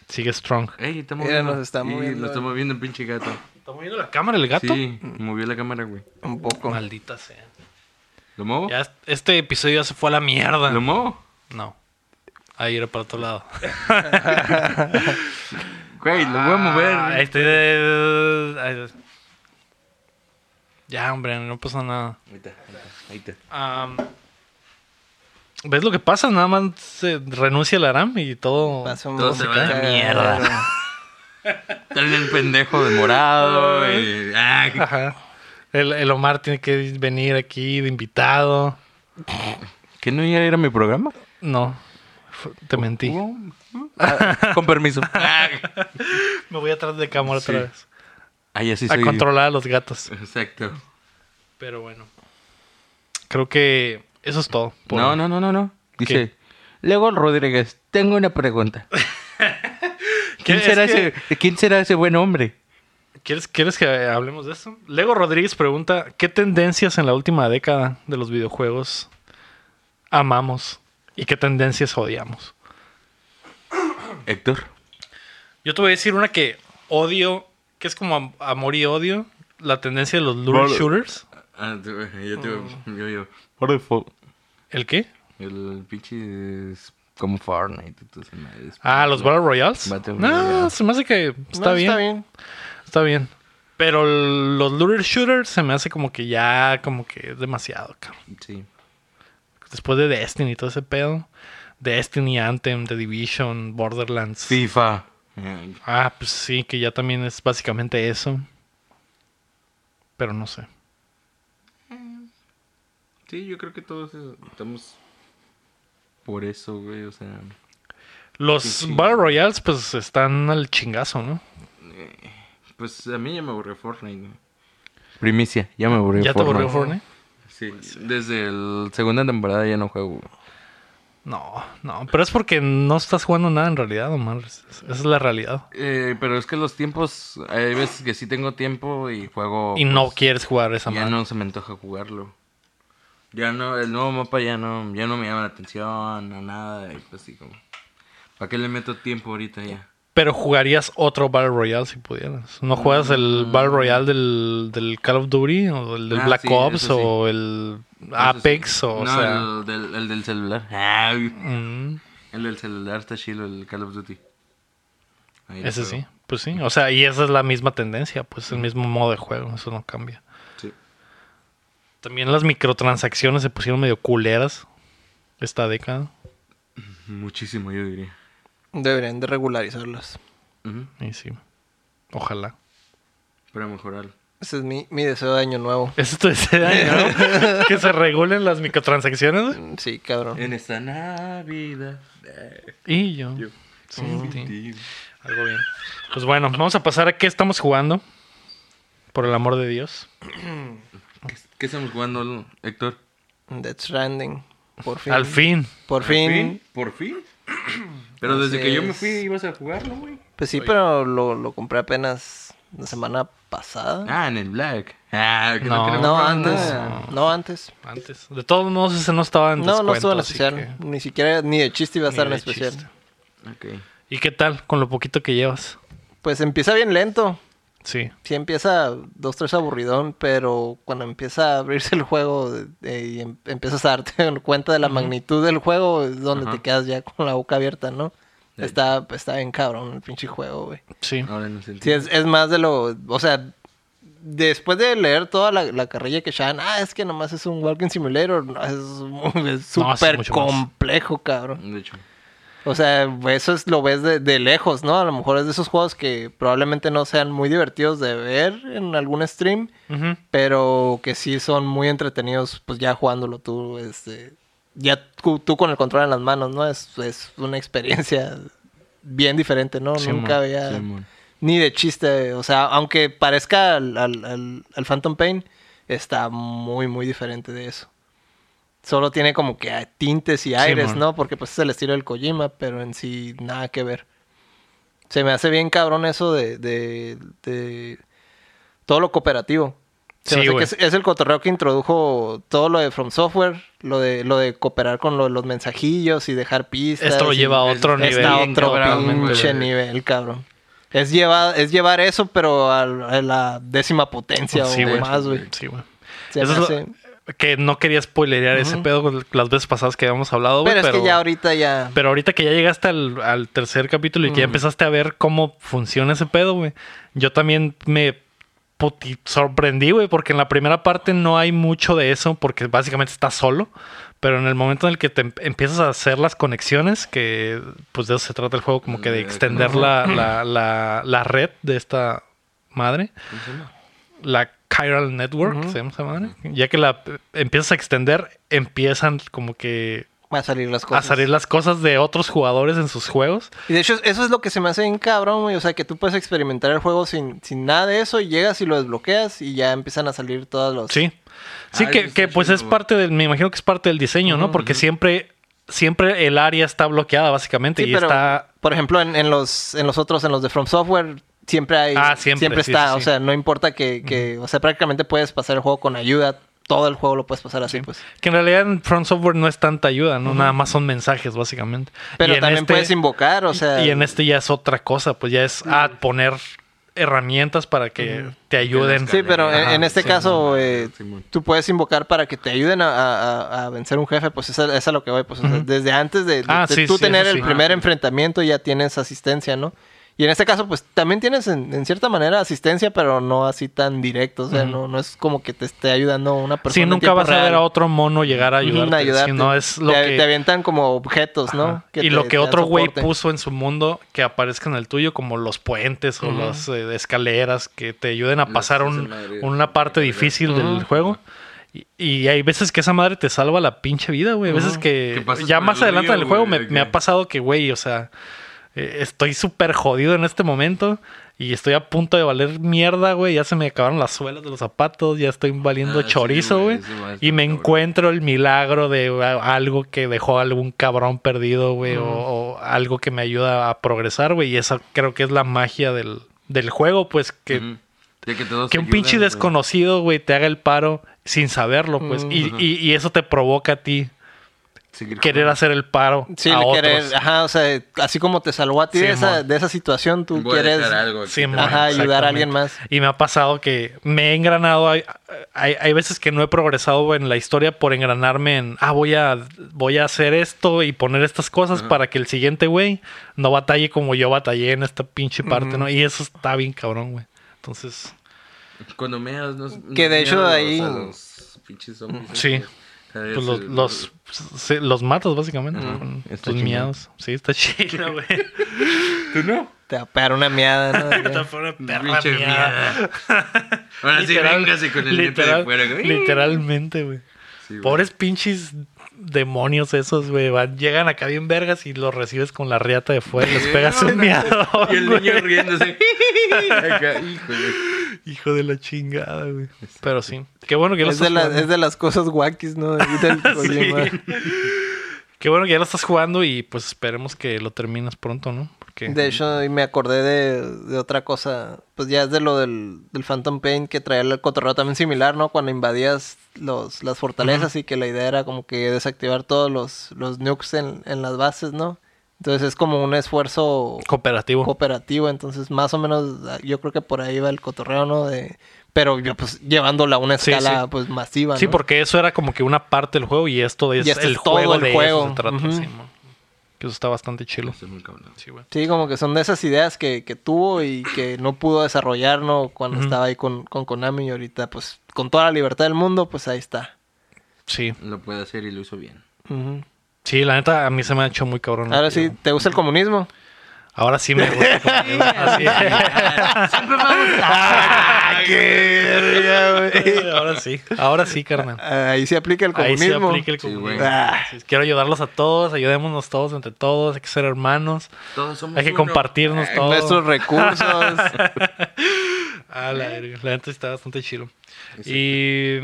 A: Sigue strong.
C: Ey, está
B: Mira,
C: moviendo.
B: nos está
C: Sí,
B: moviendo.
C: Lo está moviendo el pinche gato.
A: ¿Está moviendo la cámara el gato?
C: Sí, movió la cámara, güey.
B: Un poco.
A: Maldita sea.
C: ¿Lo muevo?
A: Ya est- este episodio ya se fue a la mierda.
C: Oh. ¿Lo muevo?
A: No. Ahí era para otro lado.
C: Güey, lo voy a
A: Ah,
C: mover.
A: estoy de- ay, Ya, hombre, no pasa nada.
C: Ahí está, ahí está.
A: Am, ¿Ves lo que pasa? Nada más se renuncia el Aram y todo.
B: Pasa
C: Todo se va a la
B: música.
A: mierda.
C: Traen el pendejo de morado. güey. Ah, qué-
A: Ajá. El, el Omar tiene que venir aquí de invitado.
C: ¿Que no ya era mi programa? Oh.
A: No, fu- te mentí.
C: Ah, Con permiso. Ah,
A: Me voy atrás de cámara otra
C: Sí.
A: vez.
C: Ahí así
A: a
C: Ah, soy yo.
A: controlar a los gatos.
C: Exacto.
A: Pero bueno. Creo que eso es todo. por
C: No,
A: hoy.
C: no, no, no, no. Dice, Lego Rodríguez, tengo una pregunta. ¿Quién
A: Es
C: será,
A: que-
C: ese, ¿Quién será ese buen hombre?
A: ¿Quieres, ¿Quieres que hablemos de eso? Lego Rodríguez pregunta, ¿qué tendencias en la última década de los videojuegos amamos y qué tendencias odiamos?
C: Héctor.
A: Yo te voy a decir una que odio, que es como am- amor y odio, la tendencia de los lure
C: Brother.
A: shooters.
C: Ah, tú- yo te yo, yo. What the fuck?
A: ¿El qué?
C: El pinche es como Fortnite. Entonces, madre, es-
A: Ah, los Battle Royales.
C: Battle
A: no,
C: Royale.
A: se me hace que está,
B: No,
A: bien,
B: Está bien.
A: Está bien. Pero el- los lure shooters se me hace como que ya, como que es demasiado, cabrón.
C: Sí.
A: Después de Destiny y todo ese pedo. Destiny, Anthem, The Division, Borderlands.
C: FIFA.
A: Ah, pues sí, que ya también es básicamente eso. Pero no sé.
C: Sí, yo creo que todos estamos por eso, güey. O sea,
A: Los
C: Sí, sí.
A: Battle Royales, pues están al chingazo, ¿no?
C: pues a mí ya me aburrió Fortnite. güey. Primicia, ya me aburrió
A: ¿Ya te aburrió
C: Fortnite.
A: Fortnite?
C: Sí, desde la segunda temporada ya no juego. güey.
A: No, no. Pero es porque no estás jugando nada en realidad, Omar. Es- Esa es la realidad.
C: Eh, pero es que los tiempos, hay veces que sí tengo tiempo y juego. pues,
A: Y no quieres jugar esa
C: Ya
A: madre.
C: no se me antoja jugarlo. Ya no, el nuevo mapa ya no, ya no me llama la atención, no nada, y pues así como. ¿Para qué le meto tiempo ahorita ya?
A: Pero jugarías otro Battle Royale si pudieras. ¿No juegas el Battle Royale del, del Call of Duty? ¿O el del
C: Mm. Ah,
A: Black
C: sí,
A: Ops?
C: eso sí.
A: ¿O el
C: Entonces,
A: Ah, Apex? O,
C: no,
A: sea...
C: el, del, el del celular. Ay,
A: Mm,
C: el del celular está chido, el Call of Duty. Ahí lo
A: ese
C: juego. Mm.
A: sí, pues sí. O sea, y esa es la misma tendencia, pues el mismo modo de juego, eso no cambia.
C: Sí.
A: También las microtransacciones se pusieron medio culeras esta década.
C: Muchísimo, yo diría.
B: Deberían de regularizarlos.
C: Ujú,
A: Y sí, ojalá.
C: Para mejorar.
B: Ese es mi, mi deseo de año nuevo.
A: Eso te desea, ¿no? que se regulen las microtransacciones. güey.
B: Sí, cabrón.
C: En esta Navidad. eh,
A: Y yo.
C: Yo. Mm.
A: Sí, sí.
C: tío.
A: Algo bien. Pues bueno, vamos a pasar a qué estamos jugando. Por el amor de Dios.
C: ¿Qué, qué estamos jugando, Héctor?
B: Death Stranding. Por fin.
A: Al fin.
B: Por fin.
C: ¿Por fin? Pero desde
B: Así
C: que yo me
B: es.
C: fui ibas a jugarlo, güey.
B: Pues sí, pero lo, lo compré apenas La semana pasada.
C: Ah, en el Black. Ah, que no,
A: No.
C: queremos
B: no,
C: nada.
B: antes. No, antes.
A: Antes. De todos modos, ese no estaba en
B: No, no estuvo
A: descuento,
B: en
A: así
B: especial.
A: que-
B: Ni siquiera, ni de chiste iba a
A: ni
B: estar en
A: de
B: especial.
A: chiste.
C: Ok.
A: ¿Y qué tal con lo poquito que llevas?
B: Pues empieza bien lento.
A: Sí.
B: Sí empieza dos, tres aburridón, pero cuando empieza a abrirse el juego eh, y em- empiezas a darte cuenta de la magnitud del juego, es donde
C: Ajá.
B: te quedas ya con la boca abierta, ¿no?
C: De
B: Está, está bien cabrón el pinche juego, güey.
A: Sí.
C: Ahora no sé.
B: Sí, es, es más de lo. O sea, después de leer toda la, la carrilla que echaban, ah, es que nomás es un Walking Simulator. no, es muy- es
A: No, es
B: súper
A: mucho más.
B: complejo, cabrón.
C: De hecho.
B: O sea, eso es, lo ves de, de lejos, ¿no? A lo mejor es de esos juegos que probablemente no sean muy divertidos de ver en algún stream,
A: Ujú.
B: pero que sí son muy entretenidos, pues ya jugándolo tú, este. Ya tú, tú con el control en las manos, ¿no? Es, es una experiencia bien diferente, ¿no?
A: Simón,
B: Nunca había
C: Simón.
B: ni de chiste. O sea, aunque parezca al, al- al- al Phantom Pain, está muy, muy diferente de eso. Solo tiene como que ah, tintes y aires,
A: mon.
B: ¿no? Porque pues es el estilo del Kojima, pero en sí nada que ver. Se me hace bien cabrón eso de, de, de todo lo cooperativo. Se me
A: Sí,
B: hace que
A: güey.
B: es, es el cotorreo que introdujo todo lo de From Software, lo de, lo de cooperar con lo- los mensajillos y dejar pistas.
A: Esto lo
B: y-
A: lleva a
C: es-
A: otro
C: está
A: nivel.
B: Está
C: bien
B: otro
C: cabrón, güey.
B: pinche nivel, cabrón. Es llevar, es llevar eso, pero al- a, la décima potencia
A: Sí,
B: o
A: güey.
B: más, güey.
A: Sí, güey.
B: Se
A: Eso
B: me
A: es lo-
B: hace-
A: Que no quería spoilerear ese pedo con las veces pasadas que habíamos hablado, güey.
B: Pero
A: Pero,
B: es que ya ahorita ya...
A: pero ahorita que ya llegaste al, al tercer capítulo y que ya empezaste a ver cómo funciona ese pedo, güey. Yo también me puti- sorprendí, güey, porque en la primera parte no hay mucho de eso, porque básicamente estás solo. Pero en el momento en el que te em- empiezas a hacer las conexiones, que pues de eso se trata el juego, como que de
C: Eh,
A: extender
C: ujú.
A: la, la, la, la red de esta madre.
C: ¿Cómo se llama?
A: la chiral network, se llama esa madre. Ya que la eh, empiezas a extender, empiezan como que
B: Va a salir las cosas.
A: a salir las cosas de otros jugadores en sus juegos.
B: Y de hecho, eso es lo que se me hace bien cabrón, güey. O sea, que tú puedes experimentar el juego sin, sin nada de eso y llegas y lo desbloqueas y ya empiezan a salir todas los...
A: Sí. Sí,
C: Ah, eso
A: que,
C: está
A: que, pues
C: chido,
A: es
C: güey.
A: parte del, me imagino que es parte del diseño, ¿no? Porque siempre, siempre el área está bloqueada, básicamente,
B: Sí,
A: y
B: pero,
A: está...
B: por ejemplo, en, en los, en los otros, en los de From Software, siempre hay...
A: Ah, siempre, sí,
B: está,
A: sí,
B: o
A: sí.
B: sea, no importa que... que O sea, prácticamente puedes pasar el juego con ayuda. Todo el juego lo puedes pasar así, pues.
A: Que en realidad en Front Software no es tanta ayuda, ¿no? Nada más son mensajes, básicamente.
B: Pero
A: Y en
B: también
A: este-
B: puedes invocar, o sea...
A: Y en este ya es otra cosa, pues ya es ah, poner herramientas para que te ayuden.
B: Sí, pero en,
A: Ajá,
B: en este
A: sí,
B: caso, eh,
C: Simón.
B: tú puedes invocar para que te ayuden a, a- a- a vencer un jefe, pues esa- esa es a lo que voy, pues o sea, desde antes de, de-
A: Ah,
B: de
A: sí,
B: tú
A: sí,
B: tener
A: eso
B: el
A: sí.
B: primer
C: Ah.
B: enfrentamiento ya tienes asistencia, ¿no? Y en este caso, pues también tienes en, en cierta manera asistencia, pero no así tan directo, o sea,
A: Ujú.
B: no, no es como que te esté ayudando una persona.
A: Sí,
B: en
A: nunca
B: tiempo
A: vas a ver
B: real.
A: a otro mono llegar a
B: Ujú,
A: ayudarte.
B: ayudarte.
A: sino es lo
B: te,
A: que...
B: te avientan como objetos, ¿no?
A: Ajá. y lo
B: te-
A: que
B: te dan
A: otro güey
B: soporte.
A: puso en su mundo que aparezca en el tuyo, como los puentes o las eh, escaleras que te ayuden a
C: Las-
A: pasar
C: esa
A: un-
C: madre.
A: una parte difícil del juego. Y, y hay veces que esa madre te salva la pinche vida, güey. Hay veces que
C: Que pasas
A: ya
C: por
A: más
C: el
A: adelante
C: río,
A: en el juego
C: güey,
A: me,
C: de que-
A: me ha pasado que, güey, o sea, eh, estoy súper jodido en este momento. Y estoy a punto de valer mierda, güey. Ya se me acabaron las suelas de los zapatos. Ya estoy valiendo
C: Ah, sí,
A: chorizo,
C: güey,
A: güey.
C: eso va a
A: Y
C: estar
A: me
C: cabrón.
A: encuentro el milagro de a- algo que dejó algún cabrón perdido, güey. o- O, algo que me ayuda a progresar, güey. Y esa creo que es la magia del, del juego, pues que,
C: Ujú. Ya que, todos
A: que
C: te
A: un pinche
C: ayudan, güey.
A: desconocido, güey, te haga el paro sin saberlo, pues. Y, y- y eso te provoca a ti
C: Seguir
A: querer
C: jugando.
A: hacer el paro
B: Sí,
A: a
B: el
A: otros.
B: querer, ajá, o sea, así como te salvó a ti de,
A: Simón.
B: esa, de esa situación, tú
C: Voy a
B: quieres...
C: dejar algo aquí
A: Sí,
C: también.
B: Ajá, ayudar a alguien
A: exactamente.
B: más.
A: Y me ha pasado que me he engranado. Hay, hay, hay veces que no he progresado en la historia por engranarme en, ah, voy a, voy a hacer esto y poner estas cosas para que el siguiente güey no batalle como yo batallé en esta pinche parte, ¿no? Y eso está bien cabrón, güey. Entonces,
C: Cuando meas, no
B: Que de
C: no
B: hecho
C: meas
B: ahí-
C: a los pinches zombies. ¿eh?
A: Sí.
C: A ver,
A: pues los,
C: se-
A: los, se- los matas básicamente
C: Ajá.
A: con
C: Está
A: tus
C: chingón.
A: miados. Sí, está chido, güey.
C: ¿Tú no?
B: Te va a pegar una miada, ¿no?
A: Está
B: Ya.
A: fuera de perra
C: Pinche
A: miada.
C: mierda. Ahora sí,
A: Literal-
C: véngase con el nieto
A: literal-
C: de fuera, güey.
A: Literalmente, güey.
C: Sí, güey.
A: Pobres pinches demonios esos, güey. van- Llegan acá bien vergas y los recibes con la riata de fuego. Les pegas un miado.
C: Y el
A: güey.
C: niño riéndose. Acá, híjole.
A: Hijo de la chingada, güey. Pero sí. Qué bueno que lo
B: Es de,
A: estás
B: la-
A: jugando.
B: es de las cosas guakis, ¿no? Ahí del
A: Sí.
B: Kojima.
A: Qué bueno que ya lo estás jugando y pues esperemos que lo termines pronto, ¿no? Porque
B: De hecho, y me acordé de, de otra cosa. Pues ya es de lo del, del Phantom Pain que traía el cotorreo también similar, ¿no? Cuando invadías los, las fortalezas y que la idea era como que desactivar todos los, los nukes en, en las bases, ¿no? Entonces es como un esfuerzo
A: cooperativo.
B: cooperativo. Entonces, más o menos, ah, yo creo que por ahí va el cotorreo, ¿no? De, pero yo, pues llevándola a una
A: Sí,
B: escala
A: sí.
B: pues masiva.
A: Sí,
B: ¿no?
A: porque eso era como que una parte del juego y esto es
B: Y este
A: el
B: es todo
A: juego
B: el
A: de
B: juego.
A: eso se trata,
B: Ujú.
A: sí, mo. Que eso está bastante chilo.
C: Está muy cabrón.
A: Sí, güey.
B: Sí, como que son de esas ideas que, que tuvo y que no pudo desarrollar, ¿no? Cuando
A: Ujú.
B: estaba ahí con, con Konami y ahorita, pues, con toda la libertad del mundo, pues ahí está.
A: Sí.
C: Lo puede hacer y lo hizo bien.
B: Ujú.
A: Sí, la neta a mí se me ha hecho muy cabrón.
B: Ahora sí,
A: tío.
B: ¿te gusta el comunismo?
A: Ahora sí me gusta. como que- así.
C: Siempre me ha
A: Ah,
C: gustado.
A: ahora sí. Ahora sí, carnal.
B: Ah, Ahí sí aplica el
A: Ahí se
B: comunismo.
A: aplica el
C: Sí, güey.
A: comunismo.
B: Ah,
A: Así es, Quiero ayudarlos a todos, ayudémonos todos entre todos, hay que ser hermanos,
C: Todos somos
A: hay que
C: uno. Ah,
A: compartirnos todos.
B: eh, nuestros recursos.
A: Ah, la verga, la neta está bastante chido. Y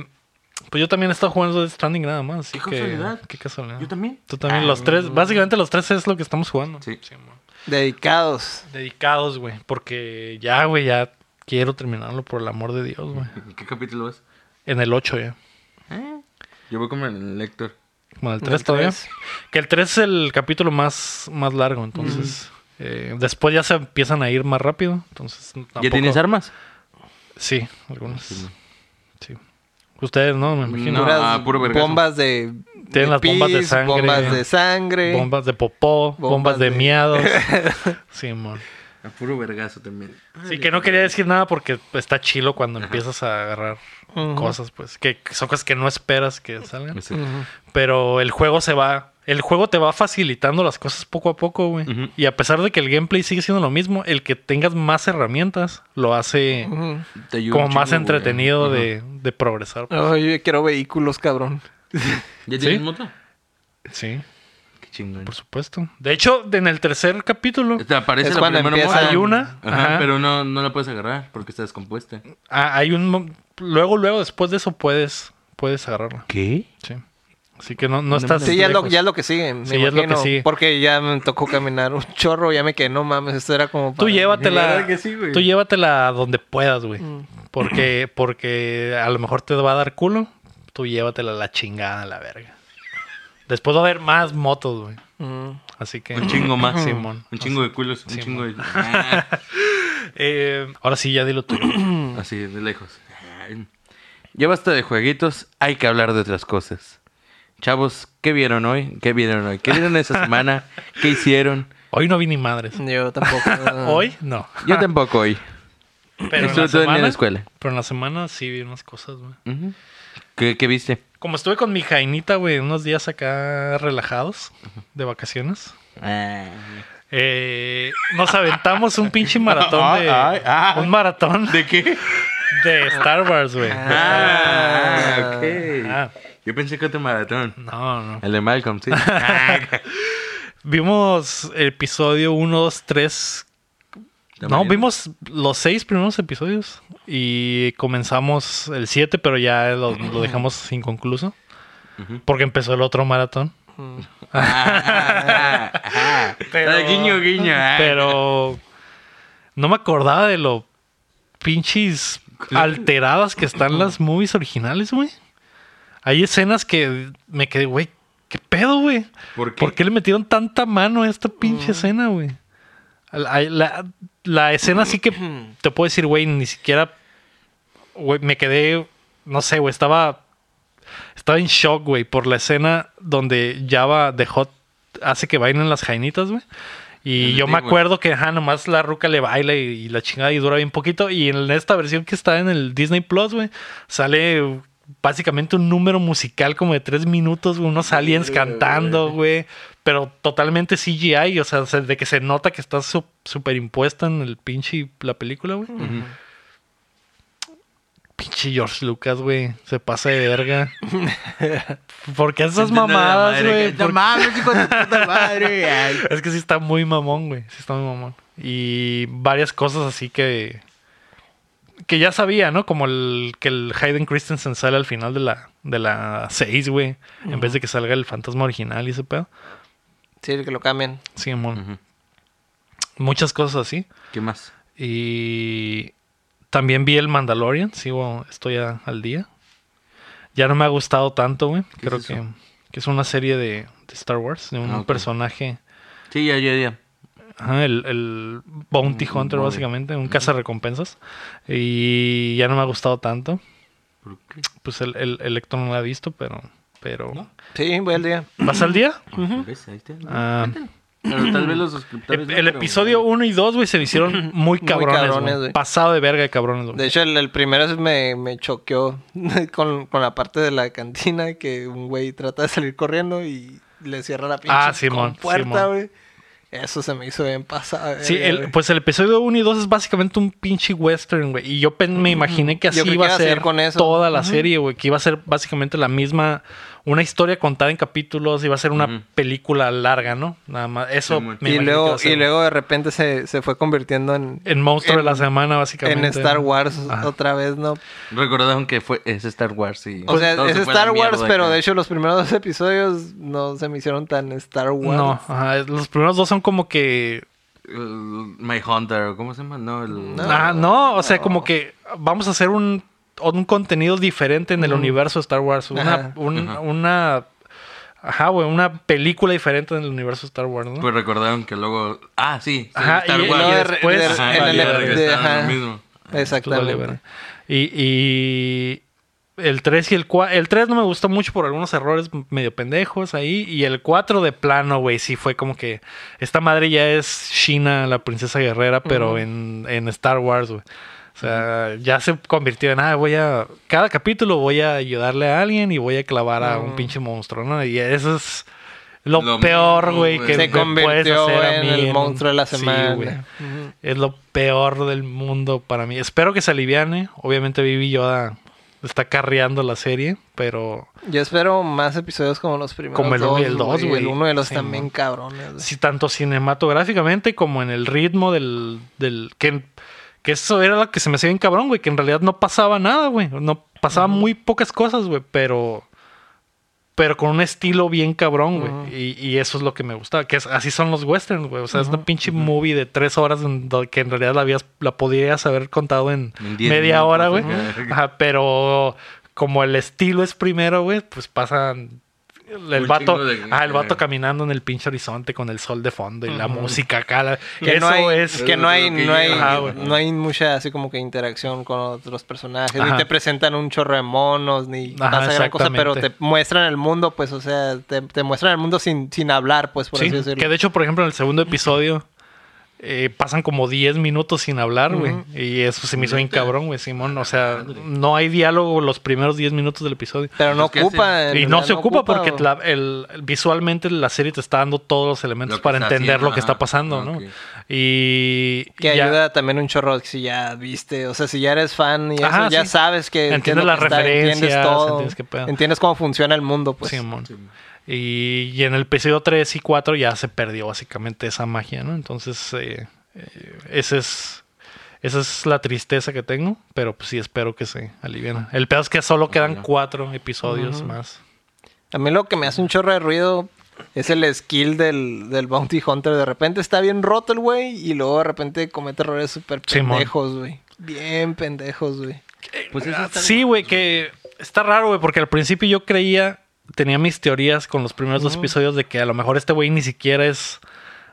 A: pues yo también he estado jugando Death Stranding nada más. Así
C: Qué
A: que,
C: casualidad.
A: Qué casualidad.
C: Yo también. Ah,
A: Tú también, los tres, básicamente los tres es lo que estamos jugando.
C: Sí.
A: mo.
B: dedicados.
A: Dedicados, güey, porque ya, güey, ya quiero terminarlo por el amor de Dios, güey.
C: ¿Y ¿Qué capítulo es?
A: En el 8 ya.
C: Yo voy con el Héctor.
A: Como en el
B: En el
A: 3 todavía.
B: tres.
A: Que el 3 es el capítulo más, más largo, entonces... eh, después ya se empiezan a ir más rápido, entonces
C: ¿Ya
A: tampoco-
C: tienes armas?
A: Sí, algunas. Sí. Ustedes no, me imagino.
C: No,
B: Puras
C: ah, puro vergazo.
B: bombas de.
A: Tienen las bombas de
B: pis,
A: sangre.
B: Bombas de sangre.
A: Bombas de popó, bombas,
B: Bombas
A: de,
B: de-
A: miados. Simón.
C: A puro vergazo también.
A: Sí, que no quería decir nada porque pues, está chilo cuando empiezas a agarrar
B: Ujú.
A: cosas, pues. Que que son cosas que no esperas que salgan.
C: Sí.
B: Ujú.
A: Pero el juego se va. El juego te va facilitando las cosas poco a poco, güey.
C: Ujú.
A: Y a pesar de que el gameplay sigue siendo lo mismo, el que tengas más herramientas lo hace
B: Ujú.
C: Te ayuda
A: como
C: un
A: más
C: chingo, güey.
A: entretenido
C: Ajá.
A: de, de progresar.
B: Ay, yo quiero vehículos, cabrón.
C: ¿Ya
A: ¿Sí?
C: tienes moto?
A: Sí.
C: Qué chingón.
A: Por supuesto. De hecho, de- en el tercer capítulo
C: Te aparece
B: Es
C: la
B: cuando
C: primera
B: empieza-
C: moto.
A: hay una.
C: Ajá,
A: ajá,
C: pero no, no la puedes agarrar porque está descompuesta.
A: ah, hay un. mo- Luego, luego, después de eso puedes, puedes agarrarla.
C: ¿Qué?
A: Sí. Así que no, no estás.
B: pues, Sí, ya es, lo,
A: lejos.
B: ya es lo que sigue. me
A: Sí, ya es lo que
B: imagino,
A: sigue.
B: Porque ya me tocó caminar un chorro, ya me quedé, no mames, esto era como.
A: Tú
B: para-
A: llévatela.
C: verdad que sí, güey.
A: tú llévatela a donde puedas, güey.
B: Mm.
A: Porque, porque a lo mejor te va a dar culo. Tú llévatela a la chingada, a la verga. Después va a haber más motos, güey.
B: Mm.
A: Así que.
C: Un chingo más.
A: Simón.
C: Un chingo de culos. Un
A: Simón.
C: chingo de. Ah,
A: Eh, ahora sí, ya dilo tú.
C: Así, de lejos. Ya basta de jueguitos. Hay que hablar de otras cosas. Chavos, ¿qué vieron hoy? ¿Qué vieron hoy? ¿Qué vieron esa semana? ¿Qué hicieron?
A: Hoy no vi ni madres.
B: Yo tampoco.
A: Hoy no.
C: Yo tampoco hoy.
A: Pero en la,
C: Ah. Estuve todo el día
A: semana,
C: en la escuela.
A: pero en la semana sí vi unas cosas, güey.
C: Ujú. ¿Qué, qué viste?
A: Como estuve con mi jainita, güey, unos días acá relajados de vacaciones.
C: Ah.
A: eh, nos aventamos un pinche maratón de.
C: Ay, ay.
A: Un maratón de,
C: ¿De qué?
A: Star Wars, güey.
C: Ah, ok.
A: Ah.
C: Yo pensé que otro maratón.
A: No, no.
C: El de Malcolm, sí.
A: Vimos episodio 1, 2, 3. No,
C: Tamarindo.
A: vimos los seis primeros episodios y comenzamos el 7, pero ya lo, lo dejamos inconcluso. Porque empezó el otro maratón.
C: Ah, ah.
A: Pero-
C: Ah, guiño, guiño. ah.
A: Pero no me acordaba de lo pinches alteradas que están las movies originales, güey. Hay escenas que me quedé, güey, ¿qué pedo, güey?
C: ¿Por qué?
A: ¿Por qué le metieron tanta mano a esta pinche escena, güey? La, la- la escena sí que te puedo decir, güey, ni siquiera, güey, me quedé, no sé, güey, estaba, estaba en shock, güey, por la escena donde Java de Hot hace que bailen las jainitas, güey. Y
C: El
A: yo me
C: table.
A: acuerdo que, ajá, nomás la ruca le baila y, y la chingada y dura bien poquito. Y en esta versión que está en el Disney Plus, güey, sale básicamente un número musical como de tres minutos, güey, unos aliens cantando, güey. Pero totalmente CGI, o sea, se- de que se nota que está su- superimpuesta en el pinche la película, güey. Pinche George Lucas, güey. Se pasa de verga. ¿Por qué esas
C: Entiendo la
A: mamadas,
C: madre
A: güey?
C: que-
A: ¿Por
C: No mames, hijo de tu puta madre. ay.
A: es que sí está muy mamón, güey. Sí está muy mamón. Y varias cosas así que. que ya sabía, ¿no? Como el que el Hayden Christensen sale al final de la, de la 6, güey. En vez de que salga el fantasma original y ese pedo.
B: Sí, que lo cambien.
A: Sí, mon.
C: Ujú.
A: Muchas cosas así.
C: ¿Qué más?
A: Y también vi el Mandalorian, sigo, estoy a- al día. Ya no me ha gustado tanto, güey.
C: ¿Qué
A: Creo
C: es
A: que,
C: eso?
A: que es una serie de, de Star Wars, de un
C: Ah, ok.
A: personaje,
C: Sí, ya, ya, ya.
A: ajá, el, el Bounty
C: Un- un
A: Hunter,
C: bounty.
A: básicamente, un cazarrecompensas. Y ya no me ha gustado tanto.
C: ¿Por qué?
A: Pues el, el, el Héctor no la ha visto, pero... pero...
B: Sí, voy al día.
A: ¿Vas al día?
C: ¿Ves? Ahí está.
A: Ah,
C: Pero tal vez los suscriptores.
A: el,
C: no,
A: el
C: pero-
A: episodio 1 y 2, güey, se me hicieron muy cabrones, güey.
B: cabrones, güey.
A: Pasado de verga de cabrones, güey.
B: De hecho, el, el primero sí me, me choqueó con, con la parte de la cantina que un güey trata de salir corriendo y le cierra la pinche
A: Ah, Simón,
B: con puerta,
A: Simón.
B: güey. Eso se me hizo bien eh, pasado.
A: Sí, el- pues el episodio 1 y 2 es básicamente un pinche western, güey. Y yo pen- me imaginé que
B: Yo
A: así
B: creí que
A: iba a
B: iba a seguir
A: ser
B: con eso.
A: toda la serie, güey. Que iba a ser básicamente la misma, una historia contada en capítulos, iba a ser una
C: Ujú. película
A: película larga, ¿no? Nada más. Eso
C: Simón.
A: me
B: y
A: imaginé que iba
B: luego,
A: a ser.
B: y luego de repente se, se fue convirtiendo en,
A: En Monstruo
B: en-
A: de la Semana,
B: en
A: básicamente.
B: Star Wars
A: Ajá.
B: otra vez, ¿no?
C: Recordaron que fue, es Star Wars y.
B: O sea,
C: todo
B: es
C: Pues se fue a la
B: Star Wars,
C: mierda
B: pero
C: acá.
B: de hecho los primeros dos episodios no se me hicieron tan Star Wars.
A: No, ajá, los primeros dos son como que.
C: El- My Hunter, Eh, ¿cómo se llama? No, el.
A: ah, no, o sea, como que vamos a hacer un, un contenido diferente en el universo de Star Wars. Una.
B: Ajá.
A: un-
C: Ajá.
A: una Ajá, güey, una película diferente en el universo de Star Wars, ¿no?
C: Pues recordaron que luego. Ah, sí. sí,
A: Ajá,
C: Star
A: y- y
C: Wars.
B: luego de-
A: después-
B: de-
C: Ajá,
B: en
C: y
B: el-
C: ya
A: de-
C: regresaron a
B: ajá.
C: lo mismo.
A: Tú dale,
B: Exactamente.
A: verga. Y, y el 3 y el 4. El 3 no me gustó mucho por algunos errores medio pendejos ahí. Y el 4 de plano, güey, sí fue como que. Esta madre ya es China, la princesa guerrera, pero en, en Star Wars, güey. O sea, ya se convirtió en, ah, voy a. Cada capítulo voy a ayudarle a alguien y voy a clavar a
B: Mm.
A: un pinche monstruo, ¿no? Y eso es. Lo,
C: Lo
A: peor,
C: mismo,
A: güey,
C: güey.
A: que
B: Se
A: me puedes
B: convirtió
A: hacer a
B: en
A: mí
B: el
A: un-
B: monstruo de la
A: Sí,
B: semana.
A: güey.
B: Ujú.
A: Es lo peor del mundo para mí. Espero que se aliviane. Obviamente Baby Yoda está carreando la serie, pero
B: Yo espero más episodios como los primeros.
A: Como el uno y
B: dos,
A: el dos, güey.
B: El uno de los
A: Sí,
B: también
A: mon.
B: cabrones. güey.
A: sí, tanto cinematográficamente como en el ritmo del... del que, que eso era lo que se me hacía bien cabrón, güey. Que en realidad no pasaba nada, güey. No pasaban muy pocas cosas, güey, pero... Pero con un estilo bien cabrón, güey.
B: Ujú.
A: y, y eso es lo que me gustaba. Que es- así son los westerns, güey. O sea, es una pinche movie de tres horas en do- que en realidad la, habías, la podrías haber contado en,
C: En diez
A: media
C: minutos,
A: hora, güey.
C: Pues, ajá.
A: Ajá, pero como el estilo es primero, güey, pues pasan. El
C: Un
A: vato,
C: chingo de-
A: ah, el vato
C: eh.
A: caminando en el pinche horizonte con el sol de fondo y la música acá. la-
B: Que
A: eso
B: no hay,
A: es.
B: que no hay,
C: Lo que
B: no hay,
A: llega. Ajá, güey.
B: no hay mucha así como que interacción con otros personajes.
A: Ajá.
B: Ni te presentan un chorro de monos, ni
A: Ajá,
B: pasa gran cosa, pero te
A: exactamente.
B: muestran el mundo, pues, o sea, te, te muestran el mundo sin, sin hablar, pues, por
A: Sí,
B: así decirlo.
A: que de hecho, por ejemplo, en el segundo episodio eh, pasan como 10 minutos sin hablar, güey. Y eso se me hizo bien cabrón, güey, Simón.
C: Ah,
A: O sea, no hay diálogo los primeros 10 minutos del episodio.
B: Pero no
C: Pues, ¿qué hacen?
B: ocupa. en
A: Y no
B: realidad
A: se ocupa, porque
B: güey.
A: la- el, el- visualmente la serie te está dando todos los elementos
C: Lo que
A: para
C: está
A: entender
C: haciendo,
A: lo que está
C: ajá.
A: pasando,
C: Ah,
A: ¿no?
C: ok.
A: Y
B: Que
A: ya-
B: ayuda también un chorro si ya viste, o sea, si ya eres fan y eso,
A: Ajá,
B: ya
A: sí.
B: sabes que qué es
A: Entiendes
B: lo
A: las
B: que está, entiendes
A: referencias,
B: todo,
A: entiendes qué pedo.
B: entiendes cómo funciona el mundo, pues.
A: Simón. Y, y en el episodio 3 y 4 ya se perdió básicamente esa magia, ¿no? Entonces, eh, eh, ese es, esa es la tristeza que tengo, pero pues sí espero que se aliviana. El pedo es que solo quedan
C: Ah, ya.
A: cuatro episodios más.
B: A mí lo que me hace un chorro de ruido es el skill del, del Bounty Hunter. De repente está bien roto el güey y luego de repente comete errores súper
A: Simón.
B: pendejos, güey. Bien pendejos, güey.
C: Pues
A: Ah,
C: eso está
A: sí, güey, que está raro, güey, porque al principio yo creía, tenía mis teorías con los primeros dos episodios de que a lo mejor este güey ni siquiera es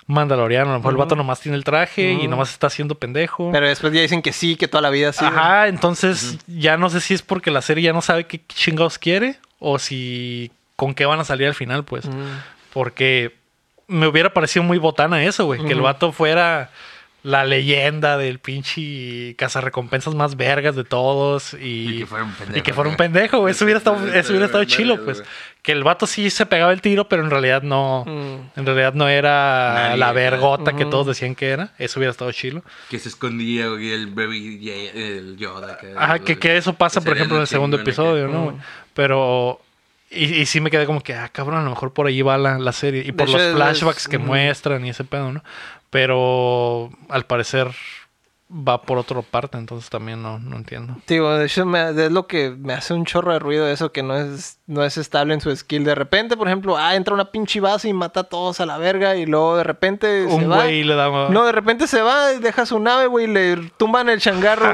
A: mandaloriano, a lo mejor el vato nomás tiene el traje y nomás está haciendo pendejo.
B: Pero después ya dicen que sí, que toda la vida sí. güey.
A: Ajá, entonces ya no sé si es porque la serie ya no sabe qué chingados quiere o si con qué van a salir al final, pues. Porque me hubiera parecido muy botana eso, güey. Que el vato fuera la leyenda del pinche cazarrecompensas más vergas de todos y,
C: Y que fuera un pendejo,
A: y que fuera un
C: güey.
A: pendejo, güey. Eso hubiera estado,
C: Estaría
A: eso hubiera estado
C: bien
A: chilo,
C: vergas,
A: pues.
C: güey.
A: Que el vato sí se pegaba el tiro, pero en realidad no.
B: Mm.
A: En realidad no era
C: Nadie,
A: la
C: güey.
A: vergota que todos decían que era. Eso hubiera estado chilo.
C: Que se escondía y el baby y el Yoda.
A: Ajá, que, que eso pasa,
C: que
A: por
C: sería
A: ejemplo, en
C: lo
A: el segundo
C: chingón acá.
A: episodio, ¿no? güey? Pero. Y, y sí me quedé como que, ah, cabrón, a lo mejor por ahí va la, la serie. Y por
B: hecho,
A: los
B: es-
A: flashbacks que
B: ujú.
A: muestran y ese pedo, ¿no? Pero al parecer va por otra parte, entonces también no, no entiendo.
B: Digo, de hecho, me- es lo que me hace un chorro de ruido eso, que no es, no es estable en su skill. De repente, por ejemplo, ah, entra una pinche base y mata a todos a la verga, y luego de repente se
A: Un
B: va.
A: güey le da...
B: No, de repente se va, deja su nave, güey, y le tumban el changarro,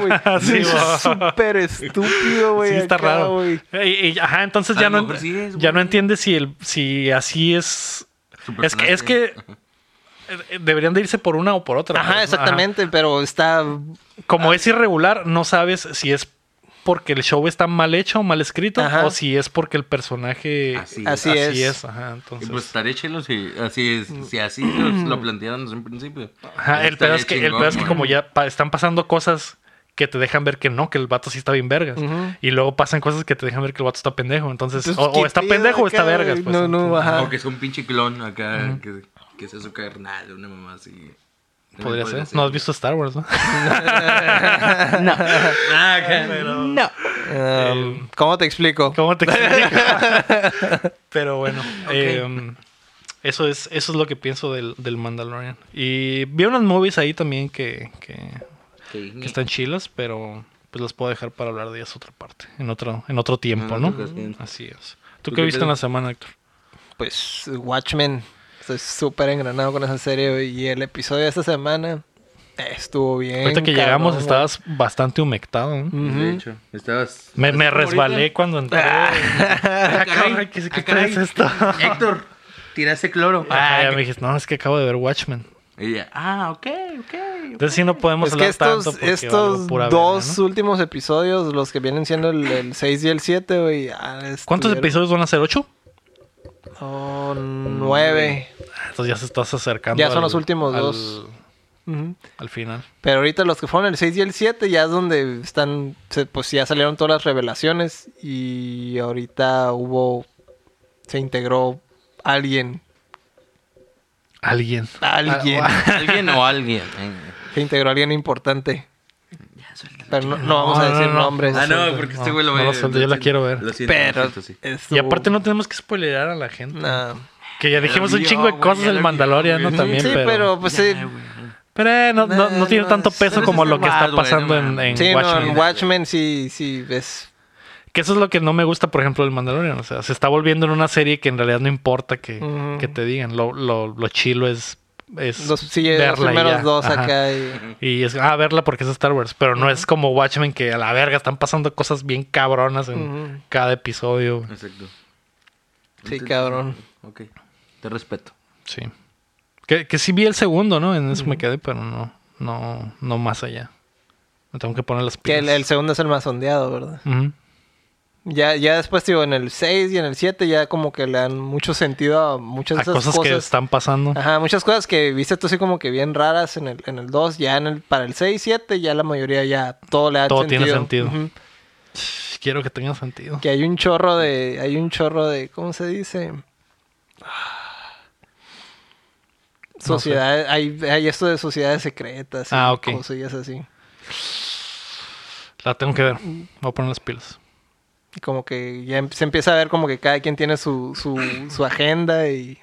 B: güey.
A: Ah, Sí,
B: es
A: va.
B: súper estúpido, güey.
A: sí, está
B: acá,
A: raro.
B: güey.
A: Y- y- ajá, entonces
C: A
A: ya
C: lo
A: no,
C: mejor sí es,
A: ya
C: güey.
A: no entiendes si, el, si así es...
C: Su
A: Es que, es que
C: personaje.
A: eh, deberían de irse por una o por otra.
B: Ajá,
A: pues, ¿no?
B: exactamente, pero está...
A: Como es irregular, no sabes si es porque el show está mal hecho, mal escrito,
B: Ajá.
A: o si es porque el personaje
C: Así es.
A: así
B: Así
A: es.
B: es.
A: ajá,
C: Y
A: entonces- Mm.
C: pues estaría chelo si así, es, si así los- lo plantearon desde un principio.
A: Ajá, el pedo
C: Estaría
A: es que, el
C: chingón,
A: pedo es que
C: güey.
A: como ya pa- están pasando cosas que te dejan ver que no, que el vato sí está bien vergas.
B: Ujú.
A: Y luego pasan cosas que te dejan ver que el vato está pendejo. Entonces,
B: Entonces,
A: o, o
B: ¿qué
A: está
B: pedo
A: pendejo o está
B: pues, acá,
A: vergas.
B: güey?
A: pues,
B: No, no,
A: entonces,
B: ajá.
C: O que es un pinche clon acá, que, que sea su carnal, una mamá así.
A: Podría ser.
C: No
A: No has visto Star Wars, ¿no?
C: Ah, acá,
B: No. Em, ¿Cómo te explico?
A: Eh, ¿Cómo te explico? Pero bueno, eh, eso es eso es lo que pienso del, del Mandalorian. Y vi unas movies ahí también que, que,
C: que-
A: que están chilas, pero pues las puedo dejar para hablar de ellas otra parte, en otro en otro tiempo,
C: En
A: ¿no?
C: otra ocasión.
A: Así es. ¿Tú,
C: ¿Tú
A: qué
C: qué
A: viste
C: pedo?
A: en la semana, Héctor?
B: Pues Watchmen. Estoy súper engranado con esa serie y el episodio de esta semana eh, estuvo bien.
A: Ahorita que llegamos
B: cabrón,
A: estabas bastante humectado. ¿no?
C: De hecho, estabas.
A: Me, me resbalé cuando entré. Ah,
C: Ah,
A: cabrón,
C: caray,
A: ¿Qué,
C: ah,
A: qué
C: caray.
A: traes esto?
C: Héctor, tiraste cloro.
A: Ah, ya
C: que-
A: me dijiste, no, es que acabo de ver Watchmen.
C: Y ya, ah, ok, ok.
A: Entonces sí no podemos
B: Es
A: hablar
B: que estos,
A: tanto porque
B: estos
A: valió pura
B: dos
A: verga, ¿no?
B: últimos episodios, los que vienen siendo el, 6 y el 7, güey. ya
A: ¿Cuántos
B: estuvieron-
A: episodios van a ser? ¿Ocho?
B: Oh, nueve.
A: Ah, Entonces ya se estás acercando.
B: Ya son los últimos
A: al-
B: dos. Ujú.
A: Al final.
B: Pero ahorita los que fueron el 6 y el 7 ya es donde están, se- pues ya salieron todas las revelaciones y ahorita hubo, se integró alguien,
A: Alguien.
B: Ah, alguien,
C: Ah, ¿Alguien o alguien? Eh.
B: se integró alguien importante.
C: Ya, suéltalo.
B: Pero no, no vamos
A: No,
B: a
A: no,
B: decir
A: Pues no.
B: nombres.
A: lo
C: Ah,
A: suelto,
C: no, porque este güey lo
A: no,
C: ve.
A: no lo suelto, yo la quiero ver.
C: Lo siento,
B: Pero
C: lo siento, sí.
B: estuvo-
A: Y aparte no tenemos que spoilerar a la gente.
B: Nah.
A: Que ya dijimos un
C: vio,
A: chingo de
C: güey,
A: cosas
C: ya
A: del
C: lo
A: Mandalorian,
C: vio,
A: ¿no?
C: güey.
A: También,
B: sí, pero,
A: pero...
B: pues sí,
C: Ay, güey.
A: Pero eh, no, no, no
B: Nah,
A: tiene
B: no,
A: tanto
B: es-
A: peso
C: es
A: como lo que está
C: normal, güey,
A: pasando
C: no
A: en,
C: mames.
A: en
B: sí, no,
A: Watchmen.
B: en Watchmen sí, sí, es
A: Que eso es lo que no me gusta, por ejemplo, del Mandalorian. O sea, se está volviendo en una serie que en realidad no importa que,
B: Ujú.
A: que te digan. Lo, lo, lo chilo es, es
B: los, sí, los
A: verla y
B: primeros
A: ya.
B: dos
A: Ajá.
B: acá. y-
A: Y es, ah, verla porque es Star Wars. Pero no es como Watchmen que a la verga están pasando cosas bien cabronas en
B: Ujú.
A: cada episodio. güey.
C: Exacto.
B: Sí, cabrón.
C: Ok, te respeto.
A: Sí. Que, que sí vi el segundo, ¿no? En eso me quedé, pero no, no, no más allá. Me tengo que poner las
B: Que
A: pilas.
B: el, el segundo es el más sondeado, ¿verdad?
A: Ujú.
B: Ya, ya después, digo, en el 6 y en el 7 ya como que le dan mucho sentido a
A: A
B: muchas de esas
A: cosas,
B: cosas. Ah.
A: que están pasando.
B: Ajá, muchas cosas que viste tú así como que bien raras en el, en el 2, ya en el, para el 6 7 ya la mayoría ya todo le da
A: Todo
B: sentido.
A: tiene sentido.
B: Ujú.
A: Quiero que tenga sentido.
B: Que hay un chorro de, hay un chorro de, ¿cómo se dice? Sociedades, hay, hay esto de sociedades secretas y
A: Ah, ok.
B: cosillas así.
A: La tengo que ver. Me Voy a poner las pilas.
B: Y como que ya em- se empieza a ver como que cada quien tiene su, su, su agenda y,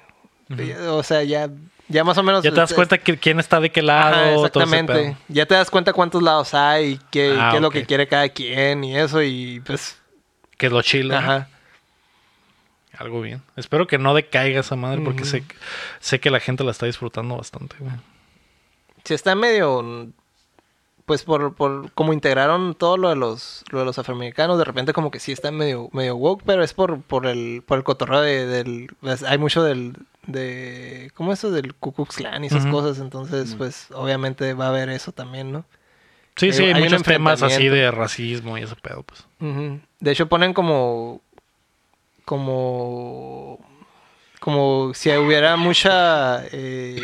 B: y- o sea, ya, ya más o menos...
A: Ya te das
B: es-
A: cuenta que, quién está de qué
B: Ajá,
A: lado. todo ese
B: exactamente.
A: pedo.
B: ya te das cuenta cuántos lados hay y qué,
A: Ah,
B: qué es lo
A: ok.
B: que quiere cada quien y eso y pues...
A: Que es lo chilo. ¿no?
B: Ajá.
A: Algo bien. Espero que no decaiga esa madre porque sé, que- sé que la gente la está disfrutando bastante, güey.
B: Si está medio... Pues por, por como integraron todo lo de los lo de los afroamericanos, de repente como que sí está medio medio woke, pero es por por el por el cotorreo de- del pues, hay mucho del de ¿cómo es eso del Ku Klux Klan y esas
A: Ujú.
B: cosas, entonces pues obviamente va a haber eso también, ¿no?
A: Sí,
B: Digo,
A: sí, hay,
B: hay un
A: muchos temas así
B: enfrentamiento.
A: de racismo y ese pedo, pues.
B: Ujú. De hecho ponen como como como si hubiera mucha eh,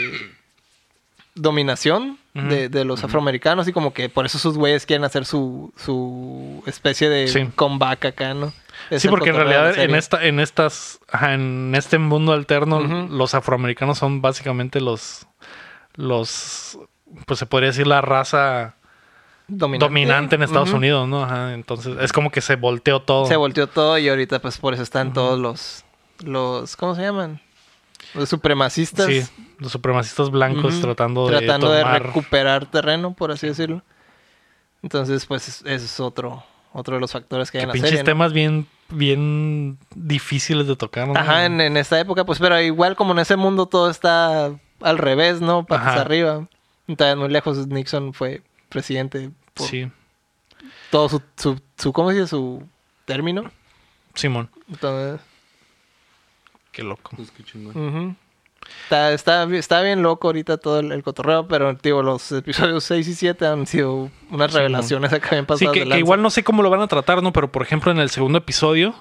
B: dominación
A: Ujú.
B: de, de los afroamericanos y como que por eso sus güeyes quieren hacer su, su especie de
A: Sí.
B: comeback acá, ¿no? Es
A: sí,
B: el
A: porque en
B: cotorreo de la
A: realidad en
B: serie.
A: esta, en estas, ajá, en este mundo alterno,
B: Ujú.
A: los afroamericanos son básicamente los, los, pues se podría decir la raza dominante,
B: dominante,
A: en Estados
B: Ujú.
A: Unidos, ¿no? Ajá, entonces es como que se volteó todo.
B: Se volteó todo y ahorita pues por eso están todos los los ¿cómo se llaman? Los supremacistas
A: Sí, los supremacistas blancos
B: Ujú.
A: tratando,
B: tratando
A: de
B: de
A: tomar
B: recuperar terreno, por así decirlo. Entonces, pues es- ese es otro, otro de los factores que hay
A: Que
B: en la
A: pinches
B: serie. ¿no?
A: temas bien, bien difíciles de tocar. ¿no?
B: Ajá, en, en esta época, pues, pero igual como en ese mundo todo está al revés, ¿no? Patas
A: Ajá.
B: arriba. Entonces, muy lejos, Nixon fue presidente por
A: Sí,
B: todo su, su, su- ¿cómo se dice? Su término.
A: Simón.
B: Entonces,
A: Qué loco.
C: Pues qué chingón.
B: ujú. está, está, bi- está bien loco ahorita todo el, el cotorreo, pero, tío, los episodios 6 y 7 han sido unas
A: Sí, mon.
B: revelaciones acá bien
A: Sí,
B: pasadas
A: que,
B: de
A: que
B: lanza.
A: igual no sé cómo lo van a tratar, ¿no? Pero por ejemplo, en el segundo episodio,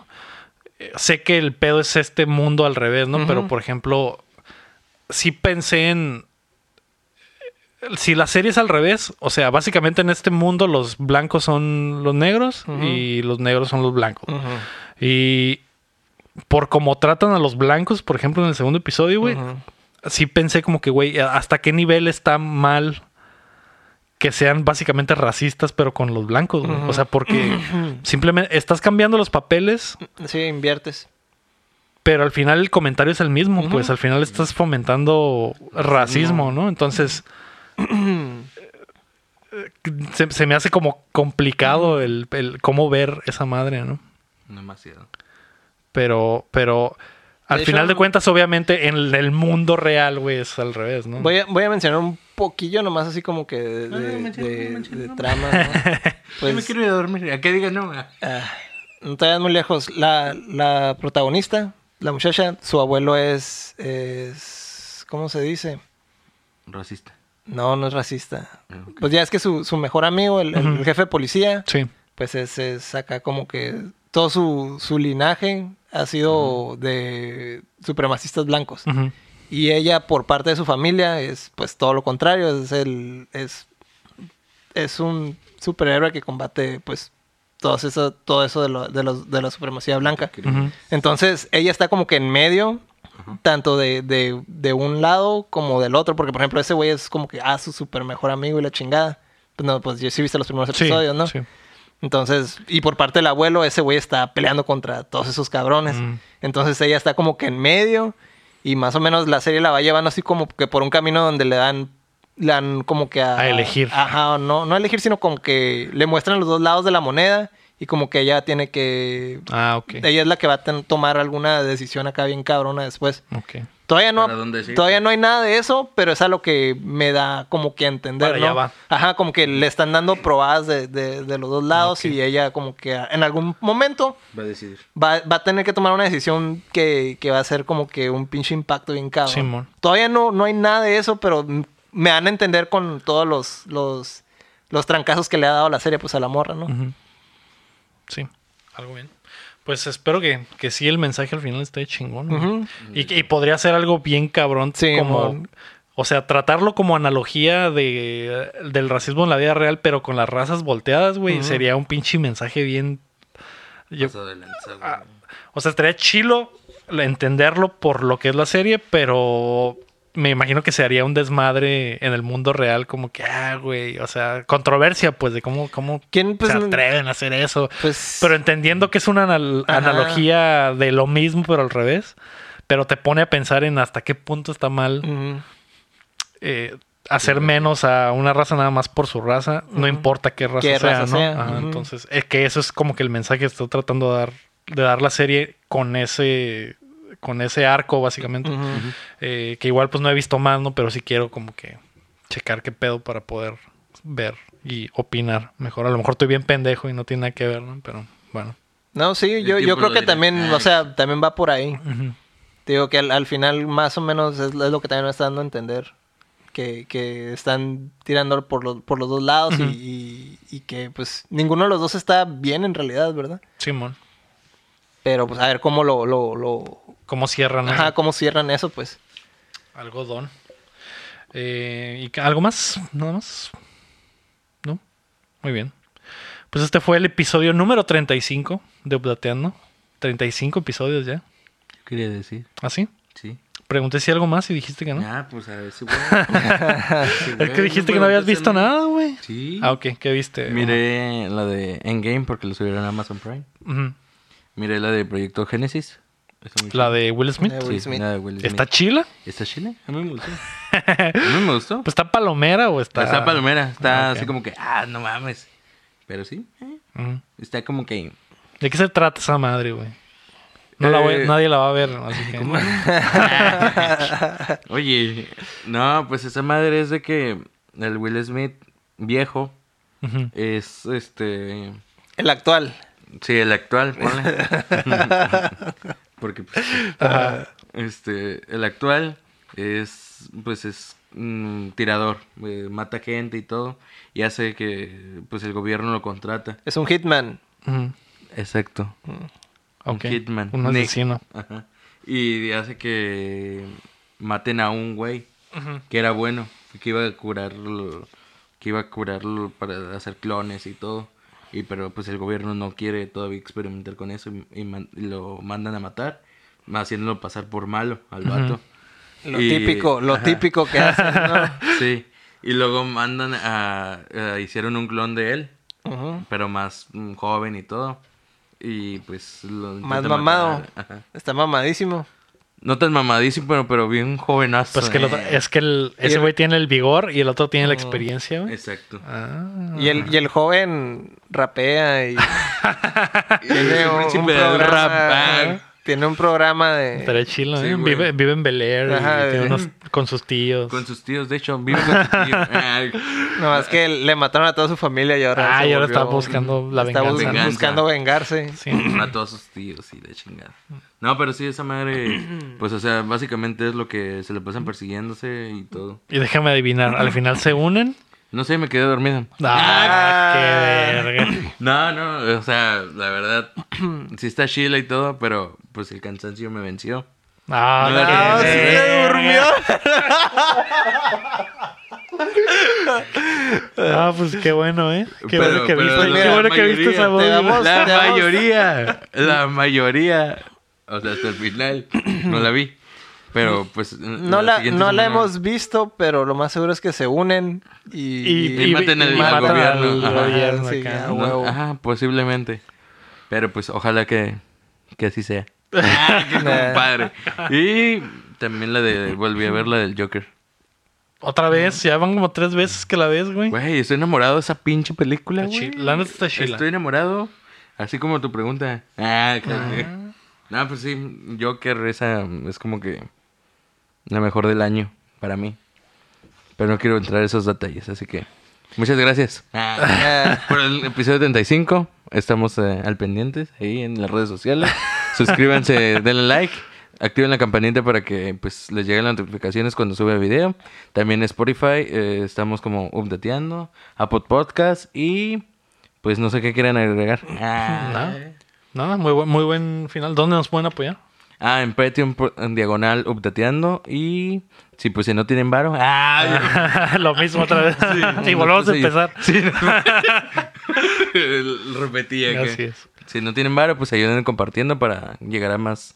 A: eh, sé que el pedo es este mundo al revés, ¿no?
B: Ujú.
A: Pero por ejemplo, sí pensé en. eh, Si la serie es al revés, o sea, básicamente en este mundo los blancos son los negros
B: Ujú.
A: y los negros son los blancos.
B: Ujú.
A: Y por cómo tratan a los blancos, por ejemplo, en el segundo episodio, güey,
B: Ujú.
A: sí pensé como que, güey, ¿hasta qué nivel está mal que sean básicamente racistas, pero con los blancos, güey?
B: Ujú.
A: O sea, porque simplemente estás cambiando los papeles,
B: Sí, inviertes.
A: pero al final el comentario es el mismo, pues al final estás fomentando racismo, ¿no? Entonces, eh, se, se me hace como complicado el, el cómo ver esa madre, ¿no?
C: Demasiado.
A: Pero, pero al
B: De hecho,
A: final de cuentas, obviamente, en el mundo real, güey, es al revés, ¿no?
B: Voy a, voy a mencionar un poquillo nomás así como que de,
C: No, no,
B: de-
C: menciona,
B: de-
C: no, menciona,
B: de
C: no.
B: trama, ¿no?
C: Yo me
B: Pues,
C: quiero ir a dormir. ¿A qué digas no? ah?
B: ah, no te vayas muy lejos. La, la protagonista, la muchacha, su abuelo es, es... ¿Cómo se dice?
C: Racista.
B: No, no es racista.
C: Ah, ok.
B: Pues ya es que su, su mejor amigo, el, el
A: Ujú.
B: jefe de policía,
A: Sí.
B: pues es, es acá como que todo su, su linaje ha sido de supremacistas blancos.
A: Ujú.
B: Y ella, por parte de su familia, es pues todo lo contrario. Es el. es. es un superhéroe que combate, pues, todo eso, todo eso de, lo- de los- de la supremacía blanca.
A: Ujú.
B: Entonces, ella está como que en medio, tanto de, de- de un lado como del otro. Porque, por ejemplo, ese güey es como que, ah, su super mejor amigo y la chingada. Pues no, pues yo sí viste los primeros
A: Sí,
B: episodios, ¿no?
A: sí.
B: Entonces, y por parte del abuelo, ese güey está peleando contra todos esos cabrones.
A: Mm.
B: Entonces ella está como que en medio y más o menos la serie la va llevando así como que por un camino donde le dan, le dan como que a,
A: A elegir.
B: Ajá, no, no a elegir, sino como que le muestran los dos lados de la moneda y como que ella tiene que...
A: Ah, ok.
B: Ella es la que va a ten- tomar alguna decisión acá bien cabrona después.
A: Ok.
B: Todavía no,
C: ¿Para dónde sí?
B: todavía no hay nada de eso, pero es a lo que me da como que a entender,
A: Para allá
B: ¿no?
A: va.
B: Ajá, como que le están dando probadas de, de- de los dos lados
A: Ok.
B: y ella como que a- en algún momento
C: Va a decidir.
B: va, va a tener que tomar una decisión que, que va a ser como que un pinche impacto bien cabrón.
A: Simón.
B: Todavía no, no hay nada de eso, pero m- me dan a entender con todos los, los, los trancazos que le ha dado la serie pues a la morra, ¿no?
A: Ujú. Sí, algo bien. Pues espero que, que sí el mensaje al final esté chingón. güey.
B: Ujú.
A: y, y podría ser algo bien cabrón.
B: Sí,
A: como,
B: mon.
A: o sea, tratarlo como analogía de, del racismo en la vida real, pero con las razas volteadas, güey.
B: Ujú.
A: Sería un pinche mensaje bien... yo-
C: Pasado de lanza, güey.
A: Ah, o sea, estaría chilo entenderlo por lo que es la serie, pero me imagino que se haría un desmadre en el mundo real, como que, ah, güey, o sea, controversia, pues, de cómo, cómo
B: ¿Quién, pues,
A: se
B: no-
A: atreven a hacer eso.
B: Pues...
A: Pero entendiendo que es una anal-
B: Ajá.
A: analogía de lo mismo, pero al revés, pero te pone a pensar en hasta qué punto está mal
B: Ujú.
A: eh, hacer menos a una raza nada más por su raza, no
B: Ujú.
A: importa qué raza
B: Qué
A: sea,
B: raza
A: ¿no?
B: sea,
A: Ajá,
B: ujú.
A: Entonces, es que eso es como que el mensaje que está tratando de dar, de dar la serie con ese con ese arco básicamente
B: Ujú.
A: Eh, que igual pues no he visto más no pero sí quiero como que checar qué pedo para poder ver y opinar mejor a lo mejor estoy bien pendejo y no tiene nada que ver no pero bueno
B: No, sí,
C: El
B: yo, yo
C: tiempo
B: creo
C: lo
B: que
C: dirá.
B: también, o sea, también va por ahí.
A: Ujú.
B: Te digo que al, al final más o menos es, es lo que también me está dando a entender. Que, que están tirando por, los por los dos lados y-
A: Ujú.
B: y, y que pues ninguno de los dos está bien en realidad, ¿verdad?
A: Simón
B: Pero pues a ver cómo lo... lo, lo-
A: cómo cierran eso?
B: Ajá, cómo cierran eso, pues.
A: algodón Eh, y ca- algo más nada más no muy bien pues este fue el episodio número 35 de Updateando 35 episodios ya
C: ¿Qué quería decir?
A: así
C: Sí.
A: pregunté si algo más y dijiste que no
C: Ah, pues a ver si Es
A: es que dijiste que no habías visto nada güey
C: Sí.
A: ah ok ¿qué viste
C: Miré la de Endgame porque lo subieron a Amazon Prime.
A: Ujú.
C: Miré la de Proyecto Génesis. Está muy
A: la
C: chida.
A: de Will Smith
B: de
C: Sí,
B: Will Smith.
C: la de Will
A: está
C: Smith.
A: chila
C: ¿Está chile? A mí me gustó. A mí me gustó.
A: pues está palomera o está
C: Está palomera, está
A: Ah, ok.
C: así como que, ah, no mames. Pero sí, eh,
A: Ujú.
C: está como que...
A: ¿De qué se trata esa madre, güey? No la voy-
C: Eh,
A: nadie la va a ver, así que...
C: Oye, no, pues esa madre es de que el Will Smith viejo
A: Ujú.
C: es este...
B: El actual.
C: Sí, el actual, ponle. Porque pues, este, el actual es, pues es mm, tirador, eh, mata gente y todo, y hace que, pues el gobierno lo contrata.
B: Es un hitman.
A: Ujú.
C: Exacto.
A: Ok.
C: Un hitman.
A: Un
C: Nick.
A: asesino.
C: Ajá. Y hace que maten a un güey que era bueno, que iba a curarlo, que iba a curarlo para hacer clones y todo. Y pero pues el gobierno no quiere todavía experimentar con eso y, y man- y lo mandan a matar, haciéndolo pasar por malo al vato.
B: Lo
C: Y-
B: típico, lo
C: ajá.
B: típico que hace, ¿no?
C: Sí. Y luego mandan a, a- hicieron un clon de él,
B: Ujú.
C: pero más mm, joven y todo. Y pues lo
B: Más
C: intentan
B: mamado.
C: matar. Ajá.
B: Está mamadísimo.
C: No tan mamadísimo, pero, pero bien jovenazo.
A: Pues que el otro-
C: eh.
A: es que el- ese güey tiene el vigor y el otro tiene la experiencia, güey.
C: Exacto.
A: Ah.
B: Y el, y el joven rapea y tiene
C: el
B: un, un
C: príncipe del
B: programa. ¿eh?
C: rap.
B: Tiene un programa de.
A: Estaría chilo,
C: sí,
A: ¿eh?
C: güey.
A: Vive, vive en Bel Air y
B: Ajá,
A: tiene
B: eh.
A: unos- con sus tíos.
B: pues.
C: Con sus tíos, de hecho, vive con su tío. Ay,
B: No, es que le mataron a toda su familia y ahora.
A: Ah,
B: se
A: y ahora
B: volvió-
A: está buscando la
B: está
A: venganza.
B: bus-
C: Venganza.
B: buscando vengarse.
A: Sí.
C: A todos sus tíos y la chingada. No, pero sí, esa madre, pues, o sea, básicamente es lo que se le pasan persiguiéndose y todo.
A: Y déjame adivinar, ¿al final se unen?
C: No sé, me quedé dormido.
A: Ah, qué verga.
C: No, no, o sea, la verdad, sí está chila y todo, pero pues el cansancio me venció.
A: Ah,
C: No,
A: qué
B: Ah, sí se
A: verga.
B: durmió.
A: Ah, pues qué bueno, ¿eh? Qué
C: Pero-
A: bueno que
C: pero
A: viste,
C: la
A: qué bueno que
C: mayoría
A: viste esa
C: te
A: voz.
B: da
A: güey.
B: voz.
C: La
B: te vamos.
C: mayoría, la mayoría, o sea, hasta el final, no la vi. Pero pues.
B: No la,
C: siguiente
B: no la
C: semana-
B: hemos visto, pero lo más seguro es que se unen
A: Y,
B: y.
C: y maten al- al gobierno.
A: al
C: Ajá.
A: gobierno
B: Sí,
A: acá.
B: ya,
C: No,
B: huevo.
C: Ajá, posiblemente. Pero pues ojalá que, que así sea.
B: Nah.
C: Padre. Y también la de. Volví a ver la del Joker.
A: Otra vez, ya van como tres veces que la ves, güey.
C: Güey, estoy enamorado de esa pinche película,
A: Está
C: güey.
A: chi- la neta está chila.
C: Estoy enamorado. Así como tu pregunta. Ah, claro. No, pues sí, Joker, esa es como que la mejor del año para mí. Pero no quiero entrar en esos detalles, así que muchas gracias.
B: Ah.
C: Por el episodio 35, estamos eh, al pendientes ahí en las redes sociales. Suscríbanse, denle like, activen la campanita para que pues les lleguen las notificaciones cuando sube video. También Spotify, eh, estamos como updateando, Apple Podcast y pues no sé qué quieran agregar. Ah,
A: No, muy buen, muy buen final. ¿Dónde nos pueden apoyar?
C: Ah, en Patreon por- en diagonal updateando y si pues si no tienen varo. Ah,
A: Lo mismo otra vez. y volvemos a
C: Sí.
A: empezar.
C: Sí, no. Repetí acá.
A: Así es.
C: Si no tienen varo, pues ayuden compartiendo para llegar a más,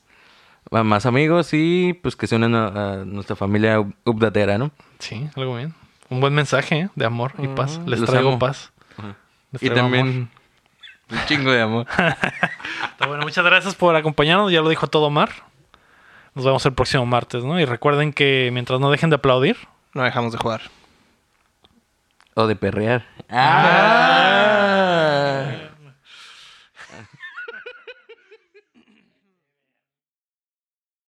C: a más amigos y pues que se unan a, a nuestra familia up- updatera, ¿no?
A: Sí, algo bien. Un buen mensaje ¿eh? de amor y paz. Les
C: Mm. Los
A: traigo
C: amo.
A: paz. Les
C: Y
A: traigo
C: también
A: amor.
C: un chingo de amor.
A: Está Bueno, muchas gracias por acompañarnos. Ya lo dijo todo Mar. Nos vemos el próximo martes, ¿no? Y recuerden que mientras no dejen de aplaudir,
B: No dejamos de jugar.
C: o de perrear.
A: Ah.
C: Ah.